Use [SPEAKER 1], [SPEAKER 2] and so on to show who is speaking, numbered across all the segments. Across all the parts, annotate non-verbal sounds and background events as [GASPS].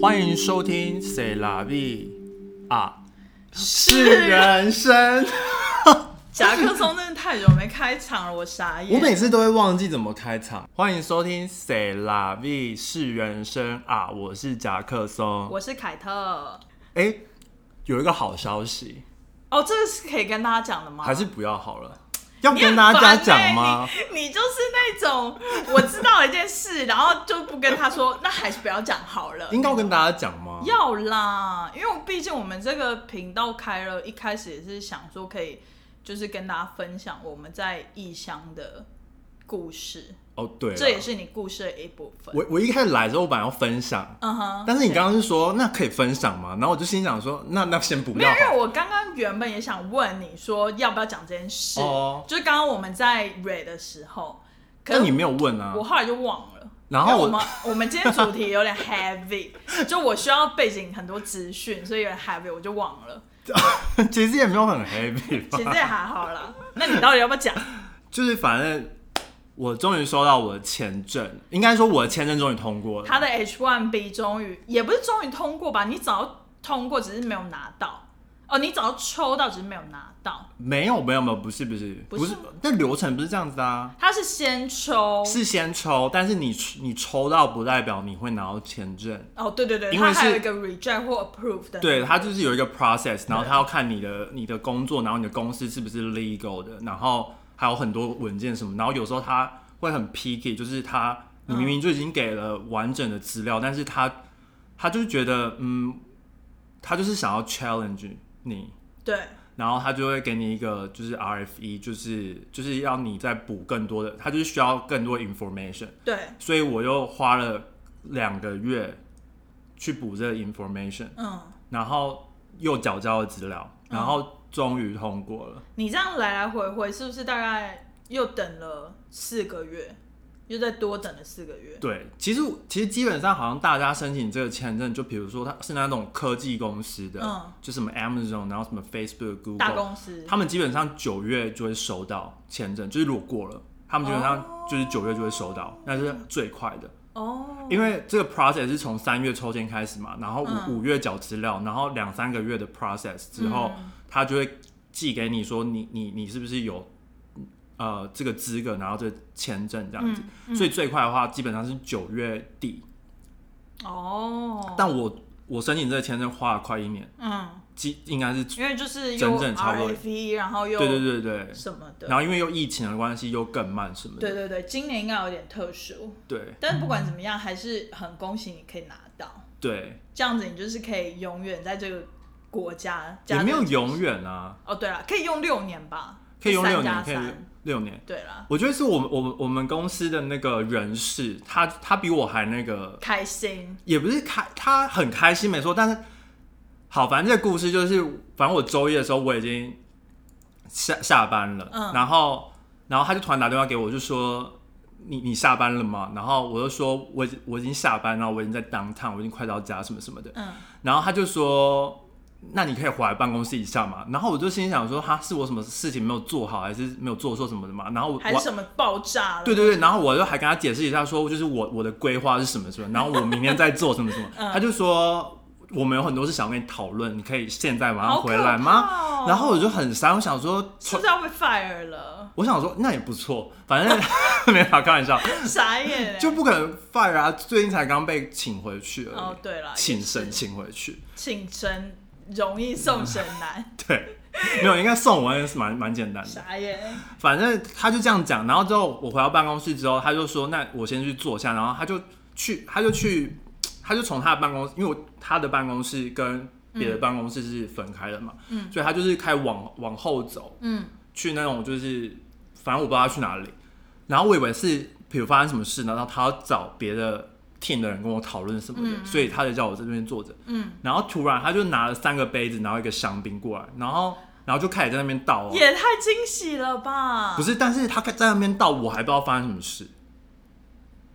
[SPEAKER 1] 欢迎收听《谁拉比啊
[SPEAKER 2] 是
[SPEAKER 1] 人 [LAUGHS] 生》。
[SPEAKER 2] 夹克松真的太久没开场了，我傻眼。
[SPEAKER 3] 我每次都会忘记怎么开场。
[SPEAKER 1] 欢迎收听《谁拉比是人生》啊！我是夹克松。
[SPEAKER 2] 我是凯特。
[SPEAKER 1] 哎、有一个好消息，
[SPEAKER 2] 哦，这个是可以跟大家讲的吗？
[SPEAKER 1] 还是不要好了，要
[SPEAKER 2] 你很
[SPEAKER 1] 跟大家
[SPEAKER 2] 烦欸
[SPEAKER 1] 讲吗？
[SPEAKER 2] 啊你？你就是那种我知道了一件事，然后就不跟他说，那还是不要讲好了。
[SPEAKER 1] 应该要跟大家讲吗？
[SPEAKER 2] 要啦，因为我毕竟我们这个频道开了，一开始也是想说可以，就是跟大家分享我们在异乡的故事，
[SPEAKER 1] 哦，对了，
[SPEAKER 2] 这也是你故事的一部分。
[SPEAKER 1] 我我一开始来的时候，我本来要分享，
[SPEAKER 2] 嗯哼，
[SPEAKER 1] 但是你刚刚是说那可以分享吗？然后我就心想说，那那先不
[SPEAKER 2] 没有，
[SPEAKER 1] 要
[SPEAKER 2] 因
[SPEAKER 1] 好
[SPEAKER 2] 为我刚刚原本也想问你说要不要讲这件事，
[SPEAKER 1] 哦
[SPEAKER 2] 就是刚刚我们在蕊的时候，可
[SPEAKER 1] 但
[SPEAKER 2] 是
[SPEAKER 1] 你没有问啊
[SPEAKER 2] 我。后来就忘了。
[SPEAKER 1] 然后
[SPEAKER 2] 因为
[SPEAKER 1] 我
[SPEAKER 2] 我们我们今天主题有点 heavy，就我需要背景很多资讯，所以有点 heavy，我就忘
[SPEAKER 1] [LAUGHS]
[SPEAKER 2] 了。
[SPEAKER 1] [LAUGHS] 其实也没有很 happy 吧
[SPEAKER 2] 其实也还好啦。那你到底要不要讲？
[SPEAKER 1] 就是反正我终于收到我的签证，应该说我的签证终于通过了。
[SPEAKER 2] 他的 H1B 终于也不是终于通过吧？你早通过，只是没有拿到。哦，你早抽到，只是没有拿到。
[SPEAKER 1] 没有没有没有，不是不是
[SPEAKER 2] 不
[SPEAKER 1] 不
[SPEAKER 2] 是
[SPEAKER 1] 是
[SPEAKER 2] 吗，
[SPEAKER 1] 那流程不是这样子啊。
[SPEAKER 2] 他是先抽，
[SPEAKER 1] 是先抽，但是你你抽到不代表你会拿到签证，
[SPEAKER 2] 哦，对对对，
[SPEAKER 1] 因为
[SPEAKER 2] 他还有
[SPEAKER 1] 是
[SPEAKER 2] 一个 reject 或 approve 的。
[SPEAKER 1] 对，它就是有一个 process，然后它要看你的你的工作，然后你的公司是不是 legal 的，然后还有很多文件什么，然后有时候它会很 picky，就是它你明明就已经给了完整的资料，但是他他就是觉得嗯，他就是想要 challenge 你，
[SPEAKER 2] 对，
[SPEAKER 1] 然后他就会给你一个就是 RFE，就是就是要你再补更多的，他就是需要更多 information，
[SPEAKER 2] 对，
[SPEAKER 1] 所以我又花了两个月去补这个 information。
[SPEAKER 2] 嗯，
[SPEAKER 1] 然后又缴交了资料，然后终于通过了。
[SPEAKER 2] 你这样来来回回，是不是大概又等了四个月，又再多等了四个月？
[SPEAKER 1] 对，其实其实基本上好像大家申请这个签证，就比如说它是那种科技公司的，
[SPEAKER 2] 嗯
[SPEAKER 1] 就什么 Amazon，然后什么 Facebook、
[SPEAKER 2] 大
[SPEAKER 1] Google，
[SPEAKER 2] 公司，
[SPEAKER 1] 啊他们基本上九月就会收到签证，就是如果过了，他们基本上就是九月就会收到，那是最快的。
[SPEAKER 2] 哦，
[SPEAKER 1] 因为这个 process 是从三月抽签开始嘛，然后五、
[SPEAKER 2] 嗯
[SPEAKER 1] 五月缴资料，然后两三个月的 process 之后，
[SPEAKER 2] 嗯
[SPEAKER 1] 他就会寄给你说你你你是不是有呃这个资格拿到这个签证这样子，
[SPEAKER 2] 嗯
[SPEAKER 1] 所以最快的话基本上是九月底，
[SPEAKER 2] 哦，
[SPEAKER 1] 但我我申请这个签证花了快一年，
[SPEAKER 2] 嗯，
[SPEAKER 1] 基应该是
[SPEAKER 2] 因为就是又
[SPEAKER 1] 整整差不多
[SPEAKER 2] RFE，然后又
[SPEAKER 1] 对对对对，
[SPEAKER 2] 什么的，
[SPEAKER 1] 然后因为又疫情的关系又更慢什么
[SPEAKER 2] 对
[SPEAKER 1] 的，
[SPEAKER 2] 对对，今年应该有点特殊，
[SPEAKER 1] 对
[SPEAKER 2] 但是不管怎么样，还是很恭喜你可以拿到，
[SPEAKER 1] 对，
[SPEAKER 2] 这样子你就是可以永远在这个国家，加
[SPEAKER 1] 也没有
[SPEAKER 2] 这个
[SPEAKER 1] 永远啊，
[SPEAKER 2] 哦，对了，可以用六年吧，
[SPEAKER 1] 可以用六
[SPEAKER 2] 三加
[SPEAKER 1] 年，可以
[SPEAKER 2] 三
[SPEAKER 1] 六年。
[SPEAKER 2] 对啦，
[SPEAKER 1] 我觉得是我们我们我们公司的那个人事，他他比我还那个，
[SPEAKER 2] 开心，
[SPEAKER 1] 也不是开，他很开心没错，但是好，反正这个故事就是，反正我周一的时候我已经下下班了，
[SPEAKER 2] 嗯
[SPEAKER 1] 然后然后他就突然打电话给我，就说你你下班了吗？然后我就说我已经我已经下班了，然后我已经在 downtown，我已经快到家什么什么的，
[SPEAKER 2] 嗯，
[SPEAKER 1] 然后他就说。那你可以回来办公室一下嘛？然后我就心想说，哈，是我什么事情没有做好，还是没有做错什么的嘛？然后我
[SPEAKER 2] 还
[SPEAKER 1] 我
[SPEAKER 2] 是什么爆炸了？
[SPEAKER 1] 对对对，然后我就还跟他解释一下，说就是我我的规划是什么什么，然后我明天再做什么什么。
[SPEAKER 2] 嗯
[SPEAKER 1] 他就说我们有很多事想跟你讨论，你可以现在马上
[SPEAKER 2] 好可
[SPEAKER 1] 回
[SPEAKER 2] 怕
[SPEAKER 1] 来吗？
[SPEAKER 2] 哦
[SPEAKER 1] 然后我就很伤，我想说，
[SPEAKER 2] 是不是要被 fire 了？
[SPEAKER 1] 我想说那也不错，反正 [LAUGHS] 没法开玩笑，
[SPEAKER 2] 傻眼
[SPEAKER 1] [LAUGHS]
[SPEAKER 2] 欸，
[SPEAKER 1] 就不可能 fire 啊！最近才刚被请回去而已，
[SPEAKER 2] 哦对了，
[SPEAKER 1] 请
[SPEAKER 2] 也
[SPEAKER 1] 神
[SPEAKER 2] 是
[SPEAKER 1] 请回去，
[SPEAKER 2] 请神容易送神难，
[SPEAKER 1] 对，没有应该送我也是蛮蛮简单的。
[SPEAKER 2] 傻眼，
[SPEAKER 1] 反正他就这样讲，然后之后我回到办公室之后，他就说：“那我先去坐下。”然后他就去，他就去，他就从他的办公室，因为我他的办公室跟别的办公室是分开的嘛，
[SPEAKER 2] 嗯
[SPEAKER 1] 所以他就是开往往后走，
[SPEAKER 2] 嗯，
[SPEAKER 1] 去那种就是，反正我不知道他去哪里。然后我以为是，比如发生什么事，然后他要找别的 team 的人跟我讨论什么的，所以他就叫我这边坐着。
[SPEAKER 2] 嗯，
[SPEAKER 1] 然后突然他就拿了三个杯子，然后一个香槟过来，然后然后就开始在那边倒、哦。
[SPEAKER 2] 也太惊喜了吧？
[SPEAKER 1] 不，是，但是他在那边到，我还不知道发生什么事。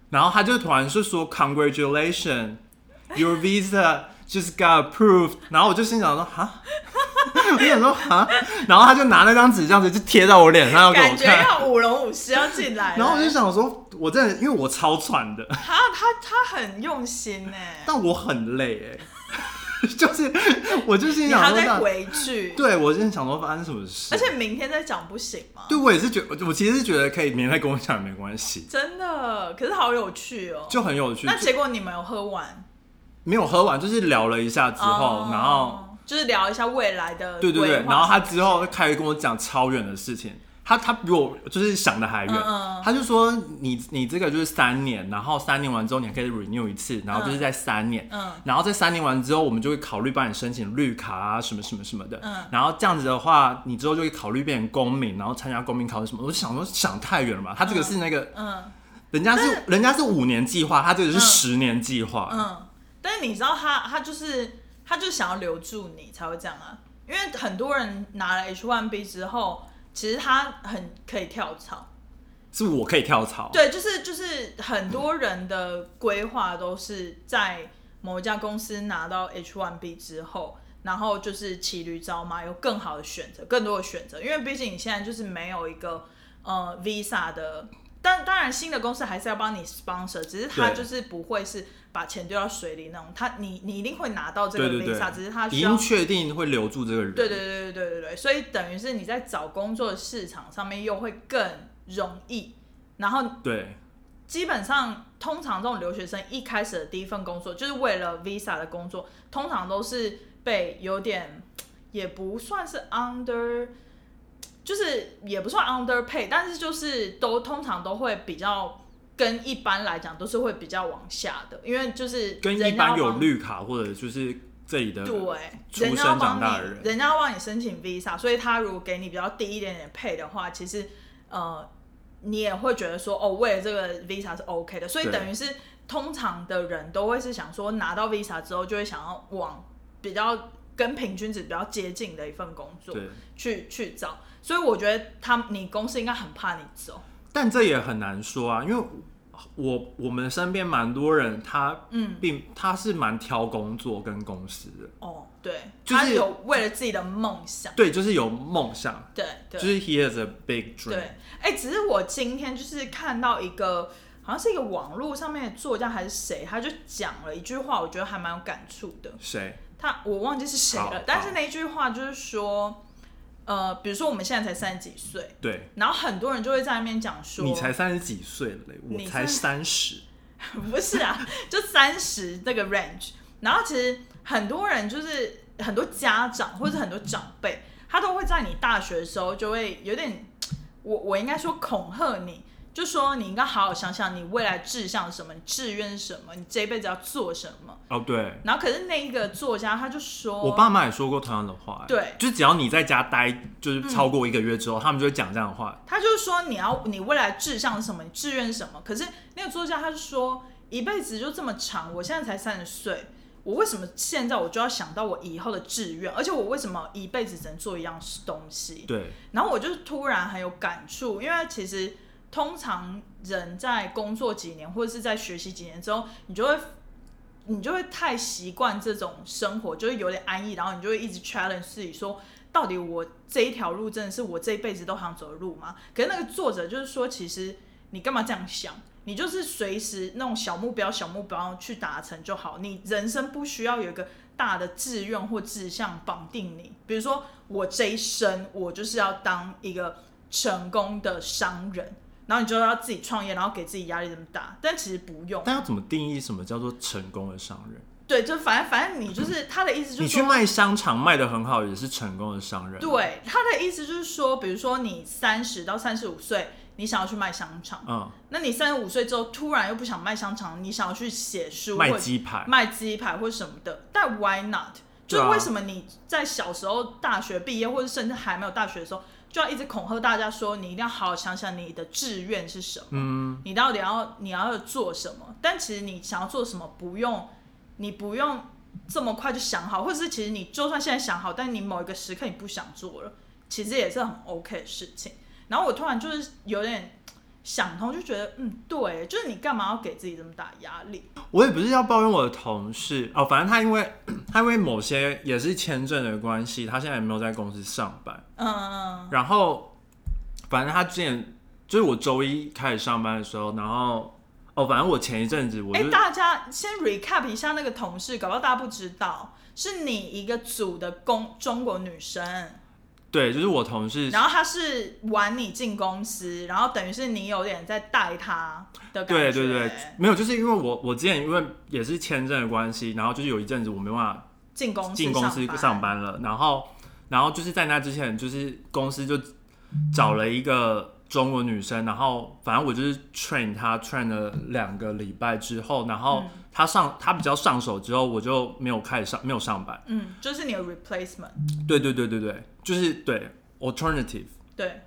[SPEAKER 1] 然后他就突然是说 “Congratulation, your visa just got approved”，然后我就心想说：“哈， [LAUGHS] 我想说啊，然后他就拿那张纸这样子就贴在我脸上要给我
[SPEAKER 2] 感觉
[SPEAKER 1] 看，
[SPEAKER 2] 要舞龙舞狮要进来
[SPEAKER 1] [LAUGHS]
[SPEAKER 2] 了。
[SPEAKER 1] 然后我就想说，我真的因为我超喘的，
[SPEAKER 2] 他他他很用心哎，
[SPEAKER 1] 但我很累哎、 [LAUGHS] 就是我就心
[SPEAKER 2] 你
[SPEAKER 1] 想
[SPEAKER 2] 还
[SPEAKER 1] 说
[SPEAKER 2] 在
[SPEAKER 1] 那，
[SPEAKER 2] 回去，
[SPEAKER 1] 对我真的想说发生什么事，
[SPEAKER 2] 而且明天再讲不行吗？
[SPEAKER 1] 对我也是觉我我其实是觉得可以明天再跟我讲也没关系，
[SPEAKER 2] 真的，可是好有趣哦。
[SPEAKER 1] 就很有趣，
[SPEAKER 2] 那
[SPEAKER 1] 就
[SPEAKER 2] 结果你们有喝完
[SPEAKER 1] 没有喝完，就是聊了一下之后，
[SPEAKER 2] 哦
[SPEAKER 1] 然后。
[SPEAKER 2] 就是聊一下未来的
[SPEAKER 1] 对对对
[SPEAKER 2] 规，划
[SPEAKER 1] 然后他之后开始跟我讲超远的事情，他他比我就是想的还远，
[SPEAKER 2] 嗯嗯
[SPEAKER 1] 他就说你你这个就是三年，然后三年完之后你还可以 renew 一次，然后就是在三年，
[SPEAKER 2] 嗯
[SPEAKER 1] 然后在三年完之后我们就会考虑帮你申请绿卡啊什么什么什么的，
[SPEAKER 2] 嗯
[SPEAKER 1] 然后这样子的话你之后就会考虑变成公民，然后参加公民考试什么，我就想说想太远了吧，他这个是那个、
[SPEAKER 2] 嗯
[SPEAKER 1] 人家是人家是五年计划，他这个是
[SPEAKER 2] 嗯
[SPEAKER 1] 十年计划，
[SPEAKER 2] 嗯，但是你知道他他就是他就想要留住你才会这样啊，因为很多人拿了 H one B 之后，其实他很可以跳槽。
[SPEAKER 1] 是我可以跳槽，
[SPEAKER 2] 对，就是就是很多人的规划都是在某一家公司拿到 H1B 之后，然后就是骑驴找马，有更好的选择，更多的选择，因为毕竟你现在就是没有一个呃 Visa 的。但当然，新的公司还是要帮你 sponsor，只是他
[SPEAKER 1] 对
[SPEAKER 2] 就是不会是把钱丢到水里那种，他你你一定会拿到这个
[SPEAKER 1] 对对对
[SPEAKER 2] visa，只是他
[SPEAKER 1] 已
[SPEAKER 2] 需要
[SPEAKER 1] 经确定会留住这个人，
[SPEAKER 2] 对对对对对对对，所以等于是你在找工作的市场上面又会更容易，然后
[SPEAKER 1] 对
[SPEAKER 2] 基本上，通常这种留学生一开始的第一份工作，就是为了 visa 的工作，通常都是被有点，也不算是 under，就是也不算 under pay，但是就是都通常都会比较跟一般来讲都是会比较往下的，因为就是
[SPEAKER 1] 跟一
[SPEAKER 2] 人家
[SPEAKER 1] 般有
[SPEAKER 2] 帮
[SPEAKER 1] 绿卡或者就是这里的出
[SPEAKER 2] 对，人家要
[SPEAKER 1] 生
[SPEAKER 2] 帮
[SPEAKER 1] 长
[SPEAKER 2] 你，
[SPEAKER 1] 大的人，
[SPEAKER 2] 人家要帮你申请 visa，所以他如果给你比较低一点点配的话，其实呃，你也会觉得说哦，为了这个 visa 是 OK 的，所以
[SPEAKER 1] 对
[SPEAKER 2] 等于是通常的人都会是想说拿到 visa 之后就会想要往比较跟平均值比较接近的一份工作
[SPEAKER 1] 对，
[SPEAKER 2] 去去找，所以我觉得他你公司应该很怕你走，
[SPEAKER 1] 但这也很难说啊，因为我我们身边蛮多人，他
[SPEAKER 2] 嗯，
[SPEAKER 1] 并他是蛮挑工作跟公司的，
[SPEAKER 2] 哦，对，
[SPEAKER 1] 就
[SPEAKER 2] 他
[SPEAKER 1] 是
[SPEAKER 2] 有为了自己的梦想，
[SPEAKER 1] 对，就是有梦想，
[SPEAKER 2] 对
[SPEAKER 1] 就
[SPEAKER 2] 对。
[SPEAKER 1] 是 he has a big dream，
[SPEAKER 2] 对，哎、只是我今天就是看到一个，好像是一个网络上面的作家还是谁，他就讲了一句话，我觉得还蛮有感触的。
[SPEAKER 1] 谁？
[SPEAKER 2] 他我忘记是谁
[SPEAKER 1] 好
[SPEAKER 2] 了，但是
[SPEAKER 1] 好
[SPEAKER 2] 那句话就是说，呃，比如说我们现在才三十几岁，
[SPEAKER 1] 对
[SPEAKER 2] 然后很多人就会在那边讲说，
[SPEAKER 1] 你才三十几岁了嘞，我
[SPEAKER 2] 你
[SPEAKER 1] 才
[SPEAKER 2] 三
[SPEAKER 1] 三十，
[SPEAKER 2] [LAUGHS] 不是啊，就三十那个 range。然后其实很多人就是很多家长或者很多长辈，他都会在你大学的时候就会有点，我我应该说恐吓你，就说你应该好好想想你未来志向是什么，你志愿是什么，你这一辈子要做什么。
[SPEAKER 1] 哦，对。
[SPEAKER 2] 然后可是那一个作家他就说，
[SPEAKER 1] 我爸妈也说过同样的话、欸
[SPEAKER 2] 哦对嗯
[SPEAKER 1] 就只要你在家待，就是超过一个月之后，他们就会讲这样的话。
[SPEAKER 2] 他就是说你要你未来志向是什么，你志愿是什么。可是那个作家他就说一辈子就这么长，我现在才三十岁，我为什么现在我就要想到我以后的志愿？而且我为什么一辈子只能做一样东西？
[SPEAKER 1] 对，
[SPEAKER 2] 然后我就突然很有感触，因为其实通常人在工作几年或者是在学习几年之后，你就会。你就会太习惯这种生活，就是有点安逸，然后你就会一直 challenge 自己说，到底我这一条路真的是我这一辈子都想走的路吗？可是那个作者就是说，其实你干嘛这样想？你就是随时那种小目标、小目标去达成就好。你人生不需要有一个大的志愿或志向绑定你。比如说，我这一生我就是要当一个成功的商人，然后你就要自己创业，然后给自己压力这么大。但其实不用，
[SPEAKER 1] 但要怎么定义什么叫做成功的商人？
[SPEAKER 2] 对，就反正反正你就是他的意思，就
[SPEAKER 1] 你
[SPEAKER 2] 是说
[SPEAKER 1] 去卖商场卖的很好，也是成功的商人。
[SPEAKER 2] 对，他的意思就是说，比如说你三十到三十五岁，你想要去卖商场，
[SPEAKER 1] 嗯，
[SPEAKER 2] 那你三十五岁之后突然又不想卖商场，你想要去写书
[SPEAKER 1] 卖
[SPEAKER 2] 或者
[SPEAKER 1] 鸡排，
[SPEAKER 2] 卖鸡排或什么的，但 why not？就
[SPEAKER 1] 对啊
[SPEAKER 2] 是为什么你在小时候、大学毕业，或者甚至还没有大学的时候，就要一直恐吓大家说，你一定要好好想想你的志愿是什么，
[SPEAKER 1] 嗯，
[SPEAKER 2] 你到底要你要做什么？但其实你想要做什么，不用你不用这么快就想好，或者是其实你就算现在想好，但你某一个时刻你不想做了，其实也是很 OK 的事情。然后我突然就是有点想通，就觉得嗯，对，就是你干嘛要给自己这么大压力？
[SPEAKER 1] 我也不是要抱怨我的同事哦，反正他因为 [CLEARS THROAT] 他因为某些也是签证的关系，他现在也没有在公司上班。
[SPEAKER 2] 嗯，
[SPEAKER 1] 然后，反正他之前就是我周一开始上班的时候，然后哦，反正我前一阵子我
[SPEAKER 2] 哎、
[SPEAKER 1] 就、
[SPEAKER 2] 大家先 recap 一下那个同事，搞不好大家不知道，是你一个组的公中国女生，
[SPEAKER 1] 对，就是我同事
[SPEAKER 2] 然后她是玩你进公司，然后等于是你有点在带她的感
[SPEAKER 1] 对
[SPEAKER 2] 觉，
[SPEAKER 1] 对对，没有，就是因为我我之前因为也是签证的关系，然后就是有一阵子我没办法
[SPEAKER 2] 进公司
[SPEAKER 1] 进公司上班了，然后然后就是在那之前，就是公司就找了一个中国女生，然后反正我就是 train 她 train 了两个礼拜之后，然
[SPEAKER 2] 嗯
[SPEAKER 1] 后她上她比较上手之后，我就没有开始上没有上班，
[SPEAKER 2] 嗯，就是你的 replacement，
[SPEAKER 1] 对对对对对，就是对 alternative
[SPEAKER 2] 对，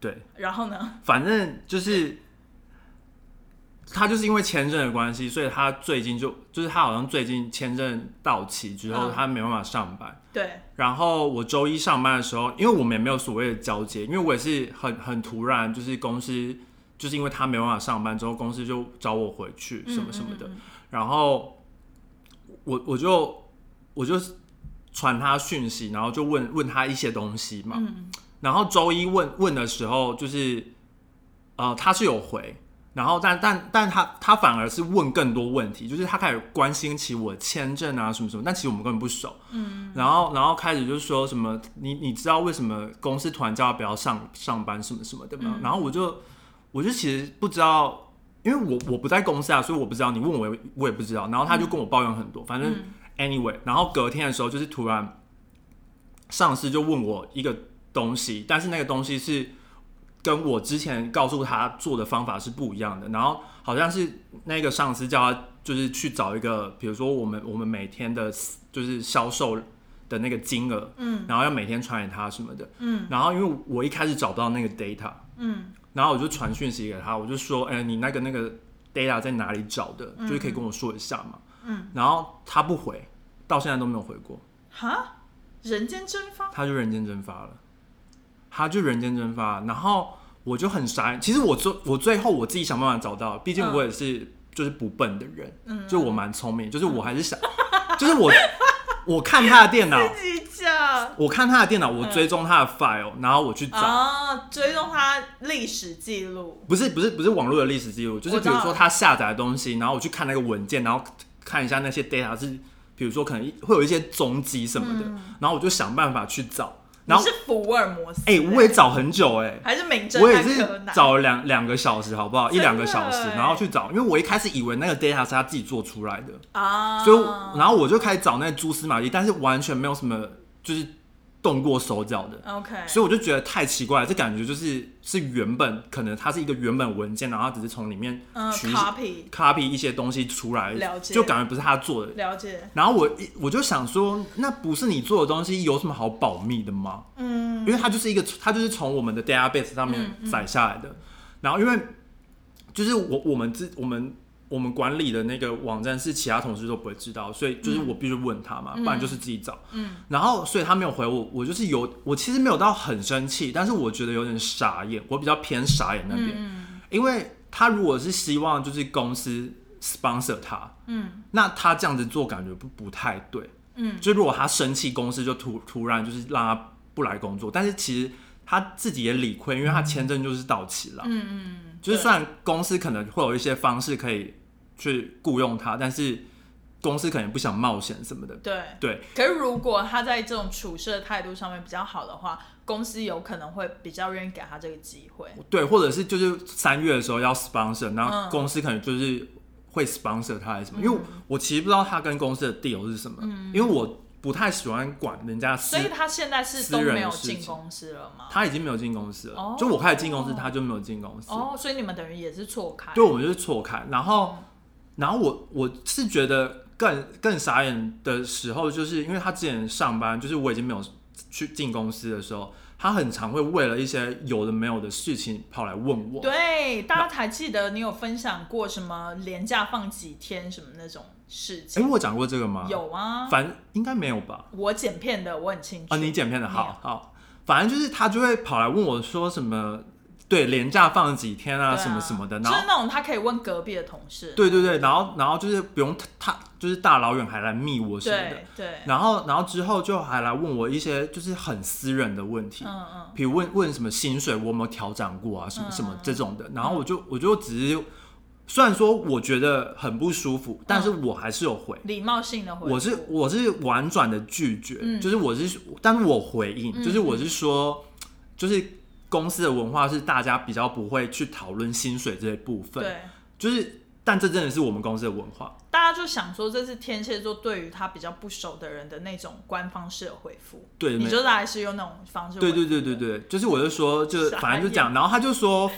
[SPEAKER 1] 对，
[SPEAKER 2] 然后呢？
[SPEAKER 1] 反正就是他就是因为签证的关系，所以他最近就就是他好像最近签证到期之后，
[SPEAKER 2] 嗯
[SPEAKER 1] 他没办法上班。
[SPEAKER 2] 对，
[SPEAKER 1] 然后我周一上班的时候，因为我们也没有所谓的交接，因为我也是很很突然，就是公司就是因为他没办法上班之后，公司就找我回去什么什么的。
[SPEAKER 2] 嗯嗯嗯
[SPEAKER 1] 然后我我就我就传他讯息，然后就问问他一些东西嘛。
[SPEAKER 2] 嗯
[SPEAKER 1] 然后周一问问的时候，就是呃，他是有回，然后但但但他他反而是问更多问题，就是他开始关心起我签证啊什么什么，但其实我们根本不熟。嗯。然后然后开始就说什么你你知道为什么公司团叫他不要上上班什么什么的吗？
[SPEAKER 2] 嗯
[SPEAKER 1] 然后我就我就其实不知道。因为我我不在公司啊，所以我不知道。你问我，我也我也不知道。然后他就跟我抱怨很多，反正
[SPEAKER 2] 嗯
[SPEAKER 1] anyway，然后隔天的时候，就是突然上司就问我一个东西，但是那个东西是跟我之前告诉他做的方法是不一样的。然后好像是那个上司叫他就是去找一个，比如说我们我们每天的就是销售的那个金额，
[SPEAKER 2] 嗯
[SPEAKER 1] 然后要每天传给他什么的。
[SPEAKER 2] 嗯
[SPEAKER 1] 然后因为我一开始找不到那个 data，
[SPEAKER 2] 嗯
[SPEAKER 1] 然后我就传讯息给他，我就说，哎、你那个那个 data 在哪里找的？就是可以跟我说一下嘛。
[SPEAKER 2] 嗯，
[SPEAKER 1] 然后他不回，到现在都没有回过，
[SPEAKER 2] 哈，人间蒸发，
[SPEAKER 1] 他就人间蒸发了，他就人间蒸发。然后我就很傻眼，其实我最我最后我自己想办法找到，毕竟
[SPEAKER 2] 嗯
[SPEAKER 1] 我也是、就是不笨的人，
[SPEAKER 2] 嗯
[SPEAKER 1] 就我蛮聪明，就是我还是想，就是我我看他的电
[SPEAKER 2] [LAUGHS]
[SPEAKER 1] 脑，
[SPEAKER 2] 自己讲
[SPEAKER 1] 我看他的电脑，
[SPEAKER 2] 嗯
[SPEAKER 1] 我追踪他的 file，、然后我去找。
[SPEAKER 2] 啊，追踪他历史记录，
[SPEAKER 1] 不是不是不是网络的历史记录，就是
[SPEAKER 2] 我
[SPEAKER 1] 比
[SPEAKER 2] 知道
[SPEAKER 1] 如说他下载的东西，然后我去看那个文件，然后看一下那些 data 是，比如说可能会有一些踪迹什么的，然后我就想办法去找，然后
[SPEAKER 2] 嗯你是福尔摩斯，
[SPEAKER 1] 哎、我也找很久哎、
[SPEAKER 2] 还是名侦
[SPEAKER 1] 我也
[SPEAKER 2] 探
[SPEAKER 1] 是
[SPEAKER 2] 柯南，
[SPEAKER 1] 找了两两个小时，好不好？一
[SPEAKER 2] 真的
[SPEAKER 1] 两个小时，
[SPEAKER 2] 欸
[SPEAKER 1] 然后去找，因为我一开始以为那个 data 是他自己做出来的，
[SPEAKER 2] 啊，
[SPEAKER 1] 所以我然后我就开始找那蛛丝马迹，但是完全没有什么就是动过手脚的，
[SPEAKER 2] OK，
[SPEAKER 1] 所以我就觉得太奇怪了，这感觉就是是原本可能它是一个原本文件，然后它只是从里面
[SPEAKER 2] 嗯
[SPEAKER 1] 取一些、
[SPEAKER 2] ，copy
[SPEAKER 1] copy 一些东西出来，
[SPEAKER 2] 了解
[SPEAKER 1] 就感觉不是他做的。
[SPEAKER 2] 了解，
[SPEAKER 1] 然后我一我就想说，那不是你做的东西有什么好保密的吗？
[SPEAKER 2] 嗯
[SPEAKER 1] 因为它就是一个，它就是从我们的 database 上面
[SPEAKER 2] 嗯嗯
[SPEAKER 1] 载下来的。然后因为就是我我们自我们我们管理的那个网站是其他同事都不会知道，所以就是我必须问他嘛，不然就是自己找。
[SPEAKER 2] 嗯
[SPEAKER 1] 然后，所以他没有回我，我就是有，我其实没有到很生气，但是我觉得有点傻眼，我比较偏傻眼那边，
[SPEAKER 2] 嗯
[SPEAKER 1] 因为他如果是希望就是公司 sponsor 他，
[SPEAKER 2] 嗯
[SPEAKER 1] 那他这样子做感觉不不太对，
[SPEAKER 2] 嗯
[SPEAKER 1] 就如果他生气，公司就突突然就是让他不来工作，但是其实他自己也理亏，因为他签证就是到期了，
[SPEAKER 2] 嗯嗯，
[SPEAKER 1] 就是
[SPEAKER 2] 对
[SPEAKER 1] 虽然公司可能会有一些方式可以去雇佣他，但是公司可能也不想冒险什么的，
[SPEAKER 2] 对。
[SPEAKER 1] 对，
[SPEAKER 2] 可是，如果他在这种处事的态度上面比较好的话，公司有可能会比较愿意给他这个机会。
[SPEAKER 1] 对，或者是就是三月的时候要 sponsor，然后
[SPEAKER 2] 嗯
[SPEAKER 1] 公司可能就是会 sponsor 他还是什么，因为我其实不知道他跟公司的 deal 是什么，因为我不太喜欢管人家私
[SPEAKER 2] 嗯所，以他现在是都
[SPEAKER 1] 私人的
[SPEAKER 2] 没有
[SPEAKER 1] 事情
[SPEAKER 2] 进公司了吗？
[SPEAKER 1] 他已经没有进公司了，
[SPEAKER 2] 哦
[SPEAKER 1] 就我开始进公司，他就没有进公司，
[SPEAKER 2] 哦，所以你们等于也是错开。
[SPEAKER 1] 对，我们就是错开，然后然后我我是觉得更更傻眼的时候，就是因为他之前上班，就是我已经没有去进公司的时候。他很常会为了一些有的没有的事情跑来问我，
[SPEAKER 2] 对，大家还记得你有分享过什么连假放几天什么那种事
[SPEAKER 1] 哎、
[SPEAKER 2] 情？
[SPEAKER 1] 我讲过这个吗？
[SPEAKER 2] 有啊，
[SPEAKER 1] 反正应该没有吧？啊
[SPEAKER 2] 我剪片的我很清楚。
[SPEAKER 1] 啊，你剪片的
[SPEAKER 2] 没有
[SPEAKER 1] 好好，反正就是他就会跑来问我说什么对廉价放了几天啊，
[SPEAKER 2] 对啊
[SPEAKER 1] 什么什么的，
[SPEAKER 2] 就
[SPEAKER 1] 然后
[SPEAKER 2] 是那种他可以问隔壁的同事，
[SPEAKER 1] 对对对，然后然后就是不用他就是大老远还来密我什么的
[SPEAKER 2] 对，对，
[SPEAKER 1] 然后然后之后就还来问我一些就是很私人的问题，
[SPEAKER 2] 嗯嗯，
[SPEAKER 1] 比如问问什么薪水我有没有调整过啊，什么
[SPEAKER 2] 嗯
[SPEAKER 1] 什么这种的。然后我就我就只是，虽然说我觉得很不舒服，但是我还是有回，
[SPEAKER 2] 礼貌性嗯的回复，
[SPEAKER 1] 我是我是婉转的拒绝，
[SPEAKER 2] 嗯
[SPEAKER 1] 就是我是，但是我回应，
[SPEAKER 2] 嗯
[SPEAKER 1] 就是我是说，就是公司的文化是大家比较不会去讨论薪水这一部分，
[SPEAKER 2] 对，
[SPEAKER 1] 就是但这真的是我们公司的文化，
[SPEAKER 2] 大家就想说这是天蝎座对于他比较不熟的人的那种官方式的回复，
[SPEAKER 1] 对，没
[SPEAKER 2] 你就大概是用那种方式回
[SPEAKER 1] 对
[SPEAKER 2] 复
[SPEAKER 1] 对
[SPEAKER 2] 的，
[SPEAKER 1] 对对对，就是我就说，就
[SPEAKER 2] 傻眼
[SPEAKER 1] 反正就讲，然后他就说，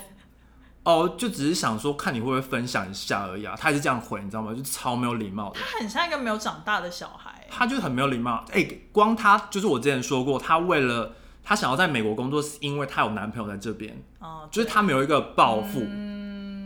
[SPEAKER 1] 哦，就只是想说看你会不会分享一下而已啊。他也是这样回，你知道吗？就超没有礼貌的，
[SPEAKER 2] 他很像一个没有长大的小孩，
[SPEAKER 1] 他就是很没有礼貌。哎、光他就是我之前说过，他为了他想要在美国工作，是因为他有男朋友在这边，
[SPEAKER 2] 哦，
[SPEAKER 1] 就是
[SPEAKER 2] 对
[SPEAKER 1] 他没有一个抱负。
[SPEAKER 2] 嗯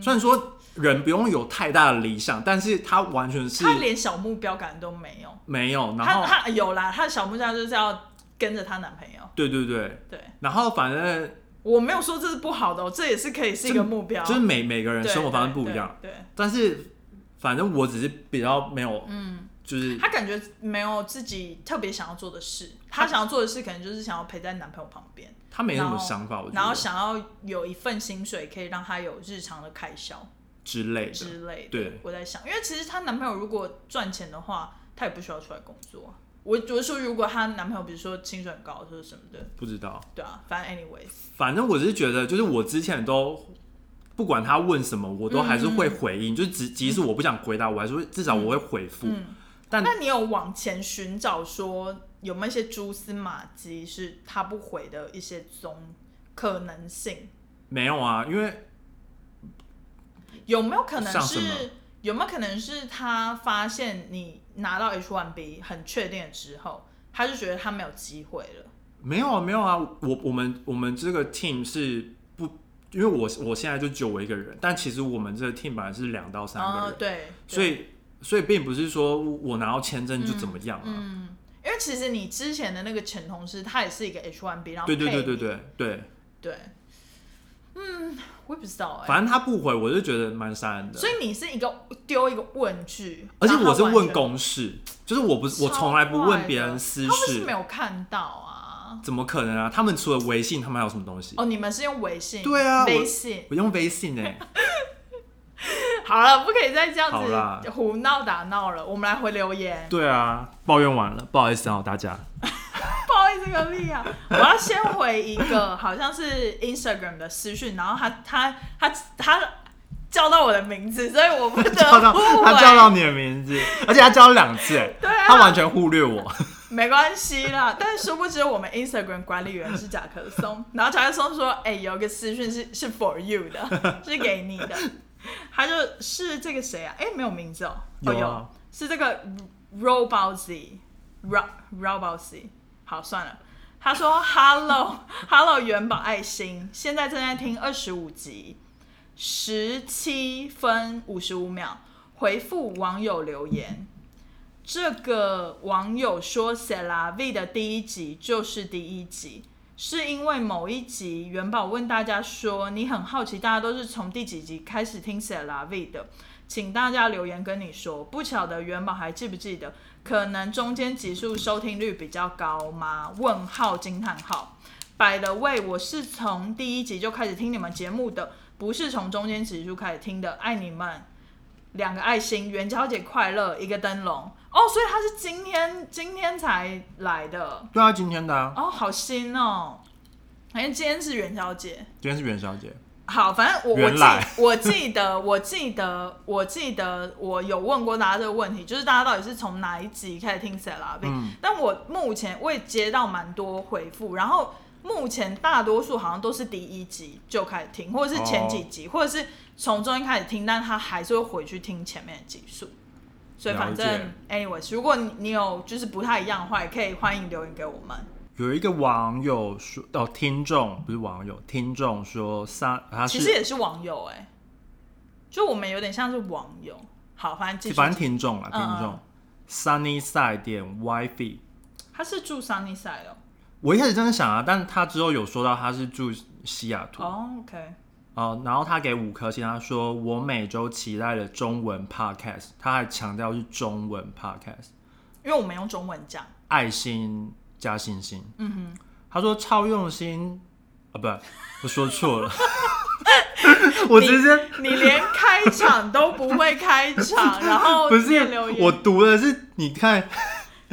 [SPEAKER 1] 虽然说人不用有太大的理想，但是他完全是
[SPEAKER 2] 他连小目标感都没有，
[SPEAKER 1] 没有。然
[SPEAKER 2] 他
[SPEAKER 1] 后，
[SPEAKER 2] 他有啦，他的小目标就是要跟着她男朋友，
[SPEAKER 1] 对对对，
[SPEAKER 2] 对。
[SPEAKER 1] 然后反正
[SPEAKER 2] 我没有说这是不好的、哦，这也是可以是一个目标，
[SPEAKER 1] 就是每每个人
[SPEAKER 2] 对
[SPEAKER 1] 生活方式不一样。，
[SPEAKER 2] 对，对
[SPEAKER 1] 但是反正我只是比较没有，
[SPEAKER 2] 嗯，
[SPEAKER 1] 就是
[SPEAKER 2] 她感觉没有自己特别想要做的事，她想要做的事可能就是想要陪在男朋友旁边，
[SPEAKER 1] 他没什么想法，我觉
[SPEAKER 2] 然后
[SPEAKER 1] 得
[SPEAKER 2] 想要有一份薪水可以让她有日常的开销
[SPEAKER 1] 之类的。
[SPEAKER 2] 之类的。
[SPEAKER 1] 对，
[SPEAKER 2] 我在想，因为其实她男朋友如果赚钱的话，她也不需要出来工作啊。我我是说，如果她男朋友比如说薪水很高或者什么的，
[SPEAKER 1] 不知道，
[SPEAKER 2] 对啊，反正 anyways，
[SPEAKER 1] 反正我只是觉得，就是我之前都不管他问什么，我都还是会回应，就是即即使我不想回答，我还是会至少我会回复。
[SPEAKER 2] 嗯
[SPEAKER 1] 但
[SPEAKER 2] 那你有往前寻找说有没有一些蛛丝马迹是他不回的一些踪可能性？
[SPEAKER 1] 没有啊，因为
[SPEAKER 2] 有没有可能
[SPEAKER 1] 像什么
[SPEAKER 2] 是有没有可能是他发现你拿到 H1B 很确定了之后，他就觉得他没有机会了？
[SPEAKER 1] 没有啊，没有啊，我我们我们这个 team 是不，因为我我现在就只有我一个人，但其实我们这个 team 本来是两到三个人，
[SPEAKER 2] 嗯，对，
[SPEAKER 1] 所
[SPEAKER 2] 以
[SPEAKER 1] 以所以并不是说我拿到签证就怎么样啊，
[SPEAKER 2] 嗯，因为其实你之前的那个前同事他也是一个 H1B，然后
[SPEAKER 1] 对对对
[SPEAKER 2] 配
[SPEAKER 1] 对
[SPEAKER 2] 你
[SPEAKER 1] 对对。
[SPEAKER 2] 对，嗯，我也不知道哎、
[SPEAKER 1] 反正他不回，我就觉得蛮伤人的
[SPEAKER 2] 所。以你是一个丢一个问句，
[SPEAKER 1] 而且
[SPEAKER 2] 然后
[SPEAKER 1] 我是
[SPEAKER 2] 完全
[SPEAKER 1] 问公事，就是我不是我从来不问别人私
[SPEAKER 2] 他们是
[SPEAKER 1] 事
[SPEAKER 2] 没，有看到啊。
[SPEAKER 1] 怎么可能啊？他们除了微信，他们还有什么东西？
[SPEAKER 2] 哦，你们是用微信？
[SPEAKER 1] 对啊我
[SPEAKER 2] 微信。
[SPEAKER 1] 我用微信哎、
[SPEAKER 2] 好了，不可以再这
[SPEAKER 1] 好
[SPEAKER 2] 样
[SPEAKER 1] 啦
[SPEAKER 2] 子胡闹打闹了。我们来回留言。
[SPEAKER 1] 对啊，抱怨完了，不好意思啊，大家。
[SPEAKER 2] 不好意思，个屁啊！我要先回一个，好像是 Instagram 的私讯，然后他他他他叫到我的名字，所以我不得
[SPEAKER 1] 叫到
[SPEAKER 2] 不
[SPEAKER 1] [LAUGHS] 他叫到
[SPEAKER 2] 回。
[SPEAKER 1] 你的名字，而且他叫了两次、欸，
[SPEAKER 2] [LAUGHS] 对啊
[SPEAKER 1] 他完全忽略我。
[SPEAKER 2] [LAUGHS] 没关系啦， [LAUGHS] 但是殊不知我们 Instagram 管理员是甲壳松， [LAUGHS] 然后甲壳松说：“哎、有个私讯是是 for you 的， [LAUGHS] 是给你的。”他就是这个谁啊？哎、没有名字哦，
[SPEAKER 1] 有
[SPEAKER 2] 哦
[SPEAKER 1] 啊
[SPEAKER 2] 有是这个 Robo Z，Rob Robo Z。好，算了。他说：“Hello [LAUGHS] Hello，元宝爱心，现在正在听二十五集，十七分五十五秒，回复网友留言。”这个网友说 s e l a V 的第一集就是第一集，是因为某一集元宝问大家说，你很好奇大家都是从第几集开始听 s e l a V 的，请大家留言跟你说。不晓得元宝还记不记得，可能中间集数收听率比较高吗？问号惊叹号。By the way，我是从第一集就开始听你们节目的，不是从中间集数开始听的，爱你们。两个爱心，元宵节快乐，一个灯笼哦，所以他是今天今天才来的
[SPEAKER 1] 对啊，今天的啊，
[SPEAKER 2] 哦，好新哦，反正今天是元宵节。
[SPEAKER 1] 今天是元宵节，
[SPEAKER 2] 好，反正我我
[SPEAKER 1] 原
[SPEAKER 2] 记
[SPEAKER 1] 来
[SPEAKER 2] 我记得 [LAUGHS] 我记得我记得我有问过大家这个问题，就是大家到底是从哪一集开始听 s e l a B？、
[SPEAKER 1] 嗯
[SPEAKER 2] 但我目前我也接到蛮多回复，然后目前大多数好像都是第一集就开始听，或者是前几
[SPEAKER 1] 哦
[SPEAKER 2] 集，或者是从中间开始听，但他还是会回去听前面的集数。所以反
[SPEAKER 1] 了解
[SPEAKER 2] 正，anyways，如果你你有就是不太一样的话，也可以欢迎留言给我们。
[SPEAKER 1] 有一个网友说，哦，听众不是网友，听众说三，他
[SPEAKER 2] 其实
[SPEAKER 1] 是
[SPEAKER 2] 也是网友哎、就我们有点像是网友。好，反正继续。
[SPEAKER 1] 反正听众啦，听
[SPEAKER 2] 嗯
[SPEAKER 1] 众、Sunny Side 点 WiFi。
[SPEAKER 2] 他是住桑尼塞哦。
[SPEAKER 1] 我一开始真的想啊，但他之后有说到他是住西雅图，
[SPEAKER 2] 哦，OK，
[SPEAKER 1] 呃，然后他给五颗星，他说我每周期待的中文 podcast，他还强调是中文 podcast，
[SPEAKER 2] 因为我们用中文讲，
[SPEAKER 1] 爱心加星星。嗯哼，他说超用心啊，不，我说错
[SPEAKER 2] [LAUGHS]
[SPEAKER 1] 了，我直接
[SPEAKER 2] 你连开场都不会开场，然后
[SPEAKER 1] 不
[SPEAKER 2] 念
[SPEAKER 1] 是
[SPEAKER 2] 留言，
[SPEAKER 1] 我读的是你看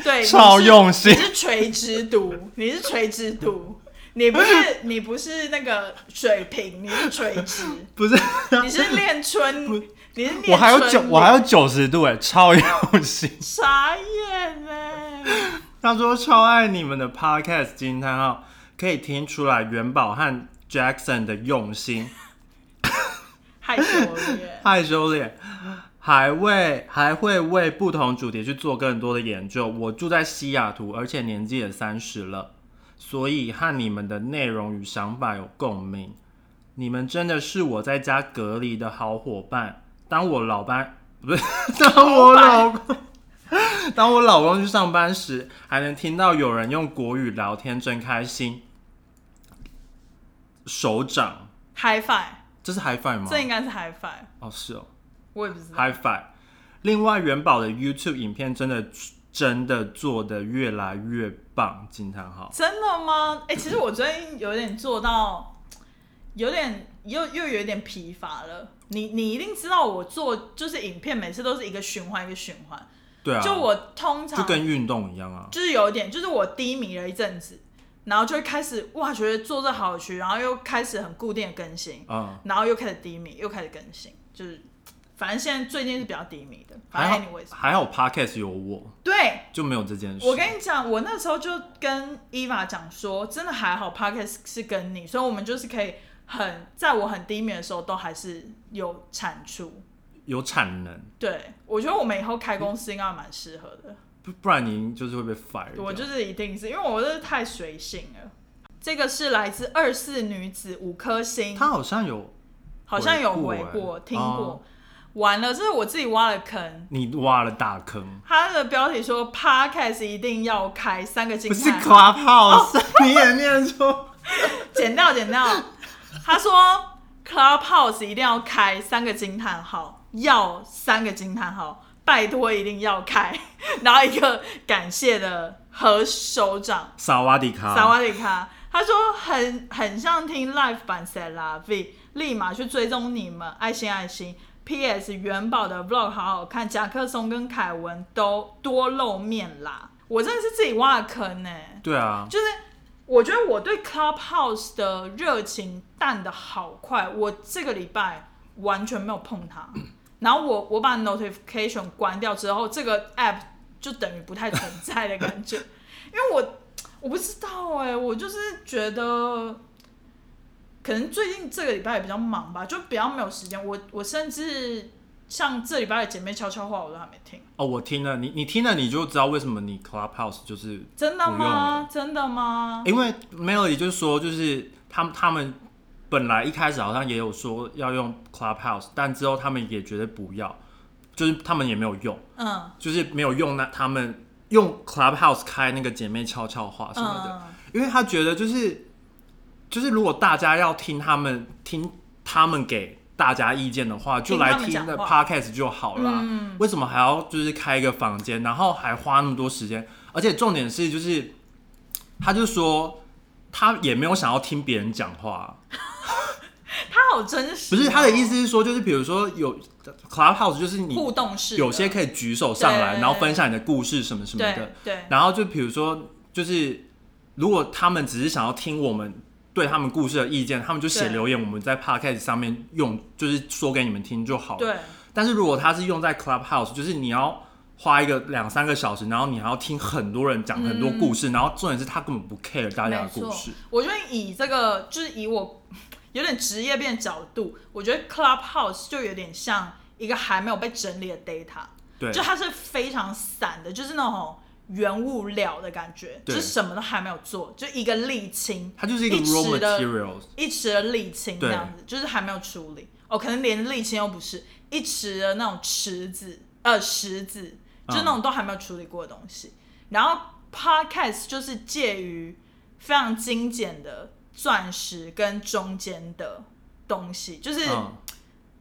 [SPEAKER 2] 对，你是
[SPEAKER 1] 超用心
[SPEAKER 2] 你是垂直读，你是垂直读，你不是你不是那个水平，你是垂直，
[SPEAKER 1] 不是，
[SPEAKER 2] 你是练春，你是练
[SPEAKER 1] 我还有
[SPEAKER 2] 春
[SPEAKER 1] 九
[SPEAKER 2] 联
[SPEAKER 1] 我还有九十度哎，超用心。
[SPEAKER 2] 傻眼欸呢、
[SPEAKER 1] 他说超爱你们的 podcast 惊叹号，可以听出来元宝和 Jackson 的用心，
[SPEAKER 2] 害羞了耶。
[SPEAKER 1] 害羞脸，还为还会为不同主题去做更多的研究。我住在西雅图，而且年纪也三十了，所以和你们的内容与想法有共鸣。你们真的是我在家隔离的好伙伴。当我老班 [LAUGHS] 不是当我老公， [LAUGHS] 当我老公去上班时，还能听到有人用国语聊天，真开心。手掌，
[SPEAKER 2] High five，
[SPEAKER 1] 这是 high five 吗？
[SPEAKER 2] 这应该是 high five，
[SPEAKER 1] 哦，是哦。
[SPEAKER 2] 我也不知道。
[SPEAKER 1] High Five。另外，元宝的 YouTube 影片真的真的做的越来越棒，惊叹号！
[SPEAKER 2] 真的吗？哎、其实我最近有点做到，有点又又有点疲乏了。你你一定知道，我做就是影片，每次都是一个循环一个循环。
[SPEAKER 1] 对啊，
[SPEAKER 2] 就我通
[SPEAKER 1] 就
[SPEAKER 2] 常
[SPEAKER 1] 跟运动一样啊，
[SPEAKER 2] 就是有一点，就是我低迷了一阵子，然后就会开始哇，觉得做这好有趣，然后又开始很固定的更新，
[SPEAKER 1] 嗯，
[SPEAKER 2] 然后又开始低迷，又开始更新，就是反正现在最近是比较低迷的。
[SPEAKER 1] 还
[SPEAKER 2] 反
[SPEAKER 1] 好
[SPEAKER 2] 正 anyways，
[SPEAKER 1] 还好 Podcast 有我，
[SPEAKER 2] 对，
[SPEAKER 1] 就没有这件事。
[SPEAKER 2] 我跟你讲，我那时候就跟 Eva 讲说，真的还好 p o d c a s t 是跟你，所以我们就是可以很在我很低迷的时候都还是有产出。
[SPEAKER 1] 有产能，
[SPEAKER 2] 对，我觉得我们以后开公司应该蛮适合的。
[SPEAKER 1] 不不然你就是会被 fire 掉。
[SPEAKER 2] 我就是一定是因为我真的太随性了。这个是来自二四女子五颗星，
[SPEAKER 1] 他好像有
[SPEAKER 2] 好像有
[SPEAKER 1] 回
[SPEAKER 2] 回
[SPEAKER 1] 顾
[SPEAKER 2] 过
[SPEAKER 1] 欸
[SPEAKER 2] 听
[SPEAKER 1] 哦
[SPEAKER 2] 过。完了，这是我自己挖了坑。
[SPEAKER 1] 你挖了大坑，
[SPEAKER 2] 他的标题说 “Podcast 一定要开”，三个惊
[SPEAKER 1] 不
[SPEAKER 2] 叹
[SPEAKER 1] 是
[SPEAKER 2] 号。哦
[SPEAKER 1] Clubhouse，、你也念
[SPEAKER 2] [LAUGHS]
[SPEAKER 1] 错。
[SPEAKER 2] 剪掉，剪掉。他说 Clubhouse 一定要开三个惊叹号，要三个惊叹号，拜托一定要开， [LAUGHS] 然后一个感谢的和手掌，
[SPEAKER 1] 萨瓦迪卡，
[SPEAKER 2] 萨瓦迪卡。他说很很像听 live 版 s e l a V，立马去追踪你们，爱心爱心。P.S. 元宝的 vlog 好好看，甲克松跟凯文都多露面啦。我真的是自己挖的坑欸呢、
[SPEAKER 1] 对啊，
[SPEAKER 2] 就是我觉得我对 Clubhouse 的热情淡的好快，我这个礼拜完全没有
[SPEAKER 1] [CLEARS THROAT]
[SPEAKER 2] 碰它。然后我我把 notification 关掉之后，这个 app 就等于不太存在的感觉， [LAUGHS] 因为我我不知道哎、我就是觉得可能最近这个礼拜也比较忙吧，就比较没有时间。我我甚至像这礼拜的姐妹悄悄话我都还没听，
[SPEAKER 1] 哦，我听了，你你听了，你就知道为什么你 Clubhouse 就是
[SPEAKER 2] 真的
[SPEAKER 1] 不用了
[SPEAKER 2] 吗？真的吗？
[SPEAKER 1] 因为 Melody 就是说，就是他们他们本来一开始好像也有说要用 Clubhouse，但之后他们也觉得不要，就是他们也没有用，
[SPEAKER 2] 嗯
[SPEAKER 1] 就是没有用那他们用 Clubhouse 开那个姐妹悄悄话什么的，
[SPEAKER 2] 嗯。
[SPEAKER 1] 因为他觉得就是就是如果大家要听他们听他们给。大家意见的话，就
[SPEAKER 2] 听他
[SPEAKER 1] 来
[SPEAKER 2] 们
[SPEAKER 1] 听
[SPEAKER 2] 讲
[SPEAKER 1] 的
[SPEAKER 2] 话嗯
[SPEAKER 1] podcast 就好啦。为什么还要就是开一个房间，然后还花那么多时间？而且重点是，就是他就说他也没有想要听别人讲话，啊
[SPEAKER 2] 他好真实、哦
[SPEAKER 1] 不是他的意思，是说，就是比如说有 Clubhouse，就是你
[SPEAKER 2] 互动式的
[SPEAKER 1] 有些可以举手上来，
[SPEAKER 2] 对
[SPEAKER 1] 然后分享你的故事什么什么
[SPEAKER 2] 对
[SPEAKER 1] 的，
[SPEAKER 2] 对，
[SPEAKER 1] 然后就比如说就是如果他们只是想要听我们。对他们故事的意见，他们就写
[SPEAKER 2] 对
[SPEAKER 1] 留言，我们在 podcast 上面用，就是说给你们听就好了。
[SPEAKER 2] 对
[SPEAKER 1] 但是如果他是用在 Clubhouse，就是你要花一个两三个小时，然后你还要听很多人讲很多故事，然后重点是他根本不 care 大家的
[SPEAKER 2] 嗯没
[SPEAKER 1] 故
[SPEAKER 2] 错
[SPEAKER 1] 事。。
[SPEAKER 2] 我觉得以这个就是以我有点职业变角度，我觉得 Clubhouse 就有点像一个还没有被整理的 data，
[SPEAKER 1] 对
[SPEAKER 2] 就它是非常散的，就是那种原物料的感觉，
[SPEAKER 1] 对
[SPEAKER 2] 就是什么都还没有做，就一个沥青，
[SPEAKER 1] 它就是一个
[SPEAKER 2] 一直
[SPEAKER 1] raw
[SPEAKER 2] 的
[SPEAKER 1] materials，
[SPEAKER 2] 一池的沥青
[SPEAKER 1] 对
[SPEAKER 2] 这样子，就是还没有处理。哦，可能连沥青又不是，一池的那种池子，呃，石子，
[SPEAKER 1] 嗯
[SPEAKER 2] 就那种都还没有处理过的东西。然后 podcast 就是介于非常精简的钻石跟中间的东西，就是、
[SPEAKER 1] 嗯，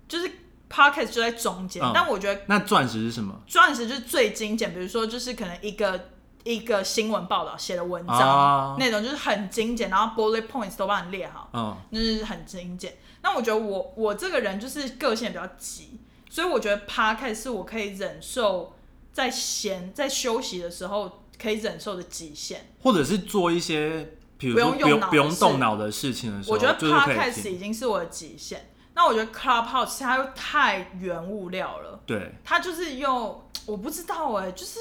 [SPEAKER 2] 就是 podcast 就在中间。
[SPEAKER 1] 嗯
[SPEAKER 2] 但我觉得
[SPEAKER 1] 那钻石是什么？
[SPEAKER 2] 钻石就是最精简，比如说就是可能一个一个新闻报道写的文章、
[SPEAKER 1] 啊
[SPEAKER 2] 那种，就是很精简，然后 bullet points 都帮你列好，
[SPEAKER 1] 嗯，
[SPEAKER 2] 那就是很精简。那我觉得我我这个人就是个性也比较急，所以我觉得 podcast 是我可以忍受在闲在休息的时候可以忍受的极限。
[SPEAKER 1] 或者是做一些，比如说
[SPEAKER 2] 不用
[SPEAKER 1] 不用
[SPEAKER 2] 用脑的
[SPEAKER 1] 不用
[SPEAKER 2] 事
[SPEAKER 1] 动脑的事情的时候，
[SPEAKER 2] 我觉得
[SPEAKER 1] 就是可以
[SPEAKER 2] podcast
[SPEAKER 1] 听。
[SPEAKER 2] 已经是我的极限。那我觉得 Clubhouse 它又太原物料了，
[SPEAKER 1] 对，
[SPEAKER 2] 它就是又我不知道哎、就是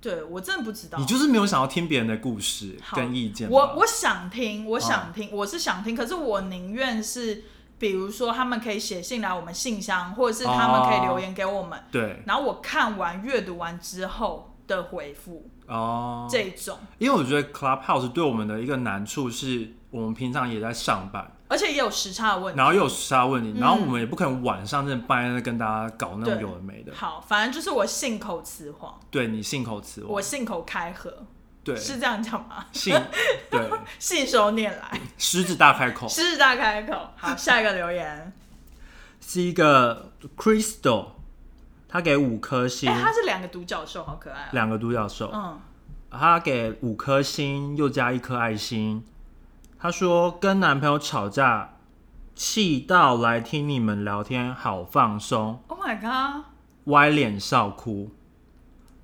[SPEAKER 2] 对我真的不知道
[SPEAKER 1] 你。就是没有想要听别人的故事
[SPEAKER 2] 好
[SPEAKER 1] 跟意见吗。嗯
[SPEAKER 2] 我我想听，我想听，我是想听，可是我宁愿是，比如说他们可以写信来我们信箱，或者是他们可
[SPEAKER 1] 哦
[SPEAKER 2] 以留言给我们，
[SPEAKER 1] 对
[SPEAKER 2] 然后我看完阅读完之后的回复、
[SPEAKER 1] 哦，
[SPEAKER 2] 这种，
[SPEAKER 1] 因为我觉得 Clubhouse 对我们的一个难处是，我们平常也在上班，
[SPEAKER 2] 而且也有时差的问题。
[SPEAKER 1] 然后又有时差问题，
[SPEAKER 2] 嗯
[SPEAKER 1] 然后我们也不可能晚上真的半夜在跟大家搞那种
[SPEAKER 2] 对
[SPEAKER 1] 有的没的。
[SPEAKER 2] 好，反正就是我信口雌黄，
[SPEAKER 1] 对你信口雌
[SPEAKER 2] 我
[SPEAKER 1] 黄，
[SPEAKER 2] 信口开河，
[SPEAKER 1] 对
[SPEAKER 2] 是这样讲吗？ [LAUGHS]
[SPEAKER 1] 信对
[SPEAKER 2] 信手拈来，
[SPEAKER 1] 狮子大开口
[SPEAKER 2] 狮子大开口。好，下一个留言，
[SPEAKER 1] 是一个 Crystal，他给五颗星
[SPEAKER 2] 哎、，他是两个独角兽，好可爱、哦。
[SPEAKER 1] 两个独角兽，
[SPEAKER 2] 嗯，
[SPEAKER 1] 他给五颗星，又加一颗爱心。他说跟男朋友吵架，气到来听你们聊天，好放松，
[SPEAKER 2] Oh my god，
[SPEAKER 1] 歪脸笑哭，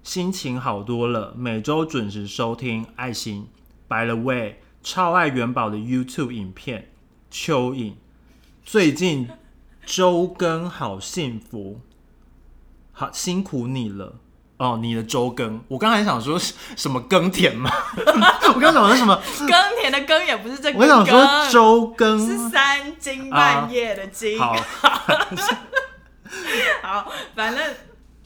[SPEAKER 1] 心情好多了。每周准时收听，爱心。By the way，超爱元宝的 YouTube 影片《蚯蚓》，最近周更好幸福，好辛苦你了。哦，你的周更，我刚才想说是什么耕田吗？ [LAUGHS] 我刚想说什么？
[SPEAKER 2] 耕田的耕也不是这个啊
[SPEAKER 1] 我想说
[SPEAKER 2] 耕，
[SPEAKER 1] 周更
[SPEAKER 2] 是三更半夜的经。
[SPEAKER 1] 嗯好，
[SPEAKER 2] 好，反正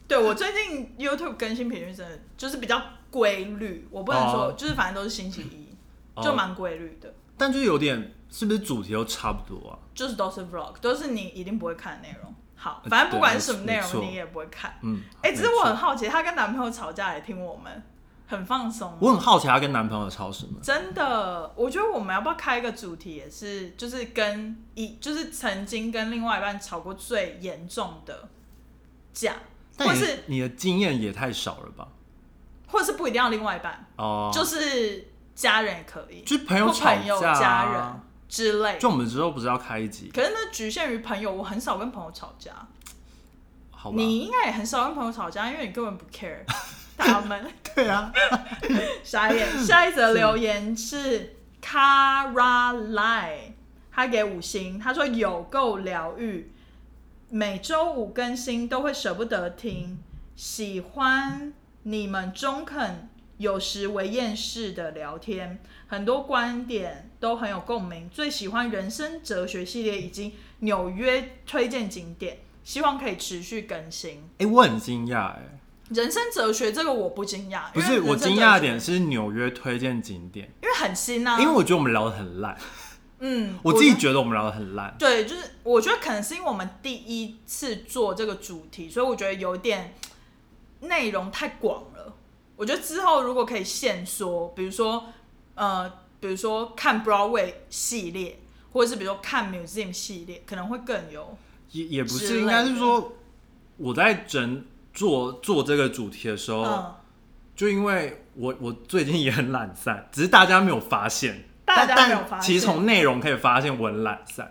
[SPEAKER 2] 对我最近 YouTube 更新频率真的就是比较规律，我不能说、
[SPEAKER 1] 哦
[SPEAKER 2] 就是反正都是星期一，
[SPEAKER 1] 哦
[SPEAKER 2] 就蛮规律的，
[SPEAKER 1] 但就有点是不是主题都差不多啊？
[SPEAKER 2] 就是都是 Vlog，都是你一定不会看的内容。好，反正不管是什么内
[SPEAKER 1] 呃没错
[SPEAKER 2] 容，你也不会看。
[SPEAKER 1] 嗯，
[SPEAKER 2] 哎、只是
[SPEAKER 1] 没
[SPEAKER 2] 我
[SPEAKER 1] 错
[SPEAKER 2] 很好奇，她跟男朋友吵架也听我们，很放松。
[SPEAKER 1] 我很好奇她跟男朋友吵什么。
[SPEAKER 2] 真的，我觉得我们要不要开一个主题，也是就是跟一就是曾经跟另外一半吵过最严重的架，或
[SPEAKER 1] 但你
[SPEAKER 2] 是
[SPEAKER 1] 你的经验也太少了吧？
[SPEAKER 2] 或是不一定要另外一半，
[SPEAKER 1] 哦、
[SPEAKER 2] 就是家人也可以，
[SPEAKER 1] 就是朋友
[SPEAKER 2] 或
[SPEAKER 1] 吵架、啊、
[SPEAKER 2] 朋友、家人之类。
[SPEAKER 1] 就我们之后不是要开一集？
[SPEAKER 2] 可是那局限于朋友，我很少跟朋友吵架，
[SPEAKER 1] 好吧？
[SPEAKER 2] 你应该也很少跟朋友吵架，因为你根本不 care 他们。
[SPEAKER 1] 对啊，
[SPEAKER 2] 下
[SPEAKER 1] [LAUGHS]
[SPEAKER 2] 一下一则留言是 Caroline，他给五星，他说有够疗愈，每周五更新都会舍不得听，喜欢你们中肯，有时为厌世的聊天，很多观点都很有共鸣，最喜欢人生哲学系列以及纽约推荐景点，希望可以持续更新。
[SPEAKER 1] 哎、我很惊讶哎，
[SPEAKER 2] 人生哲学这个我不惊讶，
[SPEAKER 1] 不
[SPEAKER 2] 因为
[SPEAKER 1] 是
[SPEAKER 2] 人
[SPEAKER 1] 我
[SPEAKER 2] 生
[SPEAKER 1] 惊
[SPEAKER 2] 哲
[SPEAKER 1] 讶的
[SPEAKER 2] 学
[SPEAKER 1] 点是纽约推荐景点，
[SPEAKER 2] 因为很新啊，
[SPEAKER 1] 因为我觉得我们聊得很烂，
[SPEAKER 2] 嗯，
[SPEAKER 1] 我自己
[SPEAKER 2] 觉
[SPEAKER 1] 觉得我们聊得很烂。
[SPEAKER 2] 对，就是我觉得可能是因为我们第一次做这个主题，所以我觉得有点内容太广了。我觉得之后如果可以限缩，比如说呃，比如说看 Broadway 系列，或者是比如说看 Museum 系列，可能会更有
[SPEAKER 1] 也也不
[SPEAKER 2] 之类
[SPEAKER 1] 是，
[SPEAKER 2] 的
[SPEAKER 1] 应该是说我在整做做这个主题的时候，
[SPEAKER 2] 嗯，
[SPEAKER 1] 就因为我我最近也很懒散，只是大家没有发现，
[SPEAKER 2] 大家
[SPEAKER 1] 但
[SPEAKER 2] 没有发
[SPEAKER 1] 但其实
[SPEAKER 2] 现
[SPEAKER 1] 从内容可以发现我很懒散。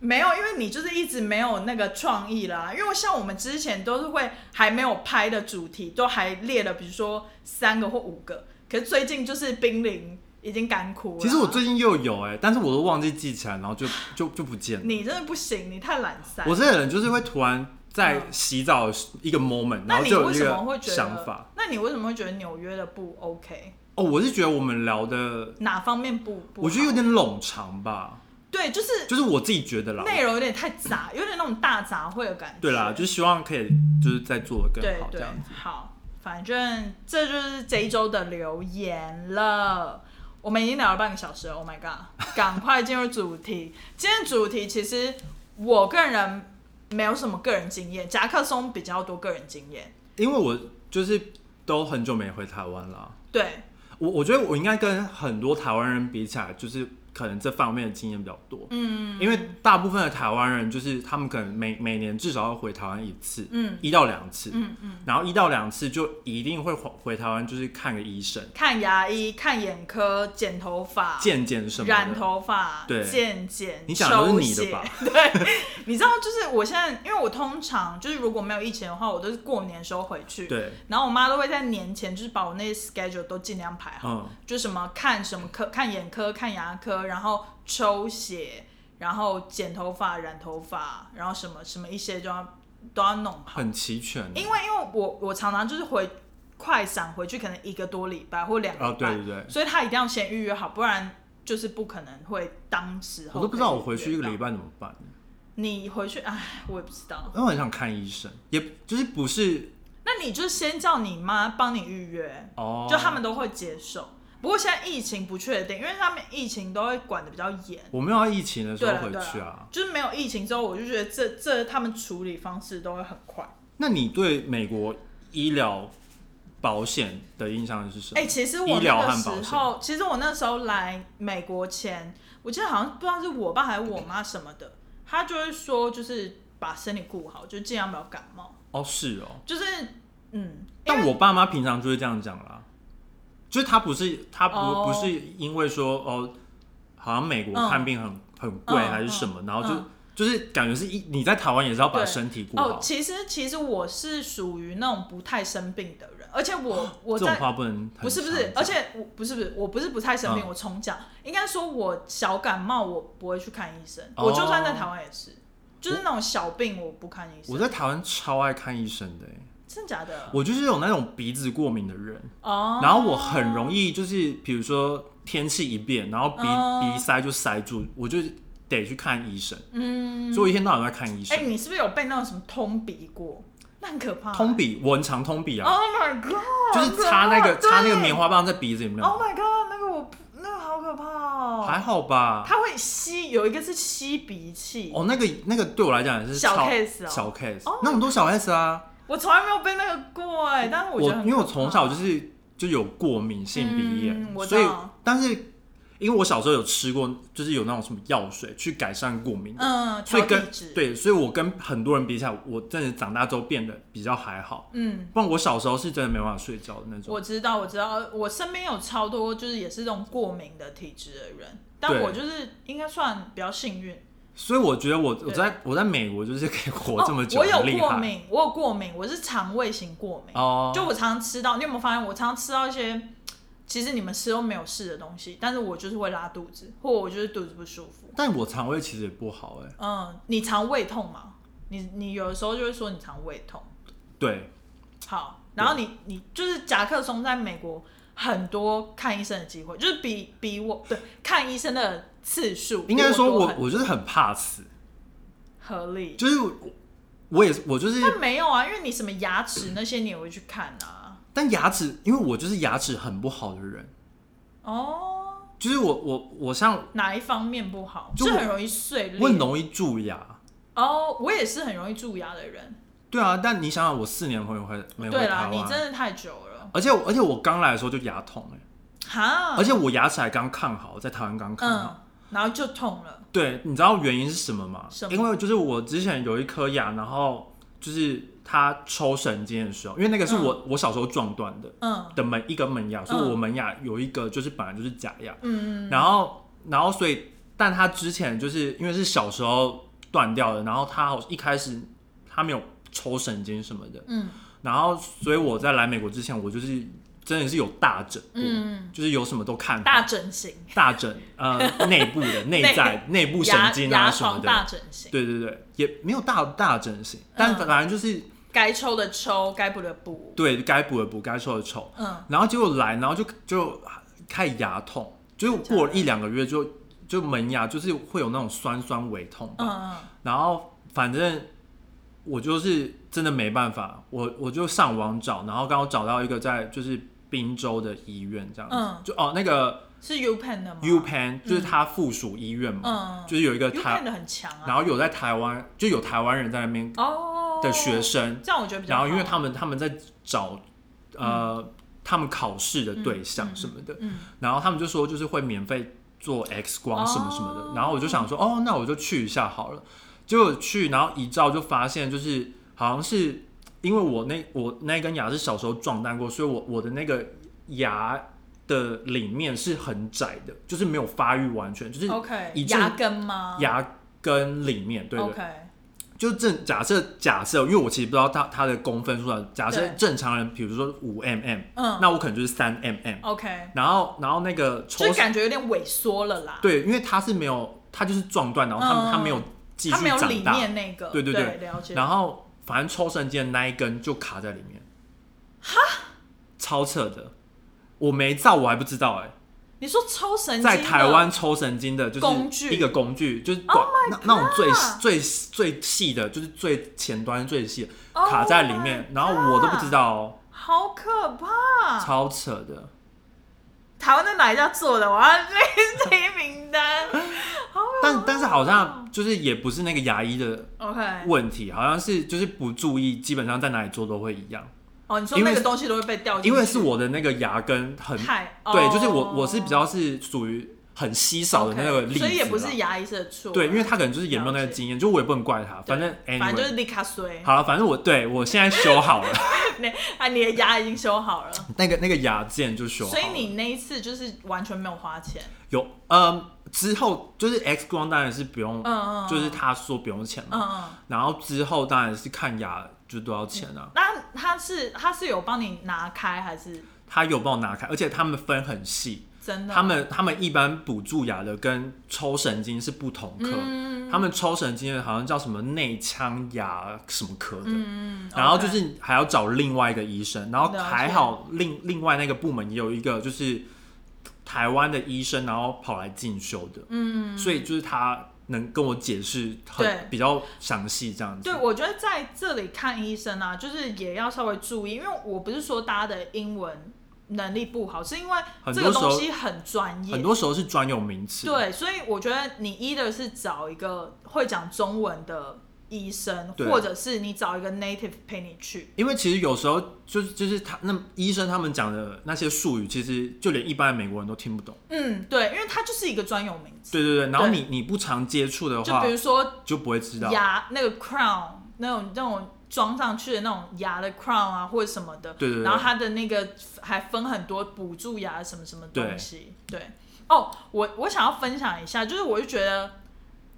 [SPEAKER 2] 没有，因为你就是一直没有那个创意啦。因为像我们之前都是会还没有拍的主题，都还列了，比如说三个或五个，可是最近就是濒临已经干枯了。啊
[SPEAKER 1] 其实我最近又有哎、但是我都忘记记起来，然后就 [LAUGHS] 就就不见了。
[SPEAKER 2] 你真的不行，你太懒散。
[SPEAKER 1] 我这个人就是会突然在
[SPEAKER 2] 嗯
[SPEAKER 1] 洗澡的一个 moment，、然
[SPEAKER 2] 那
[SPEAKER 1] 后
[SPEAKER 2] 你
[SPEAKER 1] 就有
[SPEAKER 2] 为
[SPEAKER 1] 这
[SPEAKER 2] 什么会
[SPEAKER 1] 个
[SPEAKER 2] 觉得？
[SPEAKER 1] 想法。
[SPEAKER 2] 那你为什么会觉得纽约的不 OK？
[SPEAKER 1] 哦，我是觉得我们聊的，
[SPEAKER 2] 哪方面不不好？
[SPEAKER 1] 我觉得有点冗长吧，
[SPEAKER 2] 对，就是
[SPEAKER 1] 就是我自己觉得啦。
[SPEAKER 2] 内容有点太杂，有点那种大杂烩的感觉。
[SPEAKER 1] 对啦，就是希望可以就是再做的更
[SPEAKER 2] 对
[SPEAKER 1] 好这
[SPEAKER 2] 对
[SPEAKER 1] 样子。，
[SPEAKER 2] 好，反正这就是这一周的留言了。我们已经聊了半个小时了，Oh my god！赶 [LAUGHS] 快进入主题。今天主题其实我个人没有什么个人经验，夹克松比较多个人经验。
[SPEAKER 1] 因为我就是都很久没回台湾啦，
[SPEAKER 2] 对，
[SPEAKER 1] 我我觉得我应该跟很多台湾人比起来，就是可能这方面的经验比较多，
[SPEAKER 2] 嗯
[SPEAKER 1] 因为大部分的台湾人就是他们可能每每年至少要回台湾一次，
[SPEAKER 2] 嗯
[SPEAKER 1] 一到两次，
[SPEAKER 2] 嗯嗯，
[SPEAKER 1] 然后一到两次就一定会回回台湾，就是看个医生，
[SPEAKER 2] 看牙医、看眼科、剪头发、
[SPEAKER 1] 健检什么
[SPEAKER 2] 染
[SPEAKER 1] 的。
[SPEAKER 2] 头发、
[SPEAKER 1] 对
[SPEAKER 2] 健检、
[SPEAKER 1] 你讲的都是
[SPEAKER 2] 抽
[SPEAKER 1] 你的
[SPEAKER 2] 血
[SPEAKER 1] 吧？
[SPEAKER 2] 对，你知道，就是我现在，因为我通常就是如果没有疫情的话，我都是过年的时候回去，
[SPEAKER 1] 对，
[SPEAKER 2] 然后我妈都会在年前就是把我那些 schedule 都尽量排好，
[SPEAKER 1] 嗯，
[SPEAKER 2] 就什么看什么科、看眼科、看牙科，然后抽血，然后剪头发、染头发，然后什么什么一些都要都要弄好。
[SPEAKER 1] 很齐全。
[SPEAKER 2] 因为因为我我常常就是回快闪回去，可能一个多礼拜或两个
[SPEAKER 1] 啊，
[SPEAKER 2] 礼拜，
[SPEAKER 1] 对对对，
[SPEAKER 2] 所以他一定要先预约好，不然就是不可能会当时候。
[SPEAKER 1] 我都不知道我回去一个礼，拜怎么办，
[SPEAKER 2] 你回去，哎，我也不知道。
[SPEAKER 1] 因为我很想看医生，也就是不是
[SPEAKER 2] 那你就先叫你妈帮你预约，
[SPEAKER 1] 哦，
[SPEAKER 2] 就他们都会接受。不过现在疫情不确定，因为他们疫情都会管的比较严。
[SPEAKER 1] 我没有要疫情的时
[SPEAKER 2] 对
[SPEAKER 1] 候
[SPEAKER 2] 了
[SPEAKER 1] 回
[SPEAKER 2] 对
[SPEAKER 1] 去
[SPEAKER 2] 了
[SPEAKER 1] 啊。，
[SPEAKER 2] 就是没有疫情之后，我就觉得这这他们处理方式都会很快。
[SPEAKER 1] 那你对美国医疗保险的印象是什么？
[SPEAKER 2] 哎、其实我
[SPEAKER 1] 医疗
[SPEAKER 2] 那个
[SPEAKER 1] 和保
[SPEAKER 2] 时
[SPEAKER 1] 险
[SPEAKER 2] 候，其实我那时候来美国前，我记得好像不知道是我爸还是我妈什么的，他就会说，就是把身体顾好，就尽量不要感冒，
[SPEAKER 1] 哦，是哦，
[SPEAKER 2] 就是嗯，因
[SPEAKER 1] 但
[SPEAKER 2] 为
[SPEAKER 1] 我爸妈平常就会这样讲啦，就是他不是他不、
[SPEAKER 2] 哦
[SPEAKER 1] 不是因为说哦，好像美国
[SPEAKER 2] 嗯
[SPEAKER 1] 看病很、很贵
[SPEAKER 2] 嗯
[SPEAKER 1] 还是什么，然后就、
[SPEAKER 2] 嗯
[SPEAKER 1] 就是感觉是一你在台湾也是要把
[SPEAKER 2] 对
[SPEAKER 1] 身体顾
[SPEAKER 2] 哦
[SPEAKER 1] 好，，
[SPEAKER 2] 其实其实我是属于那种不太生病的人，而且
[SPEAKER 1] [GASPS]
[SPEAKER 2] 我我
[SPEAKER 1] 这种
[SPEAKER 2] 在
[SPEAKER 1] 话不能
[SPEAKER 2] 不是不是，而且我不是不是，我不是不太
[SPEAKER 1] 嗯
[SPEAKER 2] 生病，我重讲，应该说我小感冒我不会去看医生，
[SPEAKER 1] 哦
[SPEAKER 2] 我就算在台湾也是，就是那种小病我不看医
[SPEAKER 1] 我
[SPEAKER 2] 生，
[SPEAKER 1] 在台湾超爱看医生的欸、
[SPEAKER 2] 真的假的？
[SPEAKER 1] 我就是有那种鼻子过敏的人，
[SPEAKER 2] 哦，
[SPEAKER 1] 然后我很容易就是比如说天气一变，然后鼻、
[SPEAKER 2] 哦
[SPEAKER 1] 鼻塞就塞住，我就得去看医生，
[SPEAKER 2] 嗯，
[SPEAKER 1] 所以我一天到晚都在看医
[SPEAKER 2] 哎、
[SPEAKER 1] 生。
[SPEAKER 2] 你是不是有被那种什么通鼻过？那很可怕、
[SPEAKER 1] 通鼻，我很常通鼻啊，
[SPEAKER 2] ？Oh my god！
[SPEAKER 1] 就是插那个
[SPEAKER 2] 对
[SPEAKER 1] 插那个棉花棒在鼻子里面。
[SPEAKER 2] Oh my god！那个我不那个好可怕哦。
[SPEAKER 1] 还好吧。
[SPEAKER 2] 它会吸，有一个是吸鼻器。
[SPEAKER 1] 哦，那个那个对我来讲也是
[SPEAKER 2] 小
[SPEAKER 1] 超
[SPEAKER 2] case 哦
[SPEAKER 1] 小 case，
[SPEAKER 2] 哦
[SPEAKER 1] 那我们都小 case 啊。
[SPEAKER 2] 我从来没有被那个过哎、但是我觉
[SPEAKER 1] 我
[SPEAKER 2] 得很
[SPEAKER 1] 因为我
[SPEAKER 2] 可怕
[SPEAKER 1] 从小就是就有过敏性鼻
[SPEAKER 2] 嗯我
[SPEAKER 1] 炎，
[SPEAKER 2] 知
[SPEAKER 1] 所以
[SPEAKER 2] 道
[SPEAKER 1] 但是因为我小时候有吃过，就是有那种什么药水去改善过敏，
[SPEAKER 2] 嗯，
[SPEAKER 1] 所以
[SPEAKER 2] 调
[SPEAKER 1] 跟
[SPEAKER 2] 地址，
[SPEAKER 1] 对，所以我跟很多人比起来，我真的长大之后变得比较还好。
[SPEAKER 2] 嗯，
[SPEAKER 1] 不然我小时候是真的没办法睡觉的那种。
[SPEAKER 2] 我知道，我知道，我身边有超多就是也是这种过敏的体质的人，但
[SPEAKER 1] 对
[SPEAKER 2] 我就是应该算比较幸运。
[SPEAKER 1] 所以我觉得我我
[SPEAKER 2] 对
[SPEAKER 1] 在我在美国就是可以活
[SPEAKER 2] 哦
[SPEAKER 1] 这么久，
[SPEAKER 2] 我有
[SPEAKER 1] 很厉
[SPEAKER 2] 过
[SPEAKER 1] 害
[SPEAKER 2] 敏，我有过敏，我是肠胃型过敏。
[SPEAKER 1] 哦。
[SPEAKER 2] 就我常常吃到，你有没有发现我常常吃到一些其实你们吃都没有事的东西，但是我就是会拉肚子，或我就是肚子不舒服。
[SPEAKER 1] 但我肠胃其实也不好哎、
[SPEAKER 2] 嗯，你肠胃痛吗？你你有的时候就会说你肠胃痛。
[SPEAKER 1] 对，
[SPEAKER 2] 好，然后你你就是夹克松在美国很多看医生的机会，就是比比我对看医生的次数比
[SPEAKER 1] 应
[SPEAKER 2] 多
[SPEAKER 1] 该
[SPEAKER 2] 很，
[SPEAKER 1] 说我我就是很怕死，
[SPEAKER 2] 合理。
[SPEAKER 1] 就是我我也是我就是，
[SPEAKER 2] 但没有啊，因为你什么牙齿那些你也会去看啊。
[SPEAKER 1] 但牙齿，因为我就是牙齿很不好的人，
[SPEAKER 2] 哦，
[SPEAKER 1] 就是我我我像
[SPEAKER 2] 哪一方面不好？
[SPEAKER 1] 就是我
[SPEAKER 2] 很容易碎裂。
[SPEAKER 1] 我很容易蛀牙，
[SPEAKER 2] 哦我也是很容易蛀牙的人。
[SPEAKER 1] 对啊，但你想想我四年回回没回
[SPEAKER 2] 对
[SPEAKER 1] 台
[SPEAKER 2] 啦，你
[SPEAKER 1] 湾，
[SPEAKER 2] 真的太久了。
[SPEAKER 1] 而且我而且我刚来的时候就牙痛哎、
[SPEAKER 2] 哈，
[SPEAKER 1] 而且我牙齿还刚看好，在台湾刚看啊好。
[SPEAKER 2] 嗯，然后就痛了。
[SPEAKER 1] 对，你知道原因是什么吗？
[SPEAKER 2] 什么
[SPEAKER 1] 因为就是我之前有一颗牙，然后就是它抽神经的时候，因为那个是我、我小时候撞断的，
[SPEAKER 2] 嗯
[SPEAKER 1] 的门一个门牙，所以
[SPEAKER 2] 嗯
[SPEAKER 1] 我门牙有一个就是本来就是假牙，
[SPEAKER 2] 嗯，
[SPEAKER 1] 然后然后所以，但他之前就是因为是小时候断掉的，然后他好一开始他没有抽神经什么的，
[SPEAKER 2] 嗯
[SPEAKER 1] 然后所以我在来美国之前，我就是真的是有大诊过，
[SPEAKER 2] 嗯，
[SPEAKER 1] 就是有什么都看
[SPEAKER 2] 大整形，
[SPEAKER 1] 大诊
[SPEAKER 2] [LAUGHS]
[SPEAKER 1] 呃内部的内在内部神
[SPEAKER 2] 牙
[SPEAKER 1] 经啊
[SPEAKER 2] 牙
[SPEAKER 1] 什么
[SPEAKER 2] 床
[SPEAKER 1] 的，
[SPEAKER 2] 大整形，
[SPEAKER 1] 对对对，也没有大大整形，但
[SPEAKER 2] 嗯
[SPEAKER 1] 反正就是
[SPEAKER 2] 该抽的抽，该补的补。
[SPEAKER 1] 对该补的补，该抽的抽。
[SPEAKER 2] 嗯，
[SPEAKER 1] 然后结果来，然后就就开始牙痛，就是过了一两个月就就门牙就是会有那种酸酸微痛吧。
[SPEAKER 2] 嗯嗯，
[SPEAKER 1] 然后反正我就是真的没办法，我我就上网找，然后刚好找到一个在就是滨州的医院这样子，
[SPEAKER 2] 嗯
[SPEAKER 1] 就哦那个
[SPEAKER 2] 是 U Pen 的吗
[SPEAKER 1] U Pan 就是它附属医院嘛，
[SPEAKER 2] 嗯，
[SPEAKER 1] 就是有一个
[SPEAKER 2] U Pen
[SPEAKER 1] 台，
[SPEAKER 2] 的很强啊。
[SPEAKER 1] 然后有在台湾就有台湾人在那边
[SPEAKER 2] 哦
[SPEAKER 1] 的学，生，
[SPEAKER 2] 这样我觉哦得比较
[SPEAKER 1] 然
[SPEAKER 2] 好。
[SPEAKER 1] 后因为他们他们在找呃、他们考试的对象
[SPEAKER 2] 嗯
[SPEAKER 1] 什么的，
[SPEAKER 2] 嗯
[SPEAKER 1] 然后他们就说就是会免费做 X 光什么什么的。
[SPEAKER 2] 哦
[SPEAKER 1] 然后我就想说，哦，那我就去一下好了。结果去，然后一照就发现，就是好像是因为我那我那根牙是小时候撞断过，所以我我的那个牙的里面是很窄的，就是没有发育完全，就是
[SPEAKER 2] OK，
[SPEAKER 1] 以正
[SPEAKER 2] 牙根吗？
[SPEAKER 1] 牙根里面，对对
[SPEAKER 2] o k
[SPEAKER 1] 就正假设假设，因为我其实不知道它它的公分数啊。假设
[SPEAKER 2] 对
[SPEAKER 1] 正常人，比如说五 mm，
[SPEAKER 2] 嗯
[SPEAKER 1] 那我可能就是三 mm。
[SPEAKER 2] ，OK，
[SPEAKER 1] 然后然后那个抽
[SPEAKER 2] 就感觉有点萎缩了啦。
[SPEAKER 1] 对，因为它是没有，它就是撞断，然后它、
[SPEAKER 2] 嗯
[SPEAKER 1] 它没有继续
[SPEAKER 2] 它没有里
[SPEAKER 1] 长大，
[SPEAKER 2] 面那个，
[SPEAKER 1] 对对对
[SPEAKER 2] 对，了解。
[SPEAKER 1] 然后反正抽神经的那一根就卡在里面。哈，超扯的，我没照我还不知道哎、
[SPEAKER 2] 你说抽神经的
[SPEAKER 1] 在台湾抽神经的，就
[SPEAKER 2] 工具
[SPEAKER 1] 是一个工具，就是
[SPEAKER 2] Oh
[SPEAKER 1] 短那那种最最最细的，就是最前端最细的，
[SPEAKER 2] Oh
[SPEAKER 1] 卡在里面
[SPEAKER 2] my，
[SPEAKER 1] 然后我都不知道哦，
[SPEAKER 2] 好可怕！
[SPEAKER 1] 超扯的。
[SPEAKER 2] 台湾的哪一家做的？我要列这一名单。
[SPEAKER 1] 但但是好像就是也不是那个牙医的
[SPEAKER 2] OK，
[SPEAKER 1] 问题，好像是就是不注意，基本上在哪里做都会一样。
[SPEAKER 2] 哦，你说
[SPEAKER 1] 因为
[SPEAKER 2] 那个东西都会被掉进去，
[SPEAKER 1] 因为是我的那个牙根很
[SPEAKER 2] 太哦
[SPEAKER 1] 对，就是我我是比较是属于很稀少的那个例子啦，
[SPEAKER 2] 所以也不是牙医是的错。
[SPEAKER 1] 对，因为他可能就是也没有那个
[SPEAKER 2] 了解
[SPEAKER 1] 经验，就我也不能怪他，
[SPEAKER 2] 对
[SPEAKER 1] 反正 anyway，
[SPEAKER 2] 反正就是立卡水，
[SPEAKER 1] 好了，反正我对我现在修好了。
[SPEAKER 2] [LAUGHS] 那啊你的牙已经修好了，
[SPEAKER 1] 那个那个牙剑 [LAUGHS] 就修好
[SPEAKER 2] 所
[SPEAKER 1] 了
[SPEAKER 2] 以你那一次就是完全没有花钱。
[SPEAKER 1] 有嗯之后就是 X 光当然是不用，
[SPEAKER 2] 嗯嗯嗯
[SPEAKER 1] 就是他说不用钱嘛，
[SPEAKER 2] 嗯嗯，
[SPEAKER 1] 然后之后当然是看牙就多少钱啊，
[SPEAKER 2] 那他是他是有帮你拿开还是
[SPEAKER 1] 他有帮我拿开，而且他们分很细，
[SPEAKER 2] 真的？
[SPEAKER 1] 他们他们一般补蛀牙的跟抽神经是不同科，
[SPEAKER 2] 嗯
[SPEAKER 1] 他们抽神经的好像叫什么内腔牙什么科的。
[SPEAKER 2] 嗯，
[SPEAKER 1] 然后就
[SPEAKER 2] OK
[SPEAKER 1] 是还要找另外一个医生，然后
[SPEAKER 2] 了解
[SPEAKER 1] 还好另另外那个部门也有一个就是台湾的医生，然后跑来进修的，
[SPEAKER 2] 嗯，
[SPEAKER 1] 所以就是他能跟我解释
[SPEAKER 2] 对
[SPEAKER 1] 很比较详细这样子。
[SPEAKER 2] 对，我觉得在这里看医生啊，就是也要稍微注意，因为我不是说大家的英文能力不好，是因为
[SPEAKER 1] 很
[SPEAKER 2] 这
[SPEAKER 1] 多
[SPEAKER 2] 个
[SPEAKER 1] 时
[SPEAKER 2] 东
[SPEAKER 1] 候
[SPEAKER 2] 西很专业
[SPEAKER 1] 很。多时候是专有名词。，
[SPEAKER 2] 对，所以我觉得你一的是找一个会讲中文的医生，
[SPEAKER 1] 对
[SPEAKER 2] 或者是你找一个 native 陪你去。
[SPEAKER 1] 因为其实有时候就是就是他那医生他们讲的那些术语，其实就连一般的美国人都听不懂。
[SPEAKER 2] 嗯，对，因为它就是一个专有名词。
[SPEAKER 1] 对对对，然后
[SPEAKER 2] 对
[SPEAKER 1] 你你不常接触的
[SPEAKER 2] 就
[SPEAKER 1] 话
[SPEAKER 2] 比，如说
[SPEAKER 1] 就不会知道。
[SPEAKER 2] 牙那个 crown 那种那种装上去的那种牙的 crown 啊，或者什么的。
[SPEAKER 1] 对对对
[SPEAKER 2] 然后它的那个还分很多补助牙什么什么东
[SPEAKER 1] 对
[SPEAKER 2] 西。对。哦，我我想要分享一下，就是我就觉得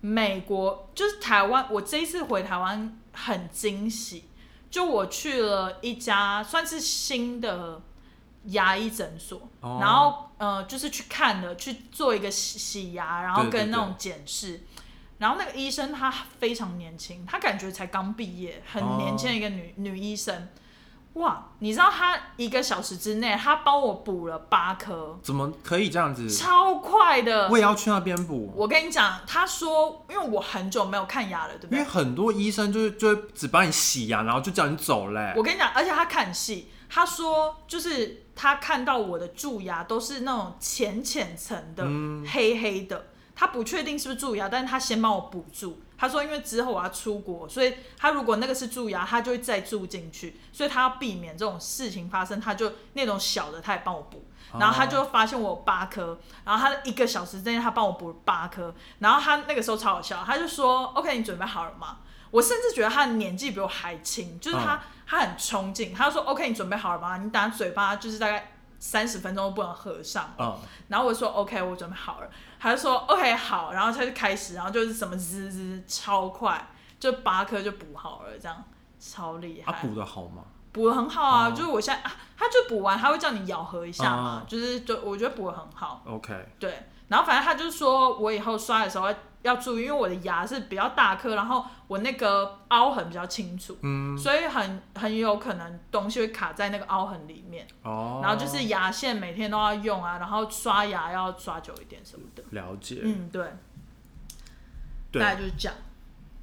[SPEAKER 2] 美国就是台湾，我这一次回台湾很惊喜，就我去了一家算是新的牙医诊所，
[SPEAKER 1] 哦
[SPEAKER 2] 然后呃就是去看了，去做一个洗洗牙，然后
[SPEAKER 1] 对对
[SPEAKER 2] 跟那
[SPEAKER 1] 对
[SPEAKER 2] 种检视。然后那个医生她非常年轻，她感觉才刚毕业，很年轻的一个女、女医生。哇，你知道她一个小时之内，她帮我补了八颗，
[SPEAKER 1] 怎么可以这样子？
[SPEAKER 2] 超快的
[SPEAKER 1] 我。也要去那边补。
[SPEAKER 2] 我跟你讲，她说，因为我很久没有看牙了，对不
[SPEAKER 1] 因为
[SPEAKER 2] 对？
[SPEAKER 1] 很多医生就是就会只帮你洗牙，然后就叫你走嘞、
[SPEAKER 2] 我跟你讲，而且她看戏，她说就是她看到我的蛀牙都是那种浅浅层的、黑黑的，她不确定是不是蛀牙，但是她先帮我补蛀。她说，因为之后我要出国，所以她如果那个是蛀牙，她就会再蛀进去，所以她要避免这种事情发生，她就那种小的她也帮我补。然后她就发现我有八颗，然后她一个小时之内她帮我补了八颗，然后她那个时候超好笑，她就说：“OK，你准备好了吗？”我甚至觉得她的年纪比我还轻，就是她、她很冲劲，她就说：“OK，你准备好了吗？你打嘴巴就是大概三十分钟都不能合上。”
[SPEAKER 1] 嗯，
[SPEAKER 2] 然后我说 OK，我准备好了。他就说 OK 好，然后他就开始，然后就是什么滋滋超快，就八颗就补好了，这样超厉害，
[SPEAKER 1] 啊补的好吗？
[SPEAKER 2] 补的很好啊。
[SPEAKER 1] 哦
[SPEAKER 2] 就是我现在啊，他就补完，他会叫你咬合一下嘛，
[SPEAKER 1] 嗯
[SPEAKER 2] 就是就我觉得补的很好，
[SPEAKER 1] OK，
[SPEAKER 2] 对。然后反正他就说我以后刷的时候要要注意，因为我的牙是比较大颗，然后我那个凹痕比较清楚，
[SPEAKER 1] 嗯，
[SPEAKER 2] 所以很很有可能东西会卡在那个凹痕里面。
[SPEAKER 1] 哦，
[SPEAKER 2] 然后就是牙线每天都要用啊，然后刷牙要刷久一点什么的。
[SPEAKER 1] 了解，
[SPEAKER 2] 嗯，对，
[SPEAKER 1] 对
[SPEAKER 2] 大。概就是这样，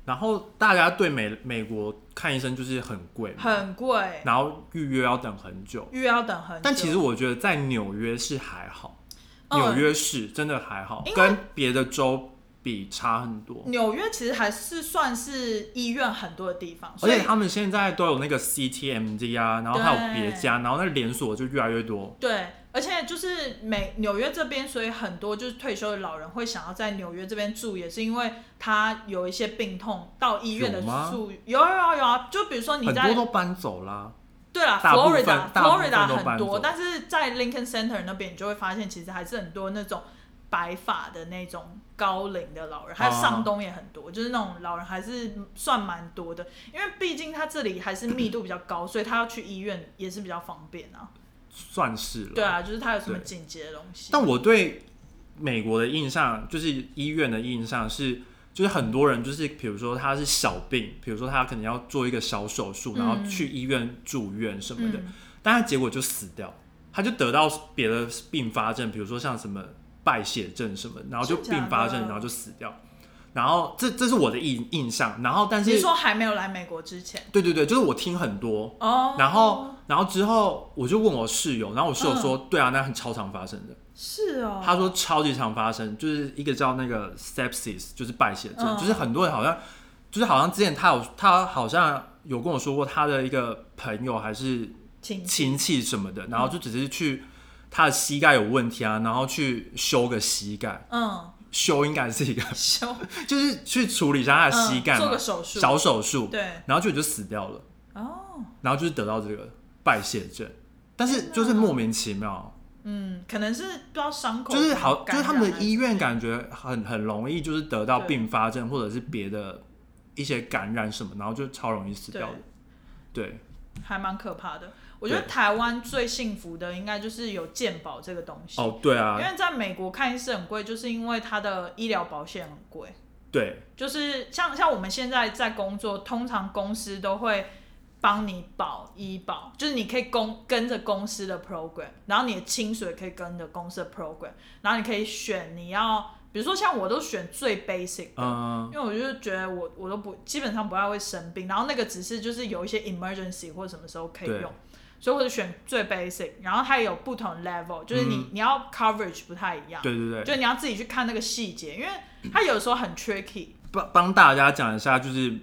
[SPEAKER 1] 然后大家对美美国看医生就是很贵嘛，
[SPEAKER 2] 很贵，
[SPEAKER 1] 然后预约要等很久。
[SPEAKER 2] 又要等很久。
[SPEAKER 1] 但其实我觉得在纽约是还好，
[SPEAKER 2] 嗯
[SPEAKER 1] 纽约市真的还好
[SPEAKER 2] 因为，
[SPEAKER 1] 跟别的州比差很多。
[SPEAKER 2] 纽约其实还是算是医院很多的地方，
[SPEAKER 1] 而
[SPEAKER 2] 所以
[SPEAKER 1] 且他们现在都有那个 CTMD 啊，然后还有
[SPEAKER 2] 对
[SPEAKER 1] 别家，然后那连锁就越来越多。
[SPEAKER 2] 对，而而且就是美纽约这边，所以很多就是退休的老人会想要在纽约这边住，也是因为他有一些病痛，到医院的
[SPEAKER 1] 有吗
[SPEAKER 2] 住有有有有啊，就比如说你
[SPEAKER 1] 很
[SPEAKER 2] 在
[SPEAKER 1] 多都搬走啦。
[SPEAKER 2] 对啦
[SPEAKER 1] 大部分大部分
[SPEAKER 2] ，Florida，Florida
[SPEAKER 1] 都
[SPEAKER 2] 很
[SPEAKER 1] 搬
[SPEAKER 2] 多，
[SPEAKER 1] 走
[SPEAKER 2] 但是在 Lincoln Center 那边，你就会发现其实还是很多那种白发的那种高龄的老人，还有
[SPEAKER 1] 啊
[SPEAKER 2] 上东也很多，就是那种老人还是算蛮多的，因为毕竟他这里还是密度比较高，所以他要去医院也是比较方便啊。
[SPEAKER 1] 算是了。
[SPEAKER 2] 对啊，就是他有什么
[SPEAKER 1] 对
[SPEAKER 2] 紧急的东西。
[SPEAKER 1] 但我对美国的印象，就是医院的印象是，就是很多人就是，比如说他是小病，比如说他可能要做一个小手术，
[SPEAKER 2] 嗯
[SPEAKER 1] 然后去医院住院什么的，
[SPEAKER 2] 嗯
[SPEAKER 1] 但他结果就死掉，他就得到别的并发症，比如说像什么败血症什么，然后就
[SPEAKER 2] 真假的
[SPEAKER 1] 并发症，然后就死掉。然后这这是我的印印象，然后但
[SPEAKER 2] 你
[SPEAKER 1] 是
[SPEAKER 2] 是说还没有来美国之前
[SPEAKER 1] 对对对，就是我听很多，
[SPEAKER 2] 哦，
[SPEAKER 1] 嗯然后然后之后我就问我室友，然后我室友说，对啊，那很超常发生的。
[SPEAKER 2] 是哦，
[SPEAKER 1] 他说超级常发生，就是一个叫那个 sepsis，就是败血症，
[SPEAKER 2] 嗯
[SPEAKER 1] 就是很多人好像，就是好像之前他有他好像有跟我说过他的一个朋友还是
[SPEAKER 2] 请
[SPEAKER 1] 亲戚什么的，然后就只是去他的膝盖有问题啊，然后去修个膝盖，
[SPEAKER 2] 嗯
[SPEAKER 1] 修应该是一个， [LAUGHS]
[SPEAKER 2] 修
[SPEAKER 1] 就是去处理一下他的膝盖
[SPEAKER 2] 嗯做
[SPEAKER 1] 嘛，
[SPEAKER 2] 个手术，
[SPEAKER 1] 小手术，
[SPEAKER 2] 对
[SPEAKER 1] 然后就就死掉了，
[SPEAKER 2] 哦。
[SPEAKER 1] 然后就是得到这个败血症，但是
[SPEAKER 2] 天哪
[SPEAKER 1] 就是莫名其妙。
[SPEAKER 2] 嗯，可能是不知道伤口
[SPEAKER 1] 就是好，就
[SPEAKER 2] 感
[SPEAKER 1] 是他们
[SPEAKER 2] 染
[SPEAKER 1] 的
[SPEAKER 2] 还
[SPEAKER 1] 医院感觉很很容易就是得到
[SPEAKER 2] 对
[SPEAKER 1] 并发症或者是别的一些感染什么，然后就超容易死掉的。对，
[SPEAKER 2] 还蛮可怕的。我觉得
[SPEAKER 1] 对
[SPEAKER 2] 台湾最幸福的应该就是有健保这个东西，
[SPEAKER 1] 哦，对
[SPEAKER 2] 因
[SPEAKER 1] 啊，
[SPEAKER 2] 为在美国看医生很贵，就是因为它的医疗保险很贵。
[SPEAKER 1] 对，
[SPEAKER 2] 就是像像我们现在在工作，通常公司都会帮你保医保，就是你可以公跟着公司的 program，然后你的薪水可以跟着公司的 program，然后你可以选你要，比如说像我都选最 basic 的，
[SPEAKER 1] 嗯，
[SPEAKER 2] 因为我就觉得我我都不基本上不太会生病，然后那个只是就是有一些 emergency 或者什么时候可以
[SPEAKER 1] 对
[SPEAKER 2] 用，所以我就选最 basic，然后它也有不同 level，就是你、你要 coverage 不太一样，
[SPEAKER 1] 嗯对对
[SPEAKER 2] 就
[SPEAKER 1] 对，
[SPEAKER 2] 你要自己去看那个细节，因为它有时候很 tricky，
[SPEAKER 1] 帮帮大家讲一下，就是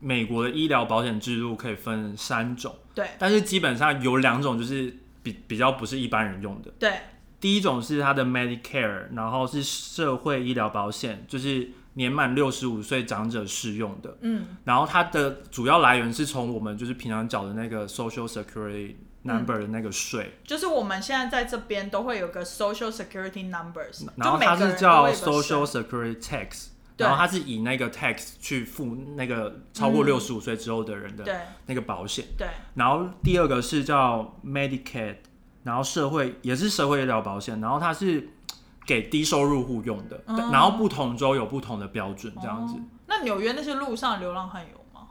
[SPEAKER 1] 美国的医疗保险制度可以分三种，
[SPEAKER 2] 对
[SPEAKER 1] 但是基本上有两种就是比比较不是一般人用的。
[SPEAKER 2] 对，
[SPEAKER 1] 第一种是它的 Medicare，然后是社会医疗保险，就是年满六十五岁长者适用的。
[SPEAKER 2] 嗯
[SPEAKER 1] 然后它的主要来源是从我们就是平常缴的那个 Social Security Number 的那个税，
[SPEAKER 2] 就是我们现在在这边都会有个 social security numbers，
[SPEAKER 1] 然后
[SPEAKER 2] 嗯就每
[SPEAKER 1] 它
[SPEAKER 2] 个
[SPEAKER 1] 是
[SPEAKER 2] 人都
[SPEAKER 1] 叫
[SPEAKER 2] 会有个
[SPEAKER 1] Social
[SPEAKER 2] 省
[SPEAKER 1] Security Tax，
[SPEAKER 2] 对
[SPEAKER 1] 然后它是以那个 tax 去付那个超过
[SPEAKER 2] 嗯
[SPEAKER 1] 六十五岁之后的人的
[SPEAKER 2] 对
[SPEAKER 1] 那个保险。
[SPEAKER 2] 对
[SPEAKER 1] 然后第二个是叫 Medicaid，然后社会也是社会医疗保险，然后它是给低收入户用的，
[SPEAKER 2] 嗯
[SPEAKER 1] 然后不同州有不同的标准这样子。
[SPEAKER 2] 哦那纽约那些路上的流浪汉有吗？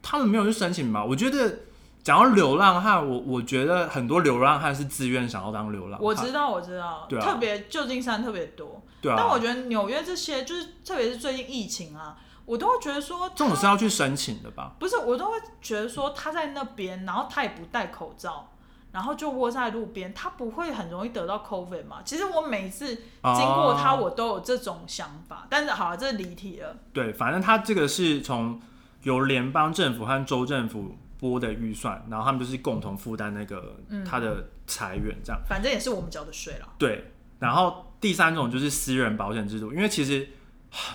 [SPEAKER 1] 他们没有去申请吧？我觉得讲到流浪汉，我我觉得很多流浪汉是自愿想要当流浪汉，
[SPEAKER 2] 我知道，我知道，
[SPEAKER 1] 对啊
[SPEAKER 2] 特别旧金山特别多，
[SPEAKER 1] 对啊，
[SPEAKER 2] 但我觉得纽约这些，就是特别是最近疫情啊，我都会觉得说，
[SPEAKER 1] 这种是要去申请的吧？
[SPEAKER 2] 不是我都会觉得说他在那边，然后他也不戴口罩，然后就窝在路边，他不会很容易得到 COVID 嘛？其实我每次经过他，
[SPEAKER 1] 哦
[SPEAKER 2] 我都有这种想法，但是好、啊，这离题了。
[SPEAKER 1] 对，反正他这个是从由联邦政府和州政府拨的预算，然后他们就是共同负担那个
[SPEAKER 2] 嗯
[SPEAKER 1] 他的裁员这样。
[SPEAKER 2] 反正也是我们缴的税啦，
[SPEAKER 1] 对，然后第三种就是私人保险制度，因为其实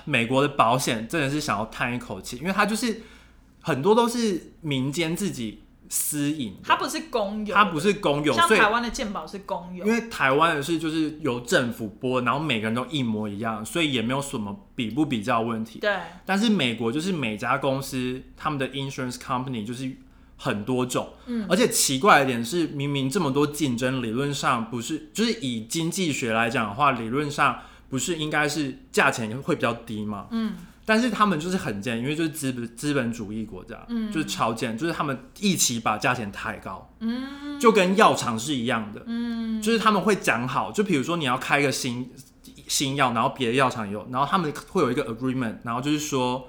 [SPEAKER 1] 美国的保险真的是想要叹一口气，因为它就是很多都是民间自己私营的，
[SPEAKER 2] 它不是公有，
[SPEAKER 1] 它不是公有，
[SPEAKER 2] 像
[SPEAKER 1] 所以
[SPEAKER 2] 台湾的健保是公有
[SPEAKER 1] 因，为台湾的是就是由政府拨，然后每个人都一模一样，所以也没有什么比不比较问题。
[SPEAKER 2] 对，
[SPEAKER 1] 但是美国就是每家公司他们的 insurance company 就是很多种，
[SPEAKER 2] 嗯
[SPEAKER 1] 而且奇怪的点是，明明这么多竞争，理论上不是就是以经济学来讲的话，理论上不是应该是价钱会比较低吗？
[SPEAKER 2] 嗯，
[SPEAKER 1] 但是他们就是很贱，因为就是资本资本主义国家，
[SPEAKER 2] 嗯
[SPEAKER 1] 就是超贱，就是他们一起把价钱抬高，嗯，就跟药厂是一样的，嗯，就是他们会讲好，就比如说你要开一个新新药，然后别的药厂也有，然后他们会有一个 agreement，然后就是说，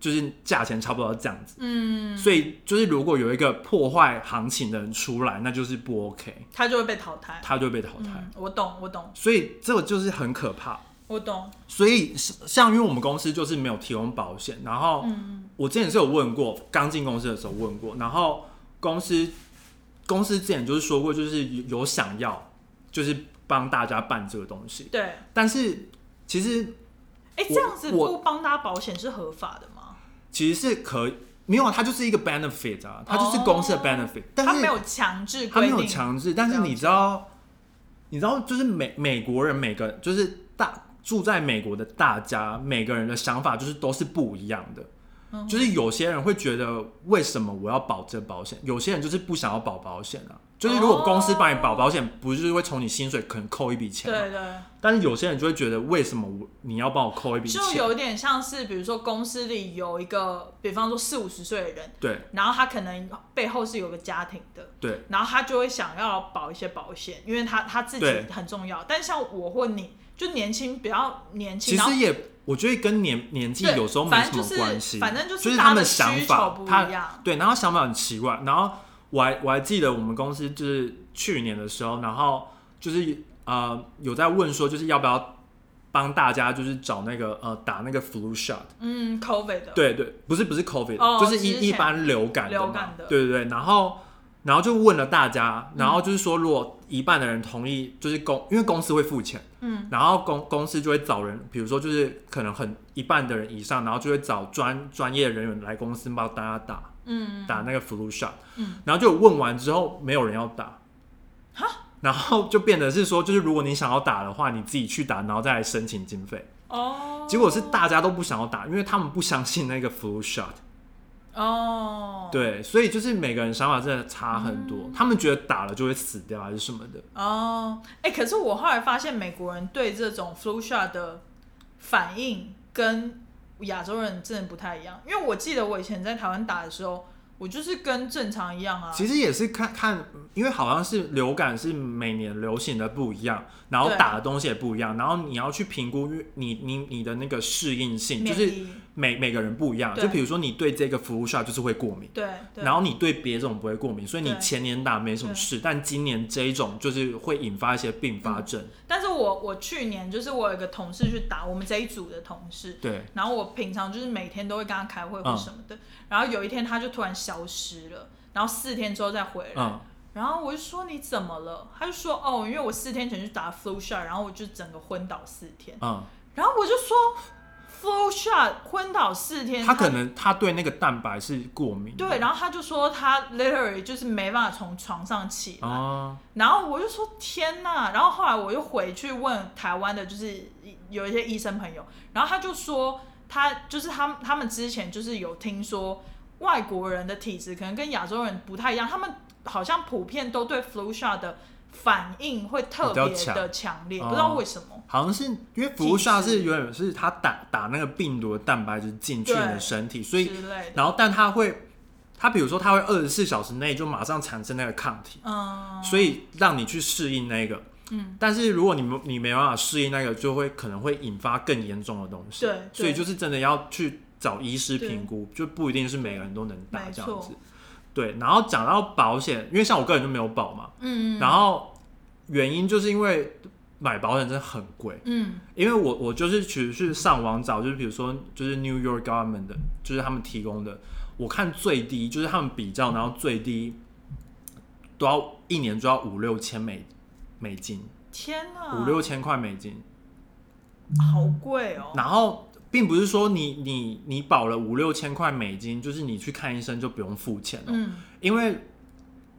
[SPEAKER 1] 就是价钱差不多要这样子，
[SPEAKER 2] 嗯，
[SPEAKER 1] 所以就是如果有一个破坏行情的人出来，那就是不 OK，
[SPEAKER 2] 它就会被淘汰。
[SPEAKER 1] 他就会被淘汰，
[SPEAKER 2] 嗯，我懂，我懂，
[SPEAKER 1] 所以这个就是很可怕。
[SPEAKER 2] 我懂，
[SPEAKER 1] 所以像因为我们公司就是没有提供保险，然后
[SPEAKER 2] 嗯
[SPEAKER 1] 我之前是有问过，刚进公司的时候问过，然后公司公司之前就是说过，就是有有想要，就是帮大家办这个东西。
[SPEAKER 2] 对，哎、
[SPEAKER 1] 但是其实
[SPEAKER 2] 这样子
[SPEAKER 1] 我
[SPEAKER 2] 不帮大家保险是合法的吗？
[SPEAKER 1] 其实是可以，没有啊，它就是一个 benefit 啊，它就是公司的 benefit，、但
[SPEAKER 2] 他
[SPEAKER 1] 是
[SPEAKER 2] 哦没有强制
[SPEAKER 1] 他
[SPEAKER 2] 规
[SPEAKER 1] 没
[SPEAKER 2] 定，
[SPEAKER 1] 有强制，但是你知道，你知道，就是美美国人每个就是大住在美国的大家，每个人的想法就是都是不一样的。
[SPEAKER 2] 嗯
[SPEAKER 1] 就是有些人会觉得为什么我要保这保险，有些人就是不想要保保险啊。就是如果公司帮你保保险，不是就是会从你薪水可能扣一笔钱吗？
[SPEAKER 2] 对对。
[SPEAKER 1] 但是有些人就会觉得为什么我你要帮我扣一笔
[SPEAKER 2] 就
[SPEAKER 1] 钱？
[SPEAKER 2] 有点像是，比如说公司里有一个，比方说四五十岁的人，
[SPEAKER 1] 对
[SPEAKER 2] 然后他可能背后是有个家庭的，
[SPEAKER 1] 对
[SPEAKER 2] 然后他就会想要保一些保险，因为他他自己
[SPEAKER 1] 对
[SPEAKER 2] 很重要。但像我或你，就年轻比较年轻，
[SPEAKER 1] 其
[SPEAKER 2] 然后
[SPEAKER 1] 实也，我觉得跟年年纪
[SPEAKER 2] 对
[SPEAKER 1] 有时候没
[SPEAKER 2] 反
[SPEAKER 1] 什么
[SPEAKER 2] 正就是
[SPEAKER 1] 关系，
[SPEAKER 2] 反正就是
[SPEAKER 1] 就是
[SPEAKER 2] 大
[SPEAKER 1] 他
[SPEAKER 2] 家
[SPEAKER 1] 们
[SPEAKER 2] 的
[SPEAKER 1] 想
[SPEAKER 2] 需
[SPEAKER 1] 法
[SPEAKER 2] 求不
[SPEAKER 1] 他
[SPEAKER 2] 一样
[SPEAKER 1] 对，然后想法很奇怪，然后我还我还记得我们公司就是去年的时候，然后就是呃有在问说就是要不要帮大家就是找那个呃打那个 flu shot，
[SPEAKER 2] 嗯，COVID 的，
[SPEAKER 1] 对对，不是不是 covid，、
[SPEAKER 2] 哦
[SPEAKER 1] 就是
[SPEAKER 2] 之
[SPEAKER 1] 一
[SPEAKER 2] 前
[SPEAKER 1] 一般流感的嘛
[SPEAKER 2] 流感的嗯
[SPEAKER 1] 对对对，然后。然后就问了大家，然后就是说，如果一半的人同意，就是公，因为公司会付钱，
[SPEAKER 2] 嗯，
[SPEAKER 1] 然后公公司就会找人，比如说就是可能很一半的人以上，然后就会找专专业人员来公司帮大家打
[SPEAKER 2] 嗯
[SPEAKER 1] 打那个 flu shot，
[SPEAKER 2] 嗯，
[SPEAKER 1] 然后就有问完之后没有人要打， [LAUGHS] 然后就变得是说，就是如果你想要打的话，你自己去打，然后再来申请经费。
[SPEAKER 2] 哦，
[SPEAKER 1] 结果是大家都不想要打，因为他们不相信那个 flu shot，
[SPEAKER 2] 哦，，
[SPEAKER 1] 对，所以就是每个人想法真的差很多，
[SPEAKER 2] 嗯
[SPEAKER 1] 他们觉得打了就会死掉还是什么的，
[SPEAKER 2] 哦，哎、可是我后来发现美国人对这种 flu shot 的反应跟亚洲人真的不太一样，因为我记得我以前在台湾打的时候，我就是跟正常一样啊，
[SPEAKER 1] 其实也是看看，因为好像是流感是每年流行的不一样，然后
[SPEAKER 2] 对
[SPEAKER 1] 打的东西也不一样，然后你要去评估你你你的那个适应性，就
[SPEAKER 2] 免
[SPEAKER 1] 是
[SPEAKER 2] 疫，
[SPEAKER 1] 每每个人不一样。
[SPEAKER 2] 对
[SPEAKER 1] 就比如说你对这个服务 shot 就是会过敏，
[SPEAKER 2] 对对，
[SPEAKER 1] 然后你对别种不会过敏，所以你
[SPEAKER 2] 对
[SPEAKER 1] 前年打没什么事，但今年这一种就是会引发一些并发症。
[SPEAKER 2] 但是我我去年就是我有一个同事去打，我们这一组的同事，
[SPEAKER 1] 对，
[SPEAKER 2] 然后我平常就是每天都会跟他开会或什么的，
[SPEAKER 1] 嗯
[SPEAKER 2] 然后有一天他就突然消失了，然后四天之后再回来，
[SPEAKER 1] 嗯，
[SPEAKER 2] 然后我就说你怎么了？他就说哦，因为我四天前去打 flu shot，然后我就整个昏倒四天，
[SPEAKER 1] 嗯，
[SPEAKER 2] 然后我就说 flu shot 昏倒四天，
[SPEAKER 1] 他可能他对那个蛋白是过敏的。
[SPEAKER 2] 对，然后他就说他 literally 就是没办法从床上起来，
[SPEAKER 1] 哦，
[SPEAKER 2] 然后我就说天呐，然后后来我又回去问台湾的，就是有一些医生朋友，然后他就说他就是他们他们之前就是有听说外国人的体质可能跟亚洲人不太一样，他们好像普遍都对 flu shot 的反应会特别
[SPEAKER 1] 比较
[SPEAKER 2] 的
[SPEAKER 1] 强
[SPEAKER 2] 强烈，
[SPEAKER 1] 哦
[SPEAKER 2] 不知道为什么。
[SPEAKER 1] 好像是因为服务 shot
[SPEAKER 2] 体质
[SPEAKER 1] 是有点是他打打那个病毒的蛋白质进去你的
[SPEAKER 2] 对
[SPEAKER 1] 身体，所
[SPEAKER 2] 之
[SPEAKER 1] 以
[SPEAKER 2] 类的，
[SPEAKER 1] 然后但它会，它比如说它会二十四小时内就马上产生那个抗体，
[SPEAKER 2] 嗯，
[SPEAKER 1] 所以让你去适应那个。
[SPEAKER 2] 嗯，
[SPEAKER 1] 但是如果你没你没办法适应那个，就会可能会引发更严重的东西。
[SPEAKER 2] 对对
[SPEAKER 1] 所以就是真的要去找医师评估，就不一定是每个人都能打
[SPEAKER 2] 没
[SPEAKER 1] 这
[SPEAKER 2] 错
[SPEAKER 1] 样子。对，然后讲到保险，因为像我个人就没有保嘛，
[SPEAKER 2] 嗯
[SPEAKER 1] 然后原因就是因为买保险真的很贵，
[SPEAKER 2] 嗯
[SPEAKER 1] 因为我我就是其实是上网找，就是比如说就是 New York government 的，就是他们提供的，我看最低就是他们比较，然后最低都要一年就要五六千美美金，
[SPEAKER 2] 天呐，
[SPEAKER 1] 五六千块美金，
[SPEAKER 2] 好贵哦，
[SPEAKER 1] 然后。并不是说你你你保了五六千块美金，就是你去看医生就不用付钱了、
[SPEAKER 2] 嗯
[SPEAKER 1] 因为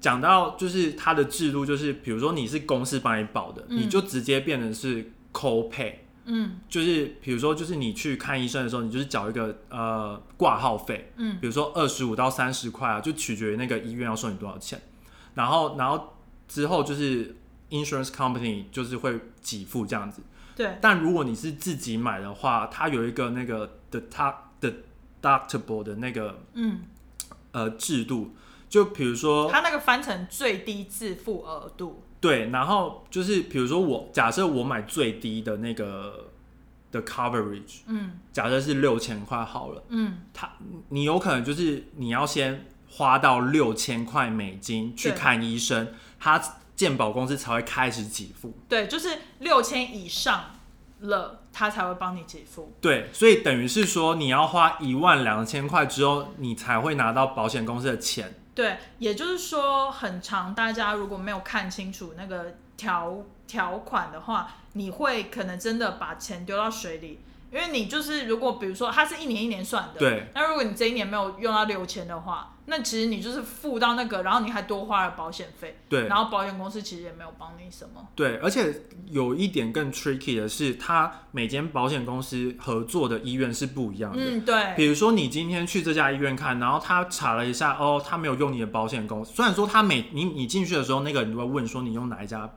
[SPEAKER 1] 讲到就是它的制度，就是比如说你是公司帮你保的，
[SPEAKER 2] 嗯
[SPEAKER 1] 你就直接变成是 co pay，
[SPEAKER 2] 嗯
[SPEAKER 1] 就是比如说，就是你去看医生的时候，你就是缴一个呃挂号费，
[SPEAKER 2] 嗯
[SPEAKER 1] 比如说二十五到三十块啊，就取决于那个医院要收你多少钱。然后，然后之后就是 insurance company 就是会给付这样子。
[SPEAKER 2] 对，
[SPEAKER 1] 但如果你是自己买的话，它有一个那个 deductible 的那个
[SPEAKER 2] 嗯，
[SPEAKER 1] 呃制度，就比如说
[SPEAKER 2] 他那个翻成最低自付额度，
[SPEAKER 1] 对，然后就是比如说我假设我买最低的那个的 coverage，
[SPEAKER 2] 嗯
[SPEAKER 1] 假设是六千块好了。
[SPEAKER 2] 嗯。
[SPEAKER 1] 他你有可能就是你要先花到六千块美金去
[SPEAKER 2] 对
[SPEAKER 1] 看医生，他健保公司才会开始给付。
[SPEAKER 2] 对，就是六千以上了，他才会帮你给付。
[SPEAKER 1] 对，所以等于是说你要花一万两千块之后，你才会拿到保险公司的钱。
[SPEAKER 2] 对，也就是说，很长，大家如果没有看清楚那个条条款的话，你会可能真的把钱丢到水里，因为你就是如果比如说它是一年一年算的，
[SPEAKER 1] 对。
[SPEAKER 2] 那如果你这一年没有用到六千的话，那其实你就是付到那个，然后你还多花了保险费，
[SPEAKER 1] 对，
[SPEAKER 2] 然后保险公司其实也没有帮你什么。
[SPEAKER 1] 对，而且有一点更 tricky 的是，它每间保险公司合作的医院是不一样的。
[SPEAKER 2] 嗯，对，
[SPEAKER 1] 比如说，你今天去这家医院看，然后他查了一下，哦，他没有用你的保险公司。虽然说他每你你进去的时候，那个人都会问说你用哪一家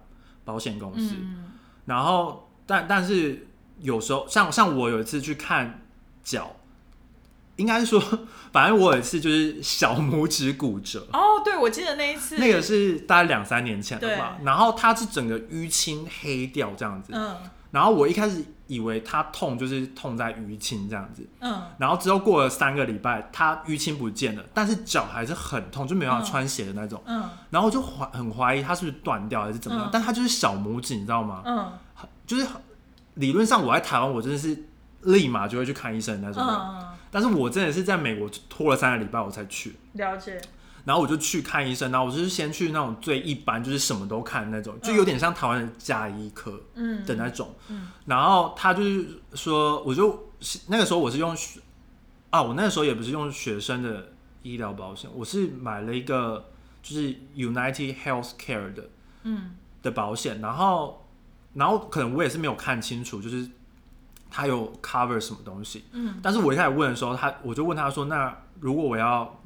[SPEAKER 1] 保险公司，
[SPEAKER 2] 嗯，
[SPEAKER 1] 然后但但是有时候像像我有一次去看脚，应该说， [LAUGHS] 反正我有一次就是小拇指骨折，
[SPEAKER 2] 哦，对，我记得那一次，
[SPEAKER 1] 那个是大概两三年前了吧，然后它是整个淤青黑掉这样子，
[SPEAKER 2] 嗯
[SPEAKER 1] 然后我一开始以为它痛就是痛在淤青这样子，
[SPEAKER 2] 嗯，
[SPEAKER 1] 然后之后过了三个礼拜，它淤青不见了，但是脚还是很痛，就没办法穿鞋的那种，
[SPEAKER 2] 嗯
[SPEAKER 1] 然后我就怀很怀疑它是不是断掉还是怎么样，
[SPEAKER 2] 嗯
[SPEAKER 1] 但它就是小拇指，你知道吗？
[SPEAKER 2] 嗯
[SPEAKER 1] 就是理论上我在台湾我真的是立马就会去看医生的那种人，
[SPEAKER 2] 嗯，
[SPEAKER 1] 但是我真的是在美国拖了三个礼拜我才去，
[SPEAKER 2] 了解，
[SPEAKER 1] 然后我就去看医生，然后我就是先去那种最一般，就是什么都看那种，就有点像台湾的加医科
[SPEAKER 2] 嗯，
[SPEAKER 1] 的那种。
[SPEAKER 2] 嗯
[SPEAKER 1] 然后他就是说，我就是那个时候我是用学啊，我那个时候也不是用学生的医疗保险，我是买了一个就是 United Healthcare 的
[SPEAKER 2] 嗯
[SPEAKER 1] 的保险，然后然后可能我也是没有看清楚，就是它有 cover 什么东西。
[SPEAKER 2] 嗯
[SPEAKER 1] 但是我一开始问的时候，他我就问他说：“那如果我要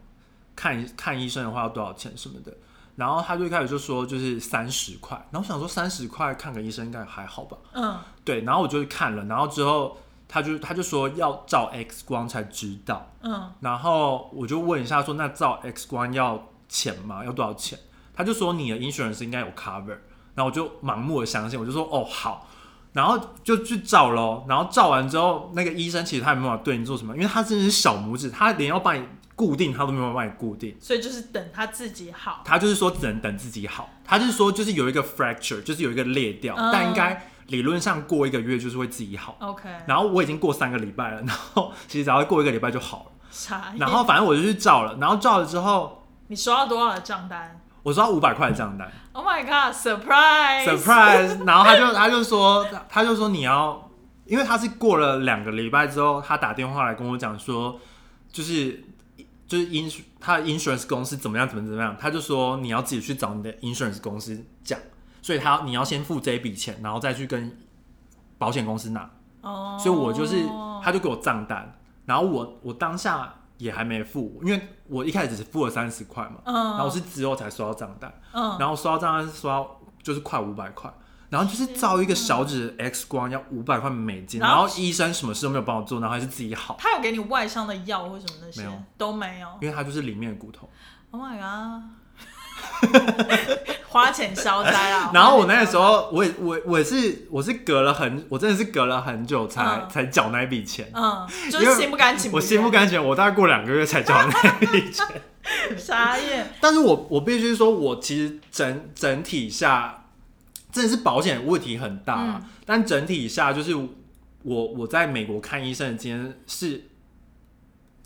[SPEAKER 1] 看看医生的话，要多少钱什么的？”然后他就一开始就说就是三十块，然后我想说三十块看个医生应该还好吧？
[SPEAKER 2] 嗯，
[SPEAKER 1] 对，然后我就看了，然后之后他就他就说要照 X 光才知道，
[SPEAKER 2] 嗯
[SPEAKER 1] 然后我就问一下说那照 X 光要钱吗？要多少钱？他就说你的 insurance 应该有 cover，然后我就盲目的相信，我就说哦好，然后就去照咯，然后照完之后，那个医生其实他也没办法对你做什么，因为他真的是小拇指，他连要把你固定他都没有办法帮你固定，
[SPEAKER 2] 所以就是等他自己好，
[SPEAKER 1] 他就是说只能等自己好，他就是说就是有一个 fracture，就是有一个裂掉，
[SPEAKER 2] 嗯
[SPEAKER 1] 但应该理论上过一个月就是会自己好。
[SPEAKER 2] OK，
[SPEAKER 1] 然后我已经过三个礼拜了，然后其实只要过一个礼拜就好了。
[SPEAKER 2] 傻眼。
[SPEAKER 1] 然后反正我就去照了，然后照了之后，
[SPEAKER 2] 你收到多少的账单
[SPEAKER 1] 我收到五百块的账单
[SPEAKER 2] ？Oh my god，surprise！
[SPEAKER 1] ，surprise。然后他就他就说他就说你要，因为他是过了两个礼拜之后，他打电话来跟我讲说，就是就是 ins 他的 insurance 公司怎么样怎么怎么样，他就说你要自己去找你的 insurance 公司讲，所以他你要先付这一笔钱，然后再去跟保险公司拿。
[SPEAKER 2] 哦，
[SPEAKER 1] 所以我就是他就给我账单，然后我我当下也还没付，因为我一开始只是付了三十块嘛，
[SPEAKER 2] 嗯，
[SPEAKER 1] 然后我是之后才收到账单，
[SPEAKER 2] 嗯，
[SPEAKER 1] 然后收到账单是收到就是快五百块，然后就是照一个小指 X 光要五百块美金，
[SPEAKER 2] 然
[SPEAKER 1] 然
[SPEAKER 2] 后
[SPEAKER 1] 后医生什么事都没有帮我做，然后还是自己好，
[SPEAKER 2] 他有给你外伤的药或什么那些
[SPEAKER 1] 没有
[SPEAKER 2] 都没有。
[SPEAKER 1] 因为他就是里面的骨头。
[SPEAKER 2] Oh my god！
[SPEAKER 1] [LAUGHS]
[SPEAKER 2] 花钱消灾啊！
[SPEAKER 1] 然后我那个时候，我也我我也是我是隔了很，我真的是隔了很久才、
[SPEAKER 2] 嗯
[SPEAKER 1] 才缴那一笔钱，
[SPEAKER 2] 嗯，
[SPEAKER 1] [LAUGHS]
[SPEAKER 2] 就
[SPEAKER 1] 因
[SPEAKER 2] 是
[SPEAKER 1] 为
[SPEAKER 2] 心不甘情不
[SPEAKER 1] 我
[SPEAKER 2] 愿，
[SPEAKER 1] 心不甘情，我大概过两个月才缴那一笔钱。
[SPEAKER 2] 傻眼。
[SPEAKER 1] 但是我我必须说，我其实整整体下真的是保险问题很大、啊
[SPEAKER 2] 嗯
[SPEAKER 1] 但整体下就是我我在美国看医生的经验是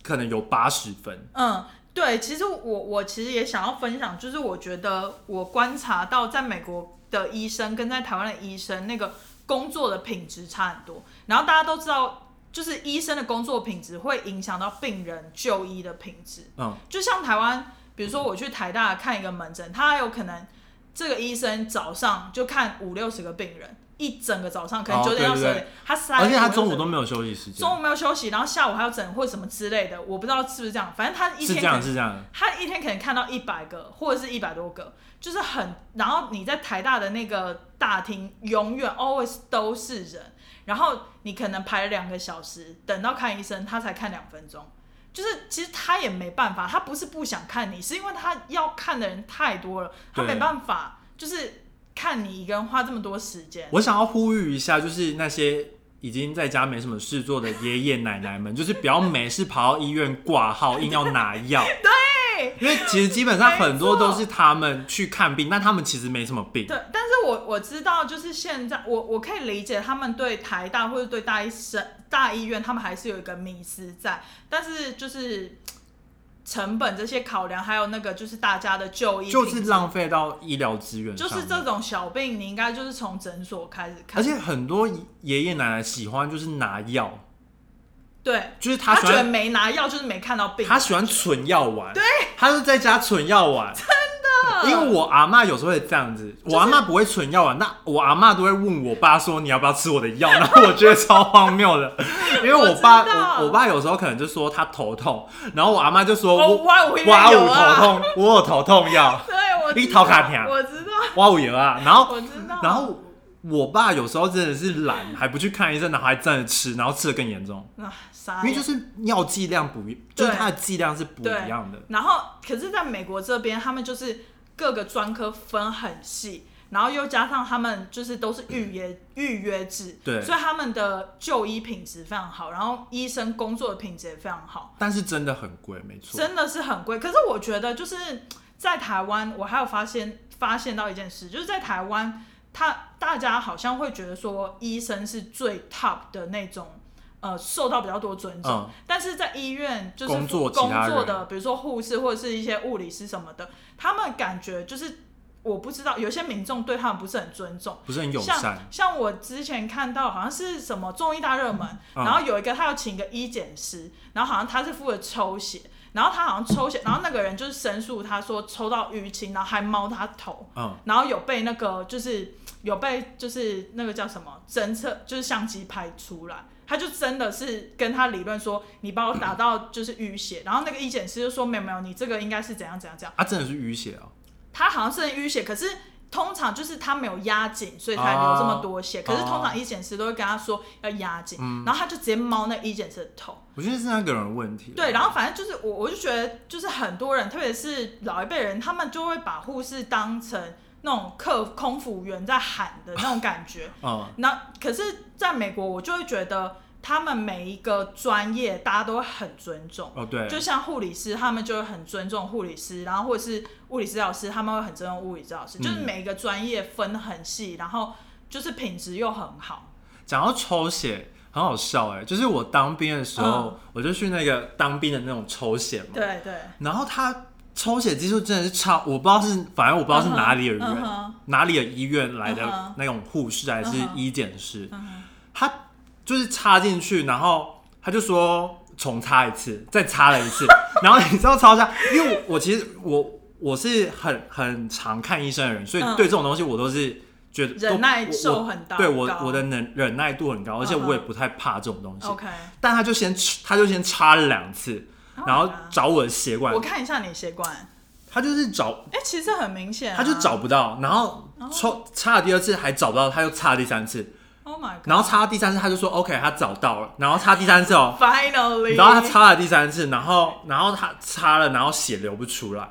[SPEAKER 1] 可能有八十分，
[SPEAKER 2] 嗯，对，其实我我其实也想要分享，就是我觉得我观察到在美国的医生跟在台湾的医生那个工作的品质差很多。然后大家都知道，就是医生的工作品质会影响到病人就医的品质。
[SPEAKER 1] 嗯，
[SPEAKER 2] 就像台湾，比如说我去台大看一个门诊，他有可能这个医生早上就看五六十个病人，一整个早上可能
[SPEAKER 1] 哦
[SPEAKER 2] 九点到十
[SPEAKER 1] 对
[SPEAKER 2] 二
[SPEAKER 1] 对
[SPEAKER 2] 点，他塞，
[SPEAKER 1] 而且他中午都没有休息时间，
[SPEAKER 2] 中午没有休息，然后下午还有诊或什么之类的，我不知道是不是这样，反正他一
[SPEAKER 1] 是
[SPEAKER 2] 天
[SPEAKER 1] 这
[SPEAKER 2] 可
[SPEAKER 1] 样
[SPEAKER 2] 能
[SPEAKER 1] 是这样，
[SPEAKER 2] 他一天可能看到一百个或者是一百多个，就是很，然后你在台大的那个大厅永远 always 都是人，然后你可能排了两个小时，等到看医生他才看两分钟，就是其实他也没办法，他不是不想看你，是因为他要看的人太多了，他
[SPEAKER 1] 对
[SPEAKER 2] 没办法，就是看你一个人花这么多时间，
[SPEAKER 1] 我想要呼吁一下，就是那些。已经在家没什么事做的爷爷奶奶们，就是不要没事跑到医院挂
[SPEAKER 2] [LAUGHS]
[SPEAKER 1] 号，硬要拿药。对，因为其实基本上很多都是他们去看病，但他们其实没什么病。
[SPEAKER 2] 对，但是我我知道，就是现在我我可以理解他们对台大或者对大医生大医院，他们还是有一个迷思在，但是就是。成本这些考量，还有那个就是大家的就医，
[SPEAKER 1] 就是浪，费到医疗资源上
[SPEAKER 2] 就
[SPEAKER 1] 面，
[SPEAKER 2] 是这种小病，你应该就是从诊所开始看，
[SPEAKER 1] 而且很多爷爷奶奶喜欢就是拿药，
[SPEAKER 2] 对
[SPEAKER 1] 就是他
[SPEAKER 2] 他
[SPEAKER 1] 喜
[SPEAKER 2] 觉得
[SPEAKER 1] 欢
[SPEAKER 2] 没拿药就是没看到病，
[SPEAKER 1] 他喜欢存药丸，对，他是在家存药丸，真的。因为我阿嬷有时候会这样子，我阿嬷不会存药丸，那我阿嬷都会问我爸说你要不要吃我的药，然后我觉得超荒谬的，因为我
[SPEAKER 2] 我
[SPEAKER 1] 爸
[SPEAKER 2] 知道
[SPEAKER 1] 我我爸有时候可能就说他头痛，然后我阿嬷就说
[SPEAKER 2] 哦
[SPEAKER 1] 我
[SPEAKER 2] 哇我也有啊
[SPEAKER 1] 哇我头痛，我有头痛药，
[SPEAKER 2] 对我
[SPEAKER 1] 你
[SPEAKER 2] 知道
[SPEAKER 1] 头卡疼
[SPEAKER 2] 我知道，
[SPEAKER 1] 哇我有啊，然后
[SPEAKER 2] 我知道，
[SPEAKER 1] 然后。我爸有时候真的是懒，还不去看医生，然后还站着吃，然后吃的更严重，
[SPEAKER 2] 啊傻眼，
[SPEAKER 1] 因为就是药剂量不一，就是它的剂量是不一样的。
[SPEAKER 2] 然后，可是在美国这边，他们就是各个专科分很细，然后又加上他们就是都是预约预约制，
[SPEAKER 1] 对
[SPEAKER 2] 所以他们的就医品质非常好，然后医生工作的品质也非常好，
[SPEAKER 1] 但是真的很贵，没错。
[SPEAKER 2] 真的是很贵。可是我觉得就是在台湾，我还有发现发现到一件事，就是在台湾，他大家好像会觉得说医生是最 top 的那种。呃，受到比较多尊重，
[SPEAKER 1] 嗯
[SPEAKER 2] 但是在医院就是
[SPEAKER 1] 工作其
[SPEAKER 2] 工
[SPEAKER 1] 他人
[SPEAKER 2] 作的，比如说护士或者是一些物理师什么的，他们感觉就是我不知道，有些民众对他们不是很尊重，
[SPEAKER 1] 不是很友
[SPEAKER 2] 像
[SPEAKER 1] 善。
[SPEAKER 2] 像我之前看到好像是什么综艺大热门，
[SPEAKER 1] 嗯
[SPEAKER 2] 然后有一个他要请个医检师，然后好像他是负责抽血，然后他好像抽血，然后那个人就是申诉，他说抽到淤青，然后还猫他头，
[SPEAKER 1] 嗯，
[SPEAKER 2] 然后有被那个就是 [LAUGHS] 有被就是那个叫什么侦测，就是相机拍出来。他就真的是跟他理论说，你帮我打到就是淤血，然后那个医检师就说没有没有，你这个应该是怎样怎样怎样。
[SPEAKER 1] 啊，真的是淤血哦。
[SPEAKER 2] 他好像是淤血，可是通常就是他没有压紧，所以才流这么多血。
[SPEAKER 1] 哦
[SPEAKER 2] 可是通常医检师都会跟他说要压紧，然后他就直接猫那医检师的头。
[SPEAKER 1] 我觉得是那个人的问题。啊
[SPEAKER 2] 对，然后反正就是我，我就觉得就是很多人，特别是老一辈人，他们就会把护士当成那种客空服员在喊的那种感觉。 [LAUGHS]
[SPEAKER 1] 嗯，
[SPEAKER 2] 那可是在美国，我就会觉得他们每一个专业大家都很尊重。
[SPEAKER 1] 哦对，
[SPEAKER 2] 就像护理师，他们就会很尊重护理师，然后或者是物理治疗师，他们会很尊重物理治疗师，
[SPEAKER 1] 嗯
[SPEAKER 2] 就是每一个专业分得很细，然后就是品质又很好。
[SPEAKER 1] 讲到抽血，很好笑哎、就是我当兵的时
[SPEAKER 2] 嗯
[SPEAKER 1] 候，我就去那个当兵的那种抽血嘛。。
[SPEAKER 2] 对对，
[SPEAKER 1] 然后他抽血技术真的是超，我不知道是，反正我不知道是哪里的人
[SPEAKER 2] 嗯哼嗯哼
[SPEAKER 1] 哪里的医院来
[SPEAKER 2] 嗯
[SPEAKER 1] 的
[SPEAKER 2] 哼
[SPEAKER 1] 那种护士还是
[SPEAKER 2] 嗯哼
[SPEAKER 1] 医检师，
[SPEAKER 2] 嗯，
[SPEAKER 1] 他就是插进去，然后他就说重插一次，再插了一
[SPEAKER 2] [LAUGHS]
[SPEAKER 1] 次，然后你知道超像，因为我我其实我我是很很常看医生的人，所以
[SPEAKER 2] 嗯
[SPEAKER 1] 对这种东西我都是觉得都
[SPEAKER 2] 忍耐
[SPEAKER 1] 我我
[SPEAKER 2] 受很大
[SPEAKER 1] 对我
[SPEAKER 2] 高
[SPEAKER 1] 我的能忍耐度很高，而且
[SPEAKER 2] 嗯嗯
[SPEAKER 1] 我也不太怕这种东西。
[SPEAKER 2] OK，Oh
[SPEAKER 1] 但他就先他就先插了两次，然后找我的血管
[SPEAKER 2] 我，看一下你血管，
[SPEAKER 1] 他就是找
[SPEAKER 2] 哎，其实很明显啊，
[SPEAKER 1] 他就找不到，然后
[SPEAKER 2] 哦
[SPEAKER 1] 抽插了第二次还找不到，他又插了第三次，
[SPEAKER 2] ，Oh my God，
[SPEAKER 1] 然后插到第三次他就说 OK 他找到了，然后插第三次哦。
[SPEAKER 2] Finally，
[SPEAKER 1] 你知道他插了第三次，然后然后他插了，然后血流不出来，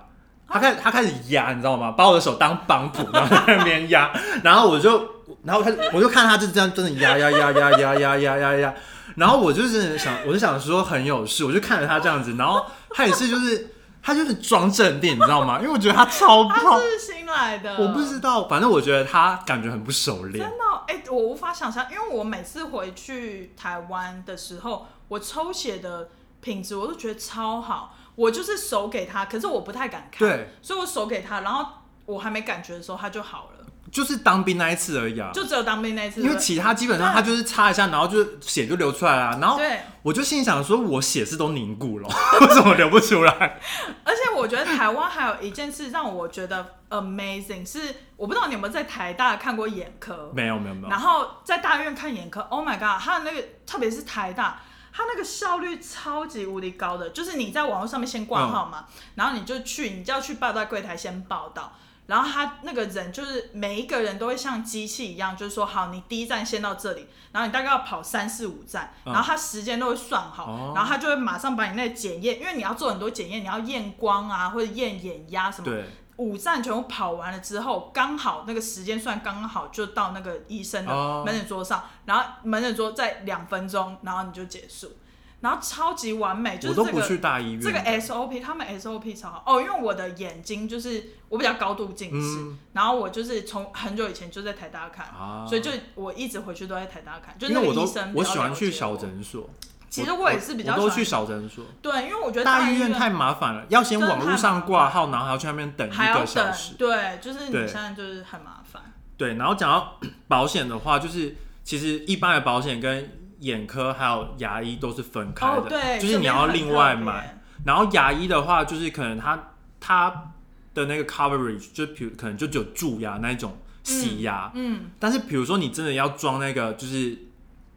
[SPEAKER 1] 他开他开始压，你知道吗？把我的手当绑
[SPEAKER 2] [LAUGHS]
[SPEAKER 1] 土，然后在那边压，然后我就然后他我就看他就这样真的压压压压压压压压压，然后我就是想我就想说很有事，我就看着他这样子，然后他也是就是他就是装镇定，你知道吗？因为我觉得他超
[SPEAKER 2] 他
[SPEAKER 1] 胖，
[SPEAKER 2] 是新来的，
[SPEAKER 1] 我不知道，反正我觉得他感觉很不熟练
[SPEAKER 2] 真，的哦，哎、我无法想象，因为我每次回去台湾的时候，我抽血的品质我都觉得超好，我就是手给他，可是我不太敢看，
[SPEAKER 1] 对，
[SPEAKER 2] 所以我手给他，然后我还没感觉的时候他就好了，
[SPEAKER 1] 就是当兵那一次而已啊。
[SPEAKER 2] 就只有当兵那一次，
[SPEAKER 1] 因为其他基本上他就是擦一下，然后就血就流出来了，啊然后
[SPEAKER 2] 对，
[SPEAKER 1] 我就心想说，我血是都凝固了， [LAUGHS] 为什么流不出来？
[SPEAKER 2] 而且我觉得台湾还有一件事让我觉得 amazing，是我不知道你有没有在台大看过眼科，
[SPEAKER 1] 没有没有没有
[SPEAKER 2] 然，后在大院看眼科，Oh my god，他的那个特别是台大，他那个效率超级无敌高的，就是你在网络上面先挂号嘛，
[SPEAKER 1] 嗯
[SPEAKER 2] 然后你就去，你就要去报到柜台先报到。然后他那个人就是每一个人都会像机器一样，就是说好，你第一站先到这里，然后你大概要跑三四五站，
[SPEAKER 1] 嗯
[SPEAKER 2] 然后他时间都会算好，
[SPEAKER 1] 哦
[SPEAKER 2] 然后他就会马上把你那个检验，因为你要做很多检验，你要验光啊或者验眼压什么的
[SPEAKER 1] 对，
[SPEAKER 2] 五站全部跑完了之后，刚好那个时间算刚好，就到那个医生的
[SPEAKER 1] 哦
[SPEAKER 2] 门诊桌上，然后门诊桌在两分钟，然后你就结束，然后超级完美，哎就
[SPEAKER 1] 我
[SPEAKER 2] 是
[SPEAKER 1] 都
[SPEAKER 2] 这
[SPEAKER 1] 不去
[SPEAKER 2] 个
[SPEAKER 1] 大医院。
[SPEAKER 2] 这个哎 SOP，他们 SOP 超好哦，因为我的眼睛就是我比较高度近视，
[SPEAKER 1] 嗯
[SPEAKER 2] 然后我就是从很久以前就在台大看，
[SPEAKER 1] 啊
[SPEAKER 2] 所以就我一直回去都在台大看，就
[SPEAKER 1] 因
[SPEAKER 2] 那
[SPEAKER 1] 为
[SPEAKER 2] 个
[SPEAKER 1] 我都
[SPEAKER 2] 医生比较
[SPEAKER 1] 我喜欢
[SPEAKER 2] 了解
[SPEAKER 1] 去小
[SPEAKER 2] 我
[SPEAKER 1] 诊所，
[SPEAKER 2] 其实我也是比较
[SPEAKER 1] 我都
[SPEAKER 2] 喜欢
[SPEAKER 1] 去小诊所，
[SPEAKER 2] 对，因为我觉得
[SPEAKER 1] 大
[SPEAKER 2] 医
[SPEAKER 1] 医院太麻烦了，要先
[SPEAKER 2] 真的
[SPEAKER 1] 网络
[SPEAKER 2] 太麻
[SPEAKER 1] 上
[SPEAKER 2] 烦
[SPEAKER 1] 挂号，然后还要去那边等一
[SPEAKER 2] 还要
[SPEAKER 1] 个
[SPEAKER 2] 等
[SPEAKER 1] 小时，。
[SPEAKER 2] 对，就是你
[SPEAKER 1] 对
[SPEAKER 2] 现在就是很麻烦。
[SPEAKER 1] 对，然后讲到 [COUGHS] 保险的话，就是其实一般的保险跟眼科还有牙医都是分开的，
[SPEAKER 2] 哦，对，
[SPEAKER 1] 就是
[SPEAKER 2] 这
[SPEAKER 1] 你
[SPEAKER 2] 边
[SPEAKER 1] 要
[SPEAKER 2] 很
[SPEAKER 1] 另
[SPEAKER 2] 特
[SPEAKER 1] 外
[SPEAKER 2] 别
[SPEAKER 1] 买。。然后牙医的话，就是可能他他的那个 coverage 就比如可能就只有蛀牙那一种洗牙，
[SPEAKER 2] 嗯，
[SPEAKER 1] 但是比如说你真的要装那个就是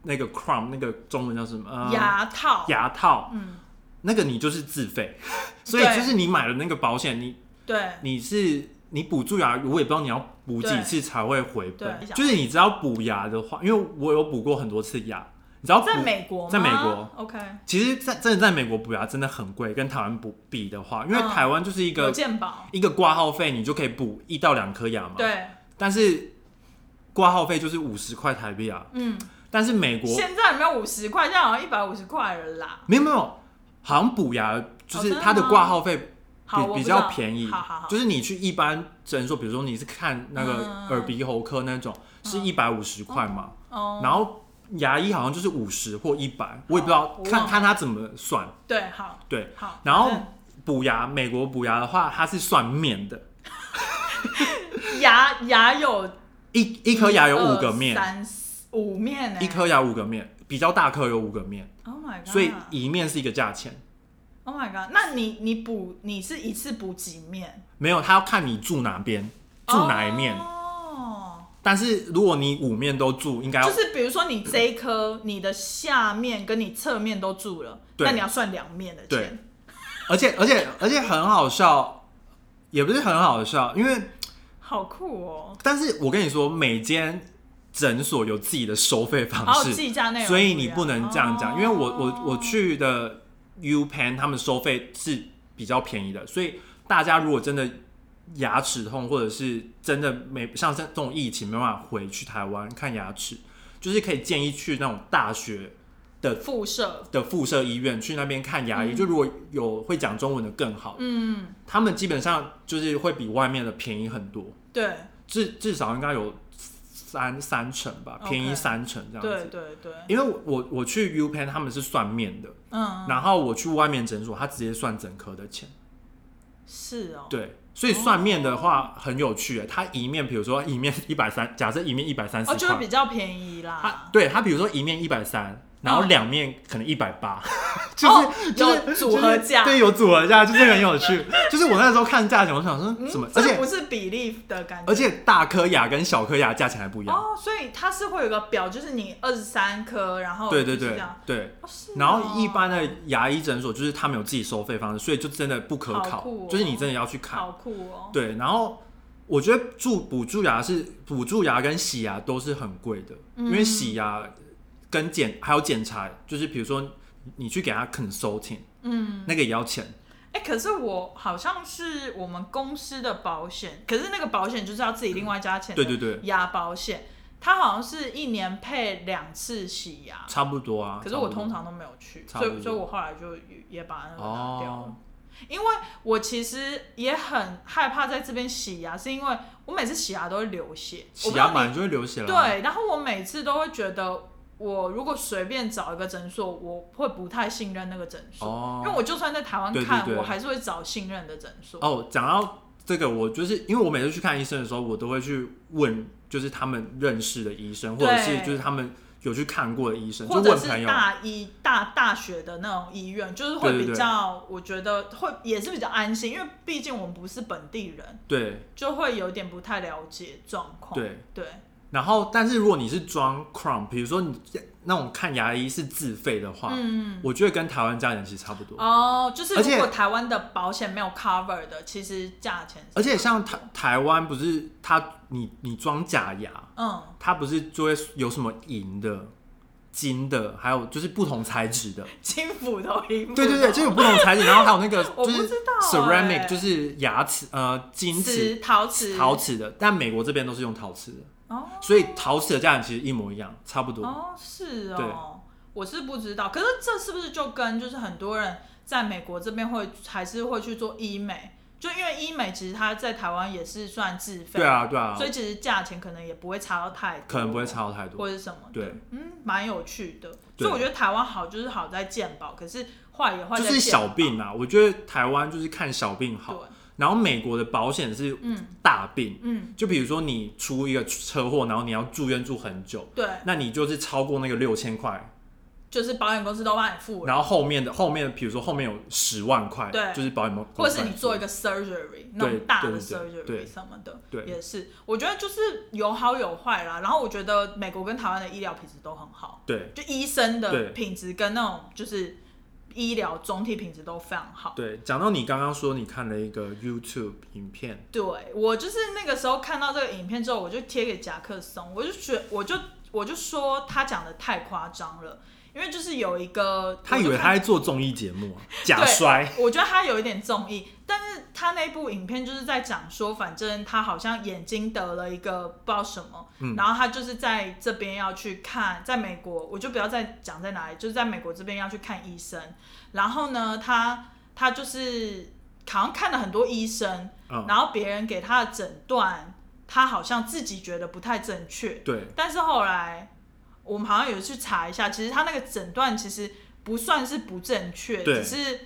[SPEAKER 1] 那个 crown 那个中文叫什么？呃、
[SPEAKER 2] 牙套，
[SPEAKER 1] 牙套，
[SPEAKER 2] 嗯，
[SPEAKER 1] 那个你就是自费， [LAUGHS] 所以
[SPEAKER 2] 对
[SPEAKER 1] 就是你买了那个保险，你
[SPEAKER 2] 对，
[SPEAKER 1] 你是你补蛀牙，我也不知道你要补几次才会回本
[SPEAKER 2] 对。
[SPEAKER 1] 就是你只要补牙的话，因为我有补过很多次牙，你只要补，
[SPEAKER 2] 在美国吗，
[SPEAKER 1] 哦在美国
[SPEAKER 2] ，OK，
[SPEAKER 1] 其实在真的在美国补牙真的很贵，跟台湾补比的话，因为
[SPEAKER 2] 嗯
[SPEAKER 1] 台湾就是一
[SPEAKER 2] 有
[SPEAKER 1] 个、啊
[SPEAKER 2] 健保，
[SPEAKER 1] 一个挂号费，你就可以补一到两颗牙嘛。。
[SPEAKER 2] 对，
[SPEAKER 1] 但是挂号费就是五十块台币啊，
[SPEAKER 2] 嗯，
[SPEAKER 1] 但是美国
[SPEAKER 2] 现在有没有五十块？现在好像一百五十块了啦。
[SPEAKER 1] 没有没有，好像补牙就
[SPEAKER 2] 哦真
[SPEAKER 1] 是
[SPEAKER 2] 的
[SPEAKER 1] 它的
[SPEAKER 2] 吗
[SPEAKER 1] 挂号费
[SPEAKER 2] 好，
[SPEAKER 1] 比
[SPEAKER 2] 我
[SPEAKER 1] 比
[SPEAKER 2] 不知道
[SPEAKER 1] 较便宜
[SPEAKER 2] 好好好，
[SPEAKER 1] 就是你去一般诊所，比如说你是看那
[SPEAKER 2] 嗯
[SPEAKER 1] 个
[SPEAKER 2] 嗯嗯
[SPEAKER 1] 耳鼻喉科那种，是
[SPEAKER 2] 嗯
[SPEAKER 1] 一百五十块嘛，
[SPEAKER 2] 哦，
[SPEAKER 1] 然后牙医好像就是五十或一百，我也不知
[SPEAKER 2] 哦
[SPEAKER 1] 道
[SPEAKER 2] 我，忘
[SPEAKER 1] 看
[SPEAKER 2] 了
[SPEAKER 1] 看他怎么算。
[SPEAKER 2] 对，好，
[SPEAKER 1] 对，
[SPEAKER 2] 好，嗯
[SPEAKER 1] 然后
[SPEAKER 2] 反
[SPEAKER 1] 补牙，美国补牙的话，它是算面的，
[SPEAKER 2] 正牙牙有
[SPEAKER 1] 一一颗牙有五个
[SPEAKER 2] 一
[SPEAKER 1] 面
[SPEAKER 2] 二，三四五面呢，
[SPEAKER 1] 一颗牙五个面，比较大颗有五个面，
[SPEAKER 2] ，Oh my god，
[SPEAKER 1] 所以一面是一个价钱。
[SPEAKER 2] ，Oh my god，那你你补你是一次补几面？
[SPEAKER 1] 没有，他要看你住哪边，住哪一面。
[SPEAKER 2] 哦，
[SPEAKER 1] 但是如果你五面都住，应该要
[SPEAKER 2] 就是比如说你这一颗，你的下面跟你侧面都住了，
[SPEAKER 1] 对
[SPEAKER 2] 那你要算两面的
[SPEAKER 1] 对
[SPEAKER 2] 钱。
[SPEAKER 1] 而且而且而且很好笑，也不是很好笑，因为
[SPEAKER 2] 好酷哦！
[SPEAKER 1] 但是我跟你说，每间诊所有自己的收费方
[SPEAKER 2] 好有
[SPEAKER 1] 式，
[SPEAKER 2] 计价内容，
[SPEAKER 1] 所以你不能这样讲，
[SPEAKER 2] 哦
[SPEAKER 1] 因为我我我去的 U Pan 他们收费是比较便宜的，所以大家如果真的牙齿痛，或者是真的没像这种疫情没办法回去台湾看牙齿，就是可以建议去那种大学
[SPEAKER 2] 辐射，
[SPEAKER 1] 的附设医院去那边看牙医，就如果有会讲中文的更好，
[SPEAKER 2] 嗯，
[SPEAKER 1] 他们基本上就是会比外面的便宜很多，
[SPEAKER 2] 对
[SPEAKER 1] 至至少应该有三三成吧，
[SPEAKER 2] OK
[SPEAKER 1] 便宜三成这样子。
[SPEAKER 2] 对对对，
[SPEAKER 1] 因为我我我去 U Pan 他们是算面的，
[SPEAKER 2] 嗯，
[SPEAKER 1] 然后我去外面诊所，他直接算整颗的钱。
[SPEAKER 2] 是哦，
[SPEAKER 1] 对，所以算面的话很有趣耶，它一面比如说一面 [LAUGHS] 一百三，假设一面一百三十
[SPEAKER 2] 哦，就会
[SPEAKER 1] 块
[SPEAKER 2] 比，较便宜
[SPEAKER 1] 它
[SPEAKER 2] 啦。
[SPEAKER 1] 对它比如说一面一百三，然后
[SPEAKER 2] 嗯
[SPEAKER 1] 两面可能一百八，
[SPEAKER 2] 哦
[SPEAKER 1] [LAUGHS] 就是就是
[SPEAKER 2] 有组合价
[SPEAKER 1] 就是对，有组合价，就是很有
[SPEAKER 2] [LAUGHS]
[SPEAKER 1] 趣。就是我那时候看价钱，我想说
[SPEAKER 2] 嗯
[SPEAKER 1] 什么，而
[SPEAKER 2] 这
[SPEAKER 1] 且
[SPEAKER 2] 不是比例的感觉，
[SPEAKER 1] 而且大颗牙跟小颗牙价钱还不一样。
[SPEAKER 2] 哦，所以它是会有个表，就是你二十三颗，然后
[SPEAKER 1] 对对
[SPEAKER 2] 哦就是
[SPEAKER 1] 对
[SPEAKER 2] 这样
[SPEAKER 1] 对，
[SPEAKER 2] 哦是哦
[SPEAKER 1] 然后一般的牙医诊所就是他们有自己收费方式，所以就真的不可
[SPEAKER 2] 好
[SPEAKER 1] 考，
[SPEAKER 2] 酷哦
[SPEAKER 1] 就是你真的要去看。
[SPEAKER 2] 好酷哦，
[SPEAKER 1] 对，然后我觉得蛀补蛀牙是补蛀牙跟洗牙都是很贵的，因为
[SPEAKER 2] 嗯
[SPEAKER 1] 洗牙跟检还有检查，就是比如说你去给他 consulting，嗯，那个也要钱。
[SPEAKER 2] 哎、可是我好像是我们公司的保险，可是那个保险就是要自己另外加钱，
[SPEAKER 1] 对对对，
[SPEAKER 2] 牙保险，它好像是一年配两次洗牙，
[SPEAKER 1] 差不多啊。
[SPEAKER 2] 可是我
[SPEAKER 1] 差不多
[SPEAKER 2] 通常都没有去，
[SPEAKER 1] 差
[SPEAKER 2] 所
[SPEAKER 1] 不多
[SPEAKER 2] 以所以我后来就也把那个拿掉了。
[SPEAKER 1] 哦，
[SPEAKER 2] 因为我其实也很害怕在这边洗牙，是因为我每次洗牙都会流血，
[SPEAKER 1] 洗牙
[SPEAKER 2] 嘛，
[SPEAKER 1] 本来就会流血了。，
[SPEAKER 2] 对，然后我每次都会觉得，我如果随便找一个诊所，我会不太信任那个诊所，
[SPEAKER 1] 哦
[SPEAKER 2] 因为我就算在台湾
[SPEAKER 1] 对对
[SPEAKER 2] 看，
[SPEAKER 1] 对
[SPEAKER 2] 我还是会找信任的诊所。
[SPEAKER 1] 哦，讲到这个，我就是因为我每次去看医生的时候，我都会去问，就是他们认识的医生，或者是
[SPEAKER 2] 对
[SPEAKER 1] 就是他们有去看过的医生，就
[SPEAKER 2] 或者
[SPEAKER 1] 问
[SPEAKER 2] 是
[SPEAKER 1] 朋友。
[SPEAKER 2] 大一大大学的那种医院，就是
[SPEAKER 1] 对
[SPEAKER 2] 会
[SPEAKER 1] 对
[SPEAKER 2] 比
[SPEAKER 1] 对
[SPEAKER 2] 较，我觉得会也是比较安心，因为毕竟我们不是本地人，
[SPEAKER 1] 对
[SPEAKER 2] 就会有点不太了解状况。
[SPEAKER 1] 对，
[SPEAKER 2] 对，
[SPEAKER 1] 然后但是如果你是装 crown，比如说你那种看牙医是自费的话，
[SPEAKER 2] 嗯，
[SPEAKER 1] 我觉得跟台湾价钱其实差不多。
[SPEAKER 2] 哦，就是
[SPEAKER 1] 而
[SPEAKER 2] 如
[SPEAKER 1] 且
[SPEAKER 2] 果台湾的保险没有 cover 的，其实价钱是，
[SPEAKER 1] 而且像台台湾不是它你你装假牙，
[SPEAKER 2] 嗯，
[SPEAKER 1] 它不是就会有什么银的、金的，还有就是不同材质的。
[SPEAKER 2] 金斧头银斧头，
[SPEAKER 1] 对对对，就有不同材质，然后还有那
[SPEAKER 2] [LAUGHS]
[SPEAKER 1] 个
[SPEAKER 2] 我
[SPEAKER 1] 就
[SPEAKER 2] 不
[SPEAKER 1] 是
[SPEAKER 2] 知道欸
[SPEAKER 1] ceramic，就是牙齿呃金
[SPEAKER 2] 瓷
[SPEAKER 1] 齿
[SPEAKER 2] 陶瓷
[SPEAKER 1] 陶瓷的，但美国这边都是用陶瓷的，
[SPEAKER 2] 哦
[SPEAKER 1] 所以陶瓷的价钱其实一模一样，差不多。
[SPEAKER 2] 哦是
[SPEAKER 1] 对
[SPEAKER 2] 哦，我是不知道，可是这是不是就跟就是很多人在美国这边会还是会去做医美，就因为医美其实它在台湾也是算自费，
[SPEAKER 1] 对，啊对啊
[SPEAKER 2] 所，以其实价钱可能也不会差到太多，
[SPEAKER 1] 可能不会，差到太多。
[SPEAKER 2] 或者什么的，
[SPEAKER 1] 对，
[SPEAKER 2] 嗯，蛮有趣的，所
[SPEAKER 1] 对
[SPEAKER 2] 以我觉得台湾好就是好在健保，可是坏也坏
[SPEAKER 1] 就
[SPEAKER 2] 在
[SPEAKER 1] 是
[SPEAKER 2] 健保
[SPEAKER 1] 小病啊。我觉得台湾就是看小病
[SPEAKER 2] 对
[SPEAKER 1] 好，，然后美国的保险是
[SPEAKER 2] 嗯
[SPEAKER 1] 大病，
[SPEAKER 2] 嗯，
[SPEAKER 1] 就比如说你出一个车祸，然后你要住院住很久，
[SPEAKER 2] 对，
[SPEAKER 1] 那你就是超过那个六千块，
[SPEAKER 2] 就是保险公司都帮你付了，
[SPEAKER 1] 然后后面的后面，比如说后面有十万块，
[SPEAKER 2] 对
[SPEAKER 1] 就是保险公司，
[SPEAKER 2] 或者是你做一个 surgery 那种大的
[SPEAKER 1] 对对
[SPEAKER 2] surgery
[SPEAKER 1] 对
[SPEAKER 2] 什么的，
[SPEAKER 1] 对
[SPEAKER 2] 也是，我觉得就是有好有坏啦。然后我觉得美国跟台湾的医疗品质都很好，
[SPEAKER 1] 对
[SPEAKER 2] 就医生的
[SPEAKER 1] 对
[SPEAKER 2] 品质跟那种就是医疗总体品质都非常好。
[SPEAKER 1] 对。讲到你刚刚说你看了一个 YouTube 影片，
[SPEAKER 2] 对我就是那个时候看到这个影片之后，我就贴给夹克松，我就觉我就我就说他讲的太夸张了，因为就是有一个
[SPEAKER 1] 他
[SPEAKER 2] 我
[SPEAKER 1] 以
[SPEAKER 2] 就
[SPEAKER 1] 为他
[SPEAKER 2] 看
[SPEAKER 1] 在做综艺节
[SPEAKER 2] [LAUGHS]
[SPEAKER 1] 目啊，假
[SPEAKER 2] 对
[SPEAKER 1] 摔，
[SPEAKER 2] 我觉得他有一点综艺，但是他那部影片就是在讲说，反正他好像眼睛得了一个不知道什么，
[SPEAKER 1] 嗯
[SPEAKER 2] 然后他就是在这边要去看，在美国，我就不要再讲在哪里，就是在美国这边要去看医生，然后呢，他他就是好像看了很多医生，
[SPEAKER 1] 嗯，
[SPEAKER 2] 然后别人给他的诊断，他好像自己觉得不太正确，
[SPEAKER 1] 对
[SPEAKER 2] 但是后来我们好像有去查一下，其实他那个诊断其实不算是不正确，
[SPEAKER 1] 对
[SPEAKER 2] 只是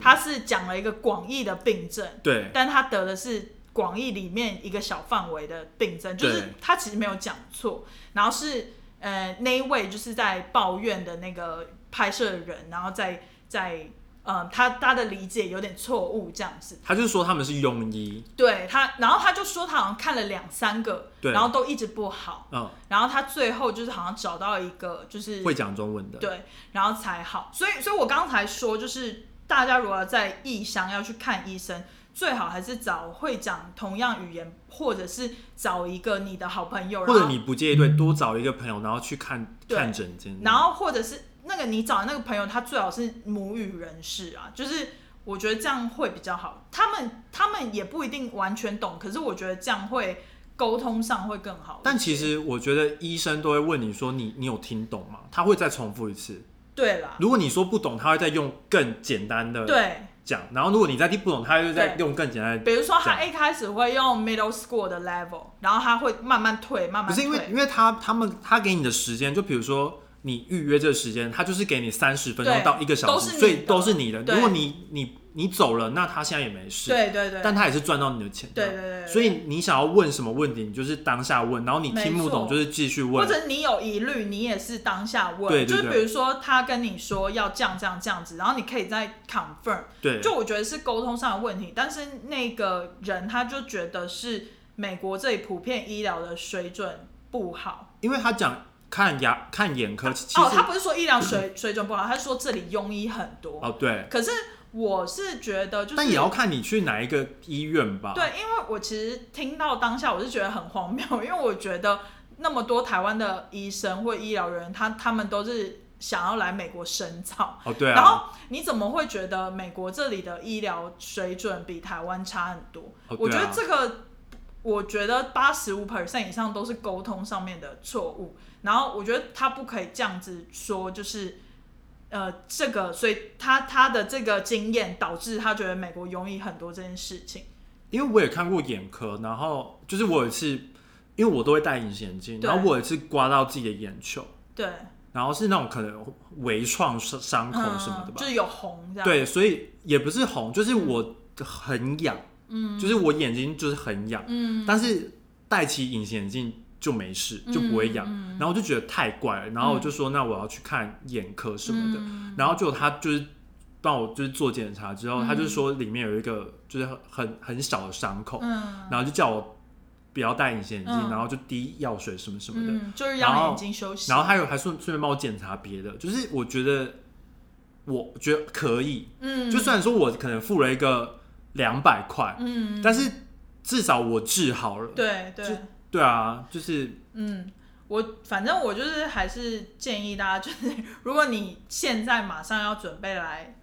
[SPEAKER 2] 他是讲了一个广义的病症，
[SPEAKER 1] 对
[SPEAKER 2] 但他得的是广义里面一个小范围的病症，就是
[SPEAKER 1] 对
[SPEAKER 2] 他其实没有讲错，然后是呃那一位就是在抱怨的那个拍摄的人，然后在在。呃，他他的理解有点错误，这样子，
[SPEAKER 1] 他就是说他们是庸医，
[SPEAKER 2] 对他，然后他就说他好像看了两三个，
[SPEAKER 1] 对
[SPEAKER 2] 然后都一直不好，
[SPEAKER 1] 嗯，
[SPEAKER 2] 然后他最后就是好像找到一个就是
[SPEAKER 1] 会讲中文的，
[SPEAKER 2] 对，然后才好。所以，所以我刚才说，就是大家如果在异乡要去看医生，最好还是找会讲同样语言，或者是找一个你的好朋友，
[SPEAKER 1] 或者
[SPEAKER 2] 然后
[SPEAKER 1] 你不介意对，多找一个朋友，然后去看
[SPEAKER 2] 对
[SPEAKER 1] 看诊间，
[SPEAKER 2] 然后或者是那个你找的那个朋友，他最好是母语人士啊，就是我觉得这样会比较好。他们他们也不一定完全懂，可是我觉得这样会沟通上会更好一些。
[SPEAKER 1] 但其实我觉得医生都会问你说你你有听懂吗？他会再重复一次。
[SPEAKER 2] 对啦，
[SPEAKER 1] 如果你说不懂，他会再用更简单的
[SPEAKER 2] 对。
[SPEAKER 1] 讲。然后如果你再听不懂，他又再
[SPEAKER 2] 对
[SPEAKER 1] 用更简单的。
[SPEAKER 2] 比如说，他
[SPEAKER 1] 这
[SPEAKER 2] 一开始会用 middle school 的 level，然后他会慢慢退，慢慢
[SPEAKER 1] 不
[SPEAKER 2] 退。
[SPEAKER 1] 是因为因为他他们他给你的时间，就比如说你预约这个时间，他就是给你三十分钟
[SPEAKER 2] 对
[SPEAKER 1] 到一个小
[SPEAKER 2] 都是
[SPEAKER 1] 时，
[SPEAKER 2] 你的
[SPEAKER 1] 所以都是你的。
[SPEAKER 2] 对
[SPEAKER 1] 如果你你你走了，那他现在也没事。
[SPEAKER 2] 对对对，
[SPEAKER 1] 但他也是赚到你的钱
[SPEAKER 2] 对
[SPEAKER 1] 的。
[SPEAKER 2] 对对对
[SPEAKER 1] 所以你想要问什么问题，你就是当下问，然后你听不
[SPEAKER 2] 没
[SPEAKER 1] 懂
[SPEAKER 2] 错
[SPEAKER 1] 就是继续
[SPEAKER 2] 或
[SPEAKER 1] 问。
[SPEAKER 2] 者你有疑虑，你也是当下问，
[SPEAKER 1] 对对
[SPEAKER 2] 就是
[SPEAKER 1] 对
[SPEAKER 2] 比如说他跟你说要这样这样这样子，然后你可以再 confirm。
[SPEAKER 1] 对，
[SPEAKER 2] 就我觉得是沟通上的问题，但是那个人他就觉得是美国这里普遍医疗的水准不好。
[SPEAKER 1] 因为他讲看牙看眼科，其实
[SPEAKER 2] 哦，他不是说医疗水水准不好，他是说这里庸医很多。
[SPEAKER 1] 哦对，
[SPEAKER 2] 可是我是觉得就是
[SPEAKER 1] 但也要看你去哪一个医院吧。
[SPEAKER 2] 对，因为我其实听到当下，我是觉得很荒谬，因为我觉得那么多台湾的医生或医疗人员，他他们都是想要来美国深造。
[SPEAKER 1] 哦对
[SPEAKER 2] 然
[SPEAKER 1] 啊，
[SPEAKER 2] 后你怎么会觉得美国这里的医疗水准比台湾差很多？
[SPEAKER 1] 哦
[SPEAKER 2] 我觉
[SPEAKER 1] 对啊
[SPEAKER 2] 得这个，我觉得八十五 percent 以上都是沟通上面的错误。然后我觉得他不可以这样子说，就是呃，这个，所以他他的这个经验导致他觉得美国容易很多这件事情。
[SPEAKER 1] 因为我也看过眼科，然后就是我有一次，因为我都会戴隐形眼镜，
[SPEAKER 2] 对
[SPEAKER 1] 然后我有一次刮到自己的眼球，
[SPEAKER 2] 对，
[SPEAKER 1] 然后是那种可能微创伤伤口什么的
[SPEAKER 2] 嗯
[SPEAKER 1] 吧
[SPEAKER 2] 就。是有红这样。
[SPEAKER 1] 对，所以也不是红，就是我很痒，嗯，就是我眼睛就是很痒，
[SPEAKER 2] 嗯，
[SPEAKER 1] 但是戴起隐形眼镜就没事，就不会痒。
[SPEAKER 2] 嗯
[SPEAKER 1] 然后我就觉得太怪了，然后我就说那我要去看眼科什么
[SPEAKER 2] 嗯
[SPEAKER 1] 的。然后就他就是帮我就是做检查之后，他就说里面有一个就是很很很小的伤口，
[SPEAKER 2] 嗯
[SPEAKER 1] 然后就叫我不要戴隐形眼镜，
[SPEAKER 2] 嗯
[SPEAKER 1] 然后就滴药水什么什么的。
[SPEAKER 2] 嗯，就是
[SPEAKER 1] 然
[SPEAKER 2] 让
[SPEAKER 1] 后
[SPEAKER 2] 眼睛休息。
[SPEAKER 1] 然后还有还顺顺便帮我检查别的，就是我觉得我觉得可以，
[SPEAKER 2] 嗯，
[SPEAKER 1] 就虽然说我可能付了一个两百块，
[SPEAKER 2] 嗯，
[SPEAKER 1] 但是至少我治好了。
[SPEAKER 2] 对
[SPEAKER 1] 就
[SPEAKER 2] 对，
[SPEAKER 1] 对啊，就是
[SPEAKER 2] 嗯，我反正我就是还是建议大家，就是 [LAUGHS] 如果你现在马上要准备来。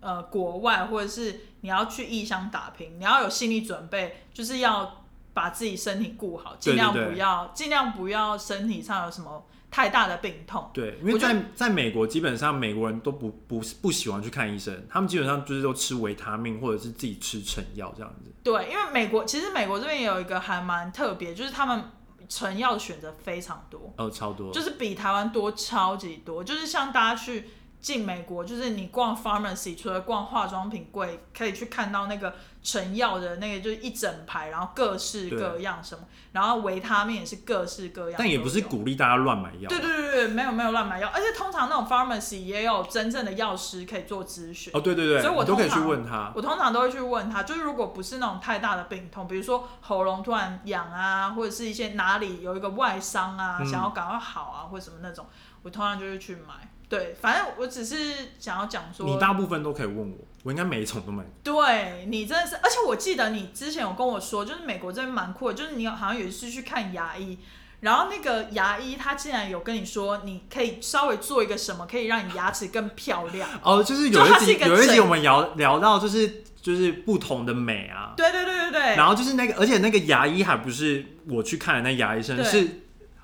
[SPEAKER 2] 呃，国外或者是你要去异乡打拼，你要有心理准备，就是要把自己身体顾好，尽
[SPEAKER 1] 对对
[SPEAKER 2] 量
[SPEAKER 1] 对
[SPEAKER 2] 不要尽量不要身体上有什么太大的病痛。
[SPEAKER 1] 对，因为
[SPEAKER 2] 我觉
[SPEAKER 1] 在在美国，基本上美国人都不不不喜欢去看医生，他们基本上就是都吃维他命或者是自己吃成药这样子。
[SPEAKER 2] 对，因为美国其实美国这边也有一个还蛮特别，就是他们成药的选择非常多，
[SPEAKER 1] 哦，超多，
[SPEAKER 2] 就是比台湾多超级多。就是像大家去进美国，就是你逛 pharmacy，除了逛化妆品柜，可以去看到那个成药的那个，就是一整排，然后各式各样什么，然后维他命也是各式各样，
[SPEAKER 1] 但也不是。鼓励大家乱买药。
[SPEAKER 2] 对对对对，没有没有乱买药，而且通常那种 pharmacy 也有真正的药师可以做咨询。
[SPEAKER 1] 哦，对对对，
[SPEAKER 2] 所以我
[SPEAKER 1] 你都可以
[SPEAKER 2] 通
[SPEAKER 1] 去
[SPEAKER 2] 常
[SPEAKER 1] 问他。
[SPEAKER 2] 我通常都会去问他，就是如果不是那种太大的病痛，比如说喉咙突然痒啊，或者是一些哪里有一个外伤啊，
[SPEAKER 1] 嗯
[SPEAKER 2] 想要赶快好啊，或者什么那种，我通常就会去买。对，反正我只是想要讲说，
[SPEAKER 1] 你大部分都可以问我，我应该每一种都买过。
[SPEAKER 2] 对你真的是，而且我记得你之前有跟我说，就是美国这边蛮酷的，就是你好像有一次去看牙医，然后那个牙医他竟然有跟你说，你可以稍微做一个什么，可以让你牙齿更漂
[SPEAKER 1] [LAUGHS]
[SPEAKER 2] 亮。
[SPEAKER 1] 哦，就是有一
[SPEAKER 2] 嗯就它是
[SPEAKER 1] 集
[SPEAKER 2] 一个
[SPEAKER 1] 有一集
[SPEAKER 2] 整
[SPEAKER 1] 我们聊聊到就是就是不同的美啊，
[SPEAKER 2] 对对对对对，
[SPEAKER 1] 然后就是那个，而且那个牙医还不是我去看的那牙医生，
[SPEAKER 2] 对
[SPEAKER 1] 是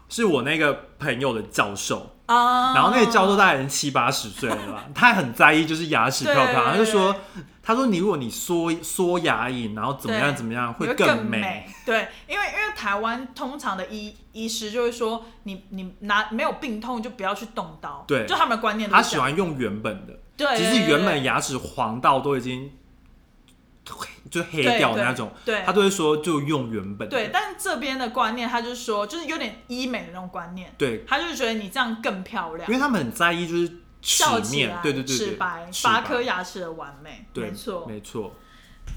[SPEAKER 1] 是我那个朋友的教授。
[SPEAKER 2] 啊，
[SPEAKER 1] 然后那个教授大概已经七八十岁了
[SPEAKER 2] [LAUGHS]
[SPEAKER 1] 吧，他很在意就是牙齿漂不漂亮，他
[SPEAKER 2] 对对
[SPEAKER 1] 就
[SPEAKER 2] 对
[SPEAKER 1] 说，他说你如果你缩缩牙龈，然后怎么样
[SPEAKER 2] 对
[SPEAKER 1] 怎么样
[SPEAKER 2] 你
[SPEAKER 1] 会
[SPEAKER 2] 更
[SPEAKER 1] 美。。
[SPEAKER 2] 对，因为因为台湾通常的医医师就会说，你你拿没有病痛就不要去动刀，
[SPEAKER 1] 对
[SPEAKER 2] 就他们的观念都
[SPEAKER 1] 他
[SPEAKER 2] 是
[SPEAKER 1] 喜
[SPEAKER 2] 这样，
[SPEAKER 1] 欢用原本的，
[SPEAKER 2] 对，
[SPEAKER 1] 即使
[SPEAKER 2] 对对
[SPEAKER 1] 原
[SPEAKER 2] 对
[SPEAKER 1] 本牙齿黄到都已经就黑
[SPEAKER 2] 对
[SPEAKER 1] 掉
[SPEAKER 2] 对
[SPEAKER 1] 那种，
[SPEAKER 2] 对，
[SPEAKER 1] 他都会说就用原本的。
[SPEAKER 2] 对，但是这边的观念，他就说就是有点医美的那种观念，
[SPEAKER 1] 对，
[SPEAKER 2] 他就是觉得你这样更漂亮
[SPEAKER 1] 因为，他们很在意就是齿
[SPEAKER 2] 笑起
[SPEAKER 1] 面
[SPEAKER 2] 来，
[SPEAKER 1] 对对对对，
[SPEAKER 2] 齿白，
[SPEAKER 1] 齿
[SPEAKER 2] 八颗牙齿的完美，
[SPEAKER 1] 对，
[SPEAKER 2] 没错。
[SPEAKER 1] 没错。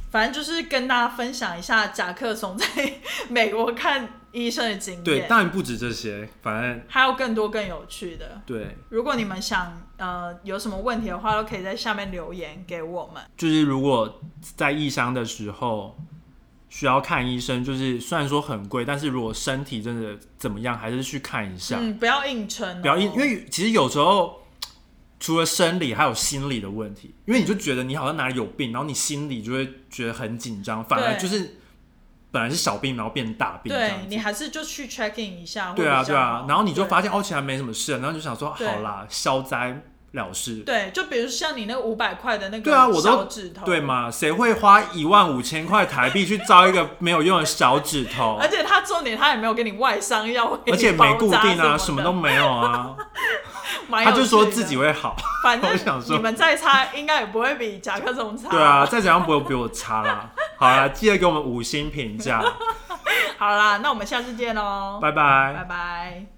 [SPEAKER 2] 反正就是跟大家分享一下甲克松在 [LAUGHS] 美国看医生的经
[SPEAKER 1] 对，
[SPEAKER 2] 验，
[SPEAKER 1] 当然不止这些，反正
[SPEAKER 2] 还有更多更有趣的。
[SPEAKER 1] 对，
[SPEAKER 2] 如果你们想呃有什么问题的话，都可以在下面留言给我们。
[SPEAKER 1] 就是如果在异乡的时候需要看医生，就是虽然说很贵，但是如果身体真的怎么样，还是去看一下，
[SPEAKER 2] 嗯，不要硬撑哦、
[SPEAKER 1] 不要因因为其实有时候。除了生理，还有心理的问题，因为你就觉得你好像哪里有病，然后你心里就会觉得很紧张，反而
[SPEAKER 2] 对
[SPEAKER 1] 就是本来是小病，然后变大病这样
[SPEAKER 2] 对
[SPEAKER 1] 子。
[SPEAKER 2] 你还是就去 check in 一下，
[SPEAKER 1] 对啊，
[SPEAKER 2] 会比较
[SPEAKER 1] 对啊
[SPEAKER 2] 好，
[SPEAKER 1] 然后你就
[SPEAKER 2] 对
[SPEAKER 1] 发现哦，其实没什么事，然后你就想说
[SPEAKER 2] 对
[SPEAKER 1] 好啦，消灾了事，
[SPEAKER 2] 对，就比如像你那个五百块的那
[SPEAKER 1] 对啊我
[SPEAKER 2] 个
[SPEAKER 1] 都
[SPEAKER 2] 小指头，
[SPEAKER 1] 对？嘛？谁会花一万五千块台币去招一个没有用的小指
[SPEAKER 2] [LAUGHS]
[SPEAKER 1] 头
[SPEAKER 2] 而？且他重点他也没有给你外伤药，给
[SPEAKER 1] 而
[SPEAKER 2] 你
[SPEAKER 1] 且没
[SPEAKER 2] 包
[SPEAKER 1] 固
[SPEAKER 2] 扎
[SPEAKER 1] 定啊，
[SPEAKER 2] 什
[SPEAKER 1] 什
[SPEAKER 2] 么
[SPEAKER 1] 么
[SPEAKER 2] 的
[SPEAKER 1] 都，没有
[SPEAKER 2] [LAUGHS]
[SPEAKER 1] 啊。
[SPEAKER 2] 蛮有
[SPEAKER 1] 他就说
[SPEAKER 2] 趣的
[SPEAKER 1] 自己，会好，
[SPEAKER 2] 反
[SPEAKER 1] [LAUGHS] 我想
[SPEAKER 2] 正
[SPEAKER 1] 说
[SPEAKER 2] 你们再差应该也不会比甲克松差。
[SPEAKER 1] 对啊，，再怎样不会比我差啦。好啦，记得给我们五星评价，
[SPEAKER 2] 好啦，那我们下次见喽，哦
[SPEAKER 1] 拜拜
[SPEAKER 2] 拜。拜。